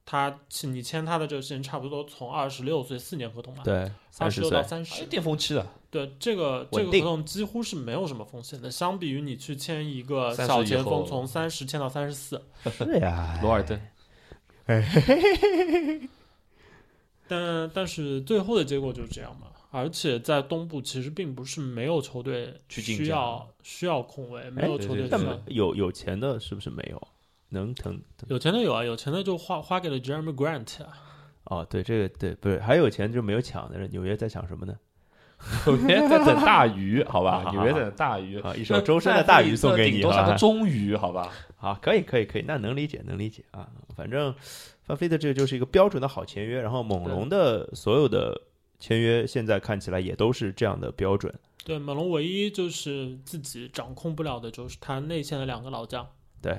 [SPEAKER 3] 他你签他的这个时间差不多从二十六岁四年合同吧，
[SPEAKER 1] 对，
[SPEAKER 3] 二
[SPEAKER 1] 30
[SPEAKER 3] 十六到
[SPEAKER 1] 岁
[SPEAKER 3] 三
[SPEAKER 2] 哎
[SPEAKER 3] 十，
[SPEAKER 2] 巅峰期的，
[SPEAKER 3] 对这个这
[SPEAKER 1] 稳
[SPEAKER 3] 个合
[SPEAKER 1] 定
[SPEAKER 3] 同几乎是没有什么风险的，相比于你去签一个
[SPEAKER 2] 30
[SPEAKER 3] 小
[SPEAKER 2] 以
[SPEAKER 3] 前锋
[SPEAKER 2] 后
[SPEAKER 3] 从三十签到三十四，
[SPEAKER 1] 是呀，
[SPEAKER 2] 罗尔登。
[SPEAKER 3] 但但是最后的结果就是这样嘛。而且在东部其实并不是没有球队
[SPEAKER 2] 去竞
[SPEAKER 3] 需
[SPEAKER 2] 价
[SPEAKER 3] 要需要控卫，没有
[SPEAKER 2] 对
[SPEAKER 3] 球队
[SPEAKER 2] 对
[SPEAKER 3] 需
[SPEAKER 1] 但
[SPEAKER 3] 要
[SPEAKER 1] 没。有有钱的是不是没有？能腾腾
[SPEAKER 3] 有钱的有啊，有钱的就花花给了 Jeremy Grant 啊，
[SPEAKER 1] 哦，对这个对，不是还有钱就没有抢的人。纽约在抢什么呢？
[SPEAKER 2] 纽约在等大鱼，
[SPEAKER 1] 好
[SPEAKER 2] 好
[SPEAKER 1] 好
[SPEAKER 2] 吧？
[SPEAKER 1] 好
[SPEAKER 2] 纽约在等大鱼
[SPEAKER 1] 啊，一首周深的大鱼送给你
[SPEAKER 2] 顶多上个
[SPEAKER 1] 啊！
[SPEAKER 2] 中鱼，好吧？
[SPEAKER 1] 好，可以可以可以，那能理解能理解啊。反正范飞的这个就是一个标准的好签约，然后猛龙的所有的签约现在看起来也都是这样的标准。
[SPEAKER 3] 对猛龙唯一就是自己掌控不了的就是他内线的两个老将，
[SPEAKER 1] 对，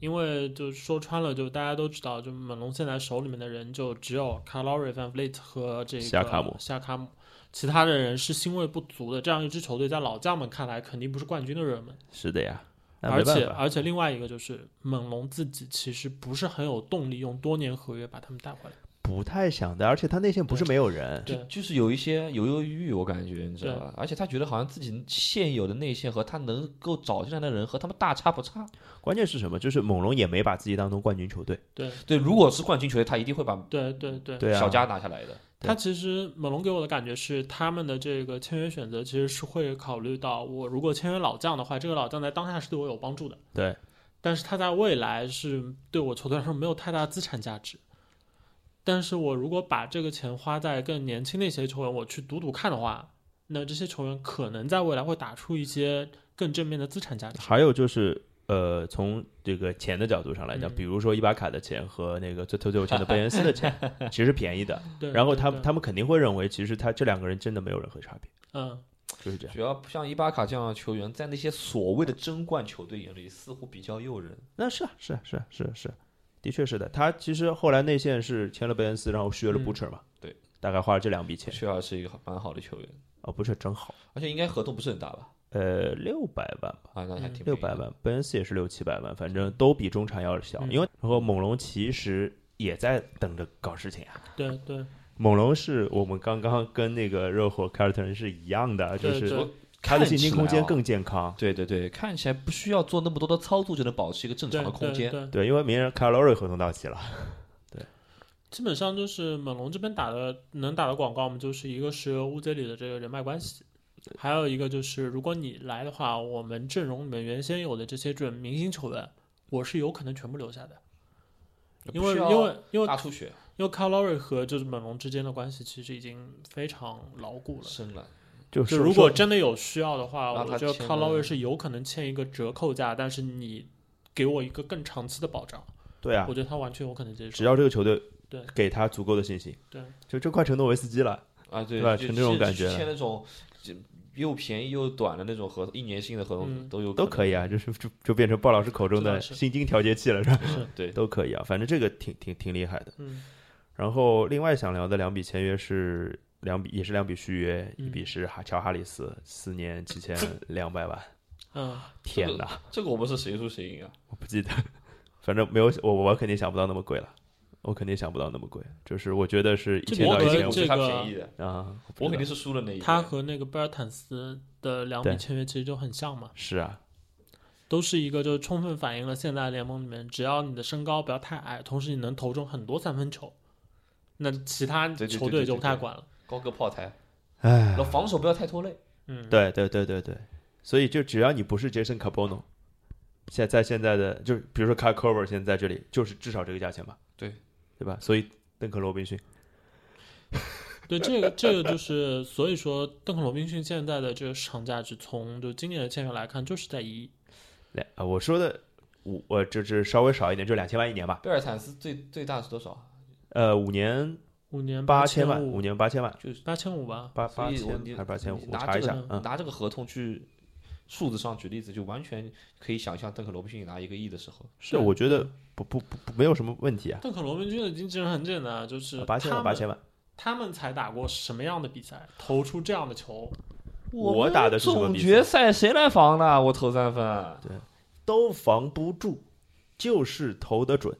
[SPEAKER 3] 因为就说穿了，就大家都知道，就猛龙现在手里面的人就只有卡劳瑞、范弗利特和这个
[SPEAKER 1] 夏卡姆
[SPEAKER 3] 夏卡姆，其他的人是腥味不足的。这样一支球队在老将们看来肯定不是冠军的热门，
[SPEAKER 1] 是的呀，那
[SPEAKER 3] 而
[SPEAKER 1] 没
[SPEAKER 3] 且啊
[SPEAKER 1] 办法。
[SPEAKER 3] 而且另外一个就是猛龙自己其实不是很有动力用多年合约把他们带回来。
[SPEAKER 1] 不太想的，而且他内线不是没有人，
[SPEAKER 3] 对
[SPEAKER 2] 就就是有一些犹犹豫豫，我感觉你知道吧？而且他觉得好像自己现有的内线和他能够找进来的人和他们大差不差。
[SPEAKER 1] 关键是什么？就是猛龙也没把自己当成冠军球队。
[SPEAKER 3] 对
[SPEAKER 2] 对，如果是冠军球队，他一定会把
[SPEAKER 3] 对对对，
[SPEAKER 1] 对啊，
[SPEAKER 2] 小加拿下来的。
[SPEAKER 1] 对
[SPEAKER 3] 他其实猛龙给我的感觉是，他们的这个签约选择其实是会考虑到，我如果签约老将的话，这个老将在当下是对我有帮助的，
[SPEAKER 1] 对，
[SPEAKER 3] 但是他在未来是对我球队来说没有太大资产价值。但是我如果把这个钱花在更年轻的一些球员，我去赌赌看的话，那这些球员可能在未来会打出一些更正面的资产价值。
[SPEAKER 1] 还有就是，呃，从这个钱的角度上来讲，
[SPEAKER 3] 嗯
[SPEAKER 1] 比如说伊巴卡的钱和那个最最最有钱的贝恩斯的 钱，其实是便宜的。
[SPEAKER 3] 对，
[SPEAKER 1] 然后
[SPEAKER 3] 对
[SPEAKER 1] 他
[SPEAKER 3] 对
[SPEAKER 1] 他们肯定会认为，其实他这两个人真的没有任何差别，
[SPEAKER 3] 嗯，
[SPEAKER 1] 就是这样。
[SPEAKER 2] 主要像伊巴卡这样的球员，在那些所谓的争冠球队眼里，似乎比较诱人。
[SPEAKER 1] 那是啊，是啊，是啊，是啊是啊，的确是的。他其实后来内线是签了贝恩斯，然后续约了
[SPEAKER 3] 嗯
[SPEAKER 1] Butcher 嘛，
[SPEAKER 2] 对，
[SPEAKER 1] 大概花了这两笔钱。
[SPEAKER 2] 确尔是一个好蛮好的球员，
[SPEAKER 1] 哦，Butcher 真好，
[SPEAKER 2] 而且应该合同不是很大吧？
[SPEAKER 1] 呃，六百万吧，
[SPEAKER 2] 啊，那还挺
[SPEAKER 1] 六
[SPEAKER 2] 便
[SPEAKER 1] 百
[SPEAKER 2] 宜的。
[SPEAKER 1] 万，贝恩斯也是六七百万，反正都比中产要小。
[SPEAKER 3] 嗯
[SPEAKER 1] 因为然后猛龙其实也在等着搞事情啊。
[SPEAKER 3] 对对
[SPEAKER 1] 猛龙是我们刚刚跟那个热火凯尔特人是一样的，啊就
[SPEAKER 3] 对
[SPEAKER 1] 是
[SPEAKER 3] 对，
[SPEAKER 1] 他的进
[SPEAKER 2] 看起
[SPEAKER 1] 攻
[SPEAKER 2] 来
[SPEAKER 1] 空间
[SPEAKER 2] 啊
[SPEAKER 1] 更健康。
[SPEAKER 2] 对对对，看起来不需要做那么多的操作就能保持一个正常的
[SPEAKER 3] 对
[SPEAKER 2] 空
[SPEAKER 3] 对
[SPEAKER 2] 间。
[SPEAKER 3] 对
[SPEAKER 1] 对，因为明年凯尔瑞合同到期了，
[SPEAKER 3] 基本上就是猛龙这边打的能打的广告，我们就是一个是乌贼里的这个人脉关系，还有一个就是如果你来的话，我们阵容里面原先有的这些准明星球员，我是有可能全部留下的，因为
[SPEAKER 2] 不需要
[SPEAKER 3] 因为因为
[SPEAKER 2] 大出血
[SPEAKER 3] 因为 c a l o r y 和就是猛龙之间的关系其实已经非常牢固了。
[SPEAKER 2] 深蓝，
[SPEAKER 1] 就
[SPEAKER 3] 就是如果
[SPEAKER 1] 说
[SPEAKER 3] 真的有需要的话，
[SPEAKER 2] 让
[SPEAKER 3] 我
[SPEAKER 2] 他
[SPEAKER 3] 觉得 c
[SPEAKER 2] 签
[SPEAKER 3] a l o r y
[SPEAKER 2] 了
[SPEAKER 3] 是有可能签一个折扣价，但是你给我一个更长期的保障，
[SPEAKER 1] 对啊
[SPEAKER 3] 我，觉得他完全有可能接受。
[SPEAKER 1] 只要这个球队
[SPEAKER 3] 对
[SPEAKER 1] 给他足够的信心，
[SPEAKER 3] 对，
[SPEAKER 1] 就这快成诺维斯基了。
[SPEAKER 2] 啊，对
[SPEAKER 1] 对吧
[SPEAKER 2] 就
[SPEAKER 1] 成这种
[SPEAKER 2] 是
[SPEAKER 1] 感觉
[SPEAKER 2] 签那种就又便宜又短的那种合同，一年性的合同
[SPEAKER 3] 嗯
[SPEAKER 2] 都有
[SPEAKER 1] 都可以啊，就是就就变成鲍老师口中
[SPEAKER 2] 这
[SPEAKER 1] 的
[SPEAKER 2] 倒是
[SPEAKER 1] 薪金调节器了，是吧？
[SPEAKER 2] 能。是对，
[SPEAKER 1] 都可以啊，反正这个挺挺挺厉害的。
[SPEAKER 3] 嗯
[SPEAKER 1] 然后另外想聊的两笔签约是两笔，也是两笔续约，
[SPEAKER 3] 嗯
[SPEAKER 1] 一笔是哈乔哈里斯，四年七千两百 万，
[SPEAKER 3] 嗯，
[SPEAKER 1] 天哪，
[SPEAKER 2] 这个我们是谁输谁赢啊？
[SPEAKER 1] 我不记得， 反正没有我我肯定想不到那么贵了，我肯定想不到那么贵，就是我觉得是一
[SPEAKER 3] 这
[SPEAKER 1] 千
[SPEAKER 3] 我
[SPEAKER 1] 到
[SPEAKER 2] 我
[SPEAKER 3] 和
[SPEAKER 1] 一千五
[SPEAKER 2] 肯定我
[SPEAKER 3] 这
[SPEAKER 2] 是他
[SPEAKER 3] 个
[SPEAKER 2] 便宜的，
[SPEAKER 1] 啊，不知道
[SPEAKER 2] 我肯定是输了那一
[SPEAKER 3] 他
[SPEAKER 2] 边
[SPEAKER 3] 和那个贝尔坦斯的两笔
[SPEAKER 1] 对
[SPEAKER 3] 签约其实就很像嘛，
[SPEAKER 1] 是啊，
[SPEAKER 3] 都是一个就是充分反映了现在联盟里面，只要你的身高不要太矮，同时你能投中很多三分球，那其他
[SPEAKER 2] 对对对
[SPEAKER 3] 球
[SPEAKER 2] 对
[SPEAKER 3] 队
[SPEAKER 2] 对
[SPEAKER 3] 就不太
[SPEAKER 2] 对
[SPEAKER 3] 管了。
[SPEAKER 2] 高个炮台，
[SPEAKER 1] 唉
[SPEAKER 2] 然后，防守不要太拖累。
[SPEAKER 3] 嗯，
[SPEAKER 1] 对对对对对，所以就只要你不是杰森卡波诺，现在现在的就是比如说卡 cover 现在这里就是至少这个价钱吧，
[SPEAKER 2] 对
[SPEAKER 1] 对吧？所以邓肯罗宾逊
[SPEAKER 3] 对，这个这个就是，所以说邓肯罗宾逊现在的这个市场价值，从就今年的签约来看，就是在一亿。
[SPEAKER 1] 两啊，我说的我我这这稍微少一点，就两千万一年吧，
[SPEAKER 2] 贝尔坦斯最最大是多少啊？
[SPEAKER 1] 呃，五年
[SPEAKER 3] 五年
[SPEAKER 1] 八
[SPEAKER 3] 千
[SPEAKER 1] 万，五
[SPEAKER 3] 五，
[SPEAKER 1] 年八千万，
[SPEAKER 2] 就是
[SPEAKER 3] 八千五吧。
[SPEAKER 1] 八
[SPEAKER 2] 所
[SPEAKER 1] 八
[SPEAKER 2] 以
[SPEAKER 1] 千
[SPEAKER 2] 我
[SPEAKER 1] 还
[SPEAKER 2] 你
[SPEAKER 1] 是八千五
[SPEAKER 2] 你，
[SPEAKER 1] 我
[SPEAKER 2] 拿
[SPEAKER 1] 查一
[SPEAKER 2] 这
[SPEAKER 1] 下
[SPEAKER 2] 个
[SPEAKER 3] 呢
[SPEAKER 1] 啊，
[SPEAKER 2] 拿这个合同去数字上举例子，就完全可以想象邓肯罗宾逊拿一个亿的时候，
[SPEAKER 1] 是我觉得不不不不没有什么问题啊，
[SPEAKER 3] 邓肯罗宾逊的经纪人很简单啊，就是
[SPEAKER 1] 八千
[SPEAKER 3] 他
[SPEAKER 1] 万
[SPEAKER 3] 们
[SPEAKER 1] 八千万，
[SPEAKER 3] 他们才打过什么样的比赛，投出这样的球？
[SPEAKER 1] 我我打的是什么
[SPEAKER 2] 总
[SPEAKER 1] 比赛
[SPEAKER 2] 决赛谁来防呢？我投三分，
[SPEAKER 1] 都防不住，就是投得准。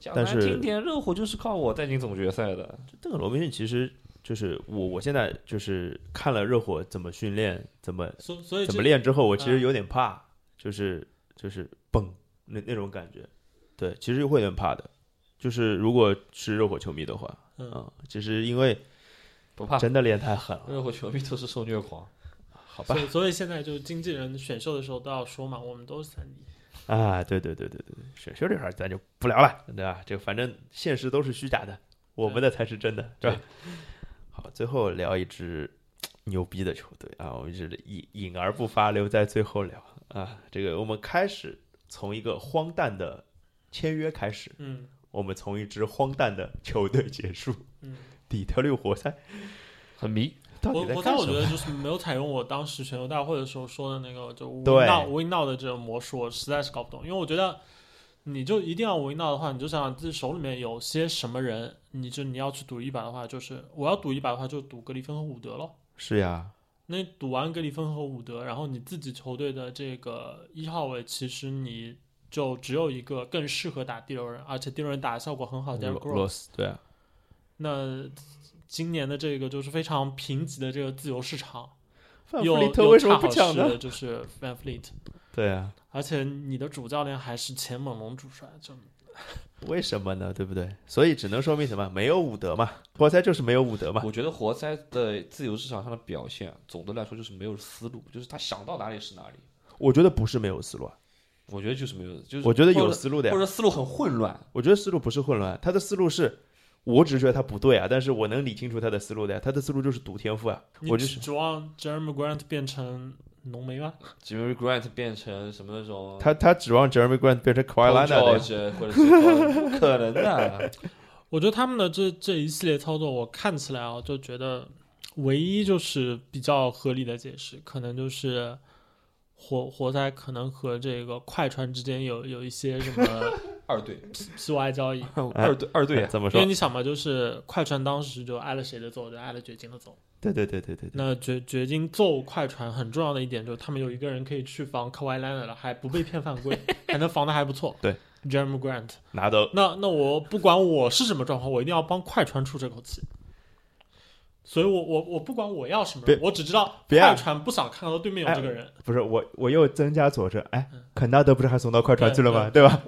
[SPEAKER 2] 讲
[SPEAKER 1] 但
[SPEAKER 2] 难
[SPEAKER 1] 是
[SPEAKER 2] 听点，热火就是靠我带进总决赛的。
[SPEAKER 1] 邓肯罗宾逊其实就是我，我现在就是看了热火怎么训练，怎么
[SPEAKER 3] 所所以
[SPEAKER 1] 怎么
[SPEAKER 3] 这
[SPEAKER 1] 练之后，我其实
[SPEAKER 3] 嗯
[SPEAKER 1] 有点怕，就是就是蹦那那种感觉，对，其实会有点怕的。就是如果是热火球迷的话，
[SPEAKER 3] 嗯
[SPEAKER 1] 啊，其实因为
[SPEAKER 2] 不怕，
[SPEAKER 1] 真的练太狠了，
[SPEAKER 2] 热火球迷都是受虐狂。
[SPEAKER 1] 好吧
[SPEAKER 3] 所？以所以现在就经纪人选秀的时候都要说嘛，我们都是三 D。
[SPEAKER 1] 啊，对对对对对对，选秀这块儿咱就不聊了，对吧？这个反正现实都是虚假的，我们的才是真的，对吧？好，最后聊一支牛逼的球队啊，我们是引引而不发，留在最后聊啊。这个我们开始从一个荒诞的签约开始，
[SPEAKER 3] 嗯
[SPEAKER 1] 我们从一支荒诞的球队结束。
[SPEAKER 3] 嗯，
[SPEAKER 1] 底特律活塞
[SPEAKER 2] 很迷，
[SPEAKER 1] 到
[SPEAKER 3] 我
[SPEAKER 1] 底在
[SPEAKER 3] 我
[SPEAKER 1] 干
[SPEAKER 3] 但我
[SPEAKER 1] 什
[SPEAKER 3] 觉
[SPEAKER 1] 么？
[SPEAKER 3] 得就是没有采用我当时选秀大会的时候说的那个就无
[SPEAKER 1] 对
[SPEAKER 3] 闹无闹的这个模式，我实在是搞不懂，因为我觉得。你就一定要无闹的话，你就想想自己手里面有些什么人，你就你要去赌一把的话，就是我要赌一把的话，就赌格里芬和伍德咯。
[SPEAKER 1] 是呀，
[SPEAKER 3] 那赌完格里芬和伍德，然后你自己球队的这个一号位，其实你就只有一个更适合打第六人，而且第六人打的效果很好。d e r r
[SPEAKER 1] 罗罗斯对啊，
[SPEAKER 3] 那今年的这个就是非常贫瘠的这个自由市场，
[SPEAKER 1] 范弗
[SPEAKER 3] 又
[SPEAKER 1] 利
[SPEAKER 3] 又
[SPEAKER 1] 特为什么不
[SPEAKER 3] 恰好
[SPEAKER 1] 抢呢？
[SPEAKER 3] 是就是 Van Fleet，
[SPEAKER 1] 对啊，
[SPEAKER 3] 而且你的主教练还是前猛龙主帅，就
[SPEAKER 1] 为什么呢？对不对？所以只能说明什么？没有伍德嘛，活塞就是没有伍德嘛。
[SPEAKER 2] 我觉得活塞的自由市场上的表现，总的来说就是没有思路，就是他想到哪里是哪里。
[SPEAKER 1] 我觉得不是没有思路啊，
[SPEAKER 2] 我觉得就是没有，就是
[SPEAKER 1] 我觉得有
[SPEAKER 2] 或者
[SPEAKER 1] 思路的呀
[SPEAKER 2] 或。者思路很混乱。
[SPEAKER 1] 我觉得思路不是混乱，啊他的思路是，我只是觉得他不对啊，但是我能理清楚他的思路的呀。他的思路就是赌天赋啊。
[SPEAKER 3] 你
[SPEAKER 1] 我就
[SPEAKER 3] 指
[SPEAKER 1] 是
[SPEAKER 3] 指望 Jeremy Grant 变成浓眉吗？
[SPEAKER 2] Jeremy Grant 变成什么那种
[SPEAKER 1] 他他指望 Jeremy Grant 变成 k a w i l a n a 的呀，
[SPEAKER 2] George 或者是不可能的。
[SPEAKER 3] 我觉得他们的这这一系列操作，我看起来啊，就觉得唯一就是比较合理的解释，可能就是活活塞可能和这个快船之间有有一些什么
[SPEAKER 2] 二队，
[SPEAKER 3] P Y 交易，
[SPEAKER 2] 二队，二队啊！
[SPEAKER 1] 怎么
[SPEAKER 3] 因
[SPEAKER 1] 说
[SPEAKER 3] 为？你想嘛，就是快船当时就挨了谁的揍，就挨了掘金的揍。
[SPEAKER 1] 对对对对对对，
[SPEAKER 3] 那掘掘金揍快船很重要的一点就是他们有一个人可以去防 Kawhi l e n a 了，还不被骗犯规，还能防的还不错。
[SPEAKER 1] 对
[SPEAKER 3] ，Jeremy Grant。
[SPEAKER 1] 拿到
[SPEAKER 3] 那那我不管我是什么状况，我一定要帮快船出这口气。所以我我我不管我要什么人，
[SPEAKER 1] 别
[SPEAKER 3] 我只知道
[SPEAKER 1] 别啊哎
[SPEAKER 3] 快船不想看到对面有这个人。
[SPEAKER 1] 不是我我又增加佐证，哎
[SPEAKER 3] 嗯，
[SPEAKER 1] 肯纳德不是还送到快船去了吗？对吧？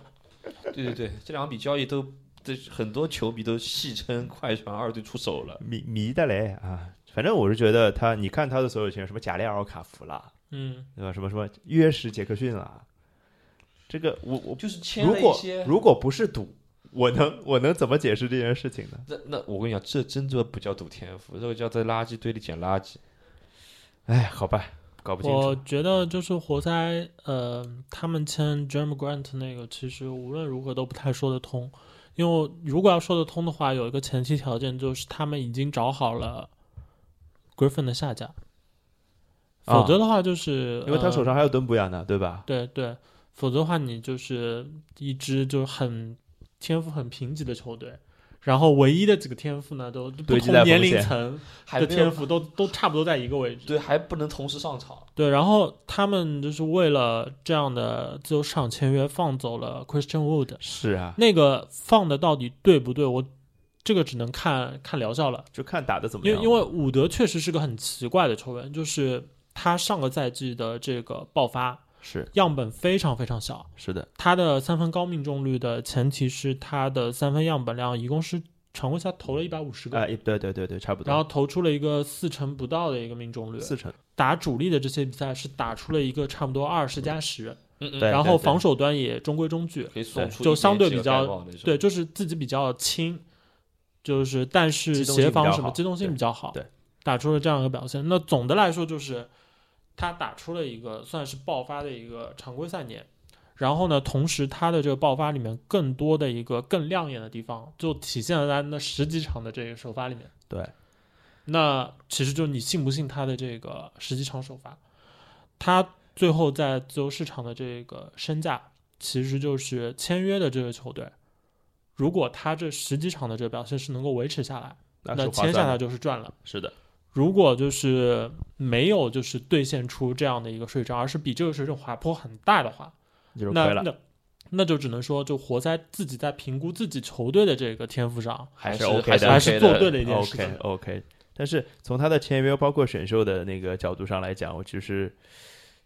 [SPEAKER 2] 对对对，这两笔交易都，这很多球迷都戏称快船二队出手了。
[SPEAKER 1] 迷迷的嘞啊！反正我是觉得他，你看他的所有球员，什么贾列奥卡福啦，
[SPEAKER 3] 嗯，
[SPEAKER 1] 对吧？什么什么约什杰克逊啦，这个我我
[SPEAKER 2] 就是签
[SPEAKER 1] 如
[SPEAKER 2] 了一
[SPEAKER 1] 果
[SPEAKER 2] 些。
[SPEAKER 1] 如果不是赌，我能我能怎么解释这件事情呢？
[SPEAKER 2] 那那我跟你讲，这真的不叫赌天赋，这个叫在垃圾堆里捡垃圾。
[SPEAKER 1] 哎，好吧，搞不清
[SPEAKER 3] 我
[SPEAKER 1] 楚。
[SPEAKER 3] 觉得就是活塞，呃，他们签 Jeremy Grant 那个，其实无论如何都不太说得通。因为如果要说得通的话，有一个前提条件就是他们已经找好了 Griffin 的下家，
[SPEAKER 1] 啊
[SPEAKER 3] 否则的话就是、
[SPEAKER 1] 因为他手
[SPEAKER 3] 呃
[SPEAKER 1] 上还有敦布亚呢，对吧？
[SPEAKER 3] 对对，否则的话你就是一支就是很天赋很贫瘠的球队，然后唯一的几个天赋呢都不
[SPEAKER 1] 堆积
[SPEAKER 3] 同
[SPEAKER 1] 在
[SPEAKER 3] 年
[SPEAKER 1] 锋
[SPEAKER 3] 龄
[SPEAKER 1] 线
[SPEAKER 3] 层
[SPEAKER 2] 还
[SPEAKER 3] 的
[SPEAKER 2] 没有
[SPEAKER 3] 天赋都都差不多在一个位置。
[SPEAKER 2] 对，还不能同时上场。
[SPEAKER 3] 对，然后他们就是为了这样的自由市场签约放走了 Christian Wood，
[SPEAKER 1] 是啊，
[SPEAKER 3] 那个放的到底对不对？我这个只能看看疗效了。
[SPEAKER 1] 就看打的怎么
[SPEAKER 3] 因
[SPEAKER 1] 样
[SPEAKER 3] 为
[SPEAKER 1] 了。
[SPEAKER 3] 因为伍德确实是个很奇怪的球员，就是他上个赛季的这个爆发
[SPEAKER 1] 是
[SPEAKER 3] 样本非常非常小，
[SPEAKER 1] 是的，
[SPEAKER 3] 他的三分高命中率的前提是他的三分样本量一共是常规赛投了一百五十个，
[SPEAKER 1] 哎，对对对对，差不多。
[SPEAKER 3] 然后投出了一个四成不到的一个命中率，
[SPEAKER 1] 四成，
[SPEAKER 3] 打主力的这些比赛是打出了一个差不多二十加十，
[SPEAKER 2] 嗯嗯，
[SPEAKER 1] 对
[SPEAKER 3] 然后防守端也中规中矩，
[SPEAKER 2] 可以送出
[SPEAKER 3] 就
[SPEAKER 2] 一
[SPEAKER 3] 相
[SPEAKER 2] 点
[SPEAKER 3] 对
[SPEAKER 2] 这
[SPEAKER 3] 比
[SPEAKER 2] 个
[SPEAKER 3] 较
[SPEAKER 2] 盖帽那种
[SPEAKER 3] 对，就是自己比较轻，就是但
[SPEAKER 1] 机
[SPEAKER 3] 是
[SPEAKER 1] 动性
[SPEAKER 3] 协
[SPEAKER 1] 比
[SPEAKER 3] 防
[SPEAKER 1] 较
[SPEAKER 3] 什么
[SPEAKER 1] 好
[SPEAKER 3] 机动性比较好，
[SPEAKER 1] 对对
[SPEAKER 3] 打出了这样一个表现。那总的来说就是他打出了一个算是爆发的一个常规赛年，然后呢，同时他的这个爆发里面更多的一个更亮眼的地方，就体现在那十几场的这个首发里面。
[SPEAKER 1] 对，
[SPEAKER 3] 那其实就你信不信他的这个十几场首发，他最后在自由市场的这个身价，其实就是签约的这个球队，如果他这十几场的这个表现是能够维持下来，那
[SPEAKER 1] 是
[SPEAKER 3] 签
[SPEAKER 1] 划
[SPEAKER 3] 下
[SPEAKER 1] 算
[SPEAKER 3] 他
[SPEAKER 1] 的。
[SPEAKER 3] 就是赚了。
[SPEAKER 1] 是的，
[SPEAKER 3] 如果就是没有就是兑现出这样的一个水准，而是比这个水准滑坡很大的话，
[SPEAKER 1] 就是亏
[SPEAKER 3] 那
[SPEAKER 1] 了，
[SPEAKER 3] 那那就只能说就活在自己在评估自己球队的这个天赋上，
[SPEAKER 2] 还
[SPEAKER 1] 是 OK
[SPEAKER 2] 还
[SPEAKER 1] 的
[SPEAKER 3] 还
[SPEAKER 2] OK
[SPEAKER 3] 是
[SPEAKER 2] 的
[SPEAKER 3] 做对了一件事
[SPEAKER 1] OK
[SPEAKER 3] 情。
[SPEAKER 1] OK，但是从他的签约包括选秀的那个角度上来讲，我就是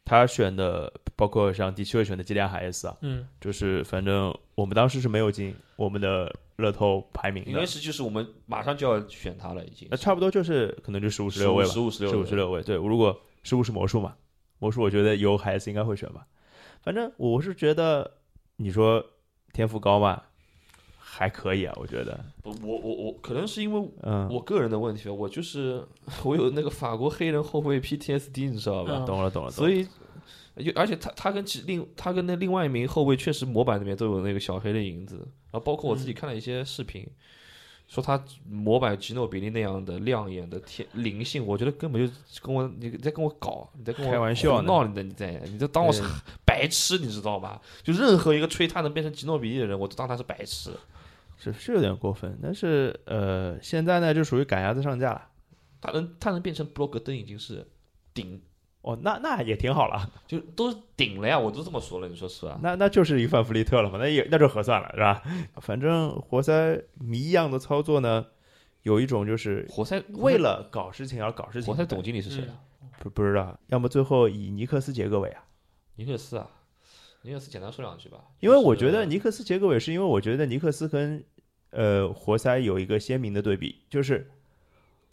[SPEAKER 1] 他选的，包括像的确选的基利亚海斯啊，
[SPEAKER 3] 嗯，
[SPEAKER 1] 就是反正我们当时是没有进我们的乐透排名
[SPEAKER 2] 应
[SPEAKER 1] 的
[SPEAKER 2] 该，是就是我们马上就要选他了，已经
[SPEAKER 1] 那差不多就是可能就十五十六位吧，
[SPEAKER 2] 十五十六
[SPEAKER 1] 十五十六位。对，如果十五是魔术嘛，魔术我觉得有孩子应该会选吧。反正我是觉得，你说天赋高嘛，还可以啊，我觉得。
[SPEAKER 2] 我我我可能是因为
[SPEAKER 1] 嗯，
[SPEAKER 2] 我个人的问题吧，我就是 我有那个法国黑人后卫 PTSD，你知道吧？
[SPEAKER 3] 嗯
[SPEAKER 1] 啊懂了懂了。
[SPEAKER 2] 所
[SPEAKER 1] 以
[SPEAKER 2] 以，就而且他他跟其另他跟那另外一名后卫确实模板里面都有那个小黑的影子，然后包括我自己
[SPEAKER 1] 嗯
[SPEAKER 2] 看了一些视频，说他模板吉诺比利那样的亮眼的天灵性，我觉得根本就跟我你在跟我搞，你在跟我
[SPEAKER 1] 开玩笑呢
[SPEAKER 2] 胡闹你的你在你在当我是
[SPEAKER 1] 对
[SPEAKER 2] 白痴，你知道吧？就任何一个吹他能变成吉诺比利的人，我都当他是白痴。
[SPEAKER 1] 是是有点过分，但是呃，现在呢就属于赶鸭子上架了。
[SPEAKER 2] 他能他能变成布洛格登已经是顶，
[SPEAKER 1] 哦，那那也挺好了，
[SPEAKER 2] 就都是顶了呀，我都这么说了，你说是吧？
[SPEAKER 1] 那那就是一范弗利特了嘛，那也那就合算了，是吧？反正活塞迷一样的操作呢，有一种就是
[SPEAKER 2] 活塞
[SPEAKER 1] 为了搞事情而搞事情，嗯
[SPEAKER 2] 活塞总经理是
[SPEAKER 3] 嗯
[SPEAKER 2] 谁啊？
[SPEAKER 1] 不不知道，要么最后以尼克斯结个尾啊，
[SPEAKER 2] 尼克斯啊，尼克斯简单说两句吧。
[SPEAKER 1] 因为
[SPEAKER 2] 就是
[SPEAKER 1] 我觉得尼克斯结个尾，是因为我觉得尼克斯跟呃活塞有一个鲜明的对比，就是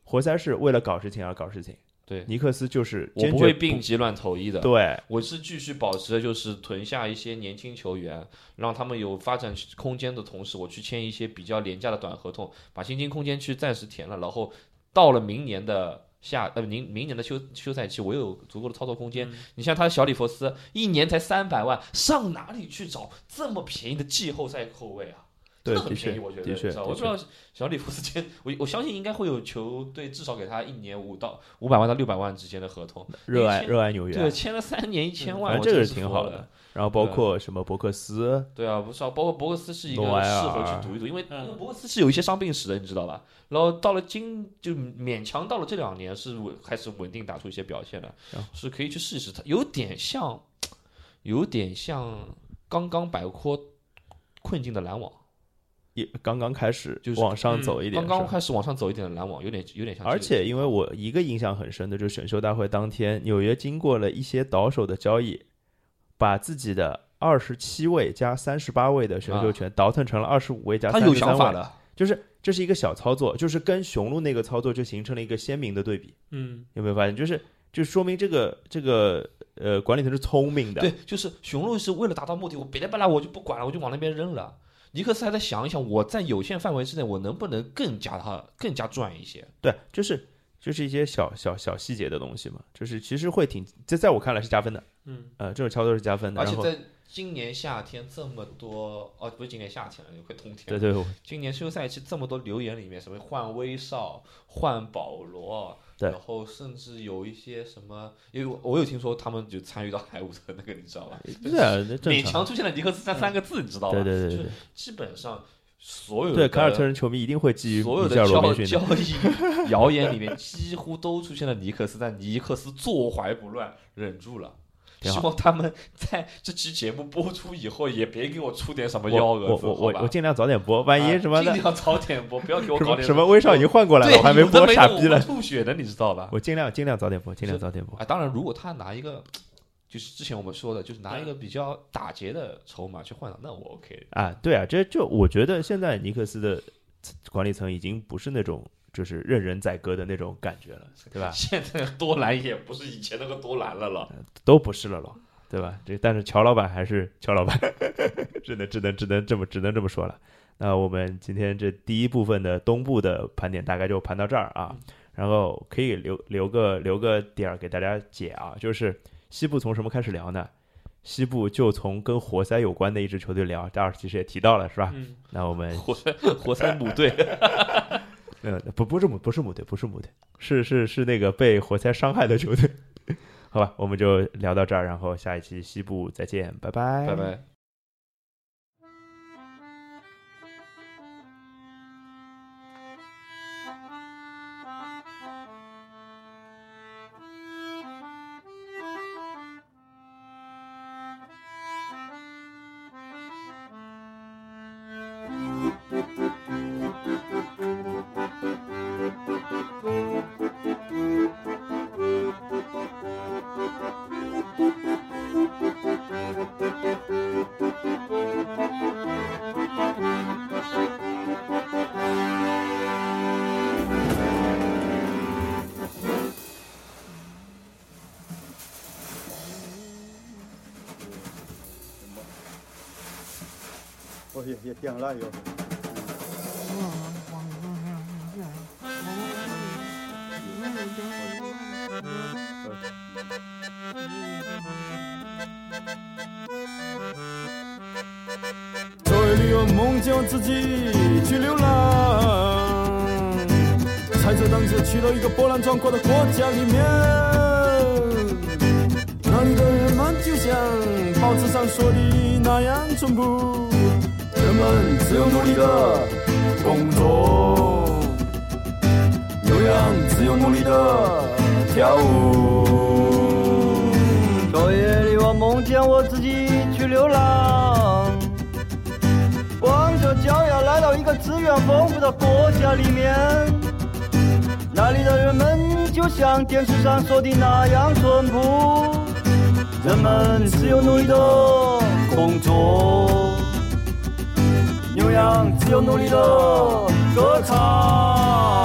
[SPEAKER 1] 活塞是为了搞事情而搞事情，
[SPEAKER 2] 对，
[SPEAKER 1] 尼克斯就是
[SPEAKER 2] 我
[SPEAKER 1] 坚
[SPEAKER 2] 不
[SPEAKER 1] 决
[SPEAKER 2] 会病急乱投医的。
[SPEAKER 1] 对
[SPEAKER 2] 我是继续保持的就是囤下一些年轻球员，让他们有发展空间的同时，我去签一些比较廉价的短合同，把薪金空间去暂时填了，然后到了明年的夏呃明明年的休休赛期，我又有足够的操作空间。
[SPEAKER 3] 嗯
[SPEAKER 2] 你像他小里弗斯，一年才三百万，上哪里去找这么便宜的季后赛后卫啊？
[SPEAKER 1] 对，
[SPEAKER 2] 真的很
[SPEAKER 1] 的
[SPEAKER 2] 便宜，
[SPEAKER 1] 确
[SPEAKER 2] 我觉得，
[SPEAKER 1] 的确
[SPEAKER 2] 你知道我
[SPEAKER 1] 的
[SPEAKER 2] 不知道
[SPEAKER 1] 确，
[SPEAKER 2] 小里弗斯签，我我相信应该会有球队至少给他一年五到五百万到六百万之间的合同，
[SPEAKER 1] 热
[SPEAKER 2] 一
[SPEAKER 1] 爱
[SPEAKER 2] 千
[SPEAKER 1] 热爱纽约
[SPEAKER 2] 对，
[SPEAKER 1] 啊，
[SPEAKER 2] 签了三年一千万，
[SPEAKER 1] 反正
[SPEAKER 2] 我
[SPEAKER 1] 这个
[SPEAKER 2] 真
[SPEAKER 1] 是
[SPEAKER 2] 是
[SPEAKER 1] 挺
[SPEAKER 2] 服
[SPEAKER 1] 好
[SPEAKER 2] 了
[SPEAKER 1] 的。然后包括什么伯克斯，
[SPEAKER 2] 对啊，不是啊，包括博格斯是一个
[SPEAKER 1] 诺埃尔
[SPEAKER 2] 适合去赌一赌，因为
[SPEAKER 3] 嗯
[SPEAKER 2] 因为博格斯是有一些伤病史的，你知道吧？然后到了今就勉强到了这两年是稳开始稳定打出一些表现了
[SPEAKER 1] 然后，
[SPEAKER 2] 是可以去试一试。它有点像，有点像刚刚摆脱困境的篮网，
[SPEAKER 1] 也刚刚开始
[SPEAKER 2] 就是嗯
[SPEAKER 1] 往上走一点，
[SPEAKER 2] 刚刚
[SPEAKER 1] 是吧
[SPEAKER 2] 开始往上走一点的篮网，有点有点像这个。
[SPEAKER 1] 而且，因为我一个印象很深的，就是选秀大会当天，纽约经过了一些倒手的交易，把自己的二十七位加三十八位的选秀权倒腾成了二十五位加
[SPEAKER 2] 啊他
[SPEAKER 1] 三
[SPEAKER 2] 有
[SPEAKER 1] 十
[SPEAKER 2] 想
[SPEAKER 1] 三
[SPEAKER 2] 法
[SPEAKER 1] 位，
[SPEAKER 2] 的，
[SPEAKER 1] 就是这是一个小操作，就是跟雄鹿那个操作就形成了一个鲜明的对比，
[SPEAKER 3] 嗯，
[SPEAKER 1] 有没有发现？就是就说明这个这个呃管理层是聪明的，
[SPEAKER 2] 对，就是雄鹿是为了达到目的，我别的本来我就不管了，我就往那边扔了。尼克斯还在想一想，我在有限范围之内，我能不能更加他更加赚一些？
[SPEAKER 1] 对，就是就是一些小小小细节的东西嘛，就是其实会挺在在我看来是加分的，
[SPEAKER 3] 嗯，
[SPEAKER 1] 呃，这种操作是加分的，
[SPEAKER 2] 而且
[SPEAKER 1] 然后
[SPEAKER 2] 在今年夏天这么多，哦，不是今年夏天了，快冬天
[SPEAKER 1] 对
[SPEAKER 2] 了。
[SPEAKER 1] 对，
[SPEAKER 2] 今年休赛期这么多留言里面，什么换威少、换保罗、
[SPEAKER 4] 对
[SPEAKER 2] 然后甚至有一些什么，因为我我有听说他们就参与到海伍德那个，你知道吧？
[SPEAKER 4] 对啊，这正
[SPEAKER 2] 勉
[SPEAKER 4] 常。
[SPEAKER 2] 强出现了尼克斯三三个字，你知道吧？
[SPEAKER 4] 对对对
[SPEAKER 2] 就
[SPEAKER 4] 对
[SPEAKER 2] 是，基本上所有的
[SPEAKER 1] 对，凯尔特人球迷一定会基于
[SPEAKER 2] 所有
[SPEAKER 1] 米
[SPEAKER 2] 的
[SPEAKER 1] 切尔罗
[SPEAKER 2] 交
[SPEAKER 1] 宾逊
[SPEAKER 2] 交
[SPEAKER 1] 的。
[SPEAKER 2] 易谣言里面，几乎都出现了尼克斯，但尼克斯坐怀不乱，忍住了。
[SPEAKER 4] 挺
[SPEAKER 2] 希
[SPEAKER 4] 好
[SPEAKER 2] 望他们在这期节目播出以后，也别给我出点什么幺
[SPEAKER 1] 我
[SPEAKER 2] 蛾
[SPEAKER 1] 我
[SPEAKER 2] 子，
[SPEAKER 1] 我
[SPEAKER 2] 好
[SPEAKER 1] 我
[SPEAKER 2] 吧
[SPEAKER 1] 我？尽量早点播，万一什么
[SPEAKER 2] 啊
[SPEAKER 1] 的
[SPEAKER 2] 尽量早点播，不要给 我
[SPEAKER 1] 什
[SPEAKER 2] 搞
[SPEAKER 1] 么
[SPEAKER 2] 点
[SPEAKER 1] 什么威少已经换过来了，
[SPEAKER 2] 对
[SPEAKER 1] 我还没
[SPEAKER 2] 有的
[SPEAKER 1] 播，
[SPEAKER 2] 没
[SPEAKER 1] 傻
[SPEAKER 2] 的
[SPEAKER 1] 逼
[SPEAKER 2] 我
[SPEAKER 1] 了。
[SPEAKER 2] 吐血的，你知道吧？
[SPEAKER 1] 我尽量尽量早点播，尽量早点播。
[SPEAKER 2] 啊，当然，如果他拿一个，就是之前我们说的，就是拿一个比较打劫的筹码去换，那我 OK。
[SPEAKER 1] 啊，对啊，这就我觉得现在尼克斯的管理层已经不是那种就是任人宰割的那种感觉了，对吧？
[SPEAKER 2] 现在多兰也不是以前那个多兰了了，
[SPEAKER 1] 都不是了咯，对吧？这但是乔老板还是乔老板， 只能只能只能这么只能这么说了。那我们今天这第一部分的东部的盘点大概就盘到这儿啊，然后可以留留个留个点儿给大家解啊，就是西部从什么开始聊呢？西部就从跟活塞有关的一支球队聊，大耳其实也提到了是吧？
[SPEAKER 2] 嗯，
[SPEAKER 1] 那我们
[SPEAKER 2] 活塞活塞母 队，
[SPEAKER 1] 呃，不，不是母，不是母队，不是母队，是是是那个被活塞伤害的球队。 好吧，我们就聊到这儿，然后下一期西部再见，拜拜，
[SPEAKER 2] 拜拜。
[SPEAKER 5] 我也也点了有。
[SPEAKER 6] 作为旅游梦见我自己去流浪，踩着荡着去了一个波澜壮阔的国家里面，那里的人们就像报纸上说的那样淳朴，人们只有努力的工作，有氧只有努力的跳舞。
[SPEAKER 5] 昨夜里我梦见我自己去流浪，光着脚丫来到一个资源丰富的国家里面，那里的人们就像电视上说的那样淳朴，人们只有努力的工作，牛羊只有努力的歌唱。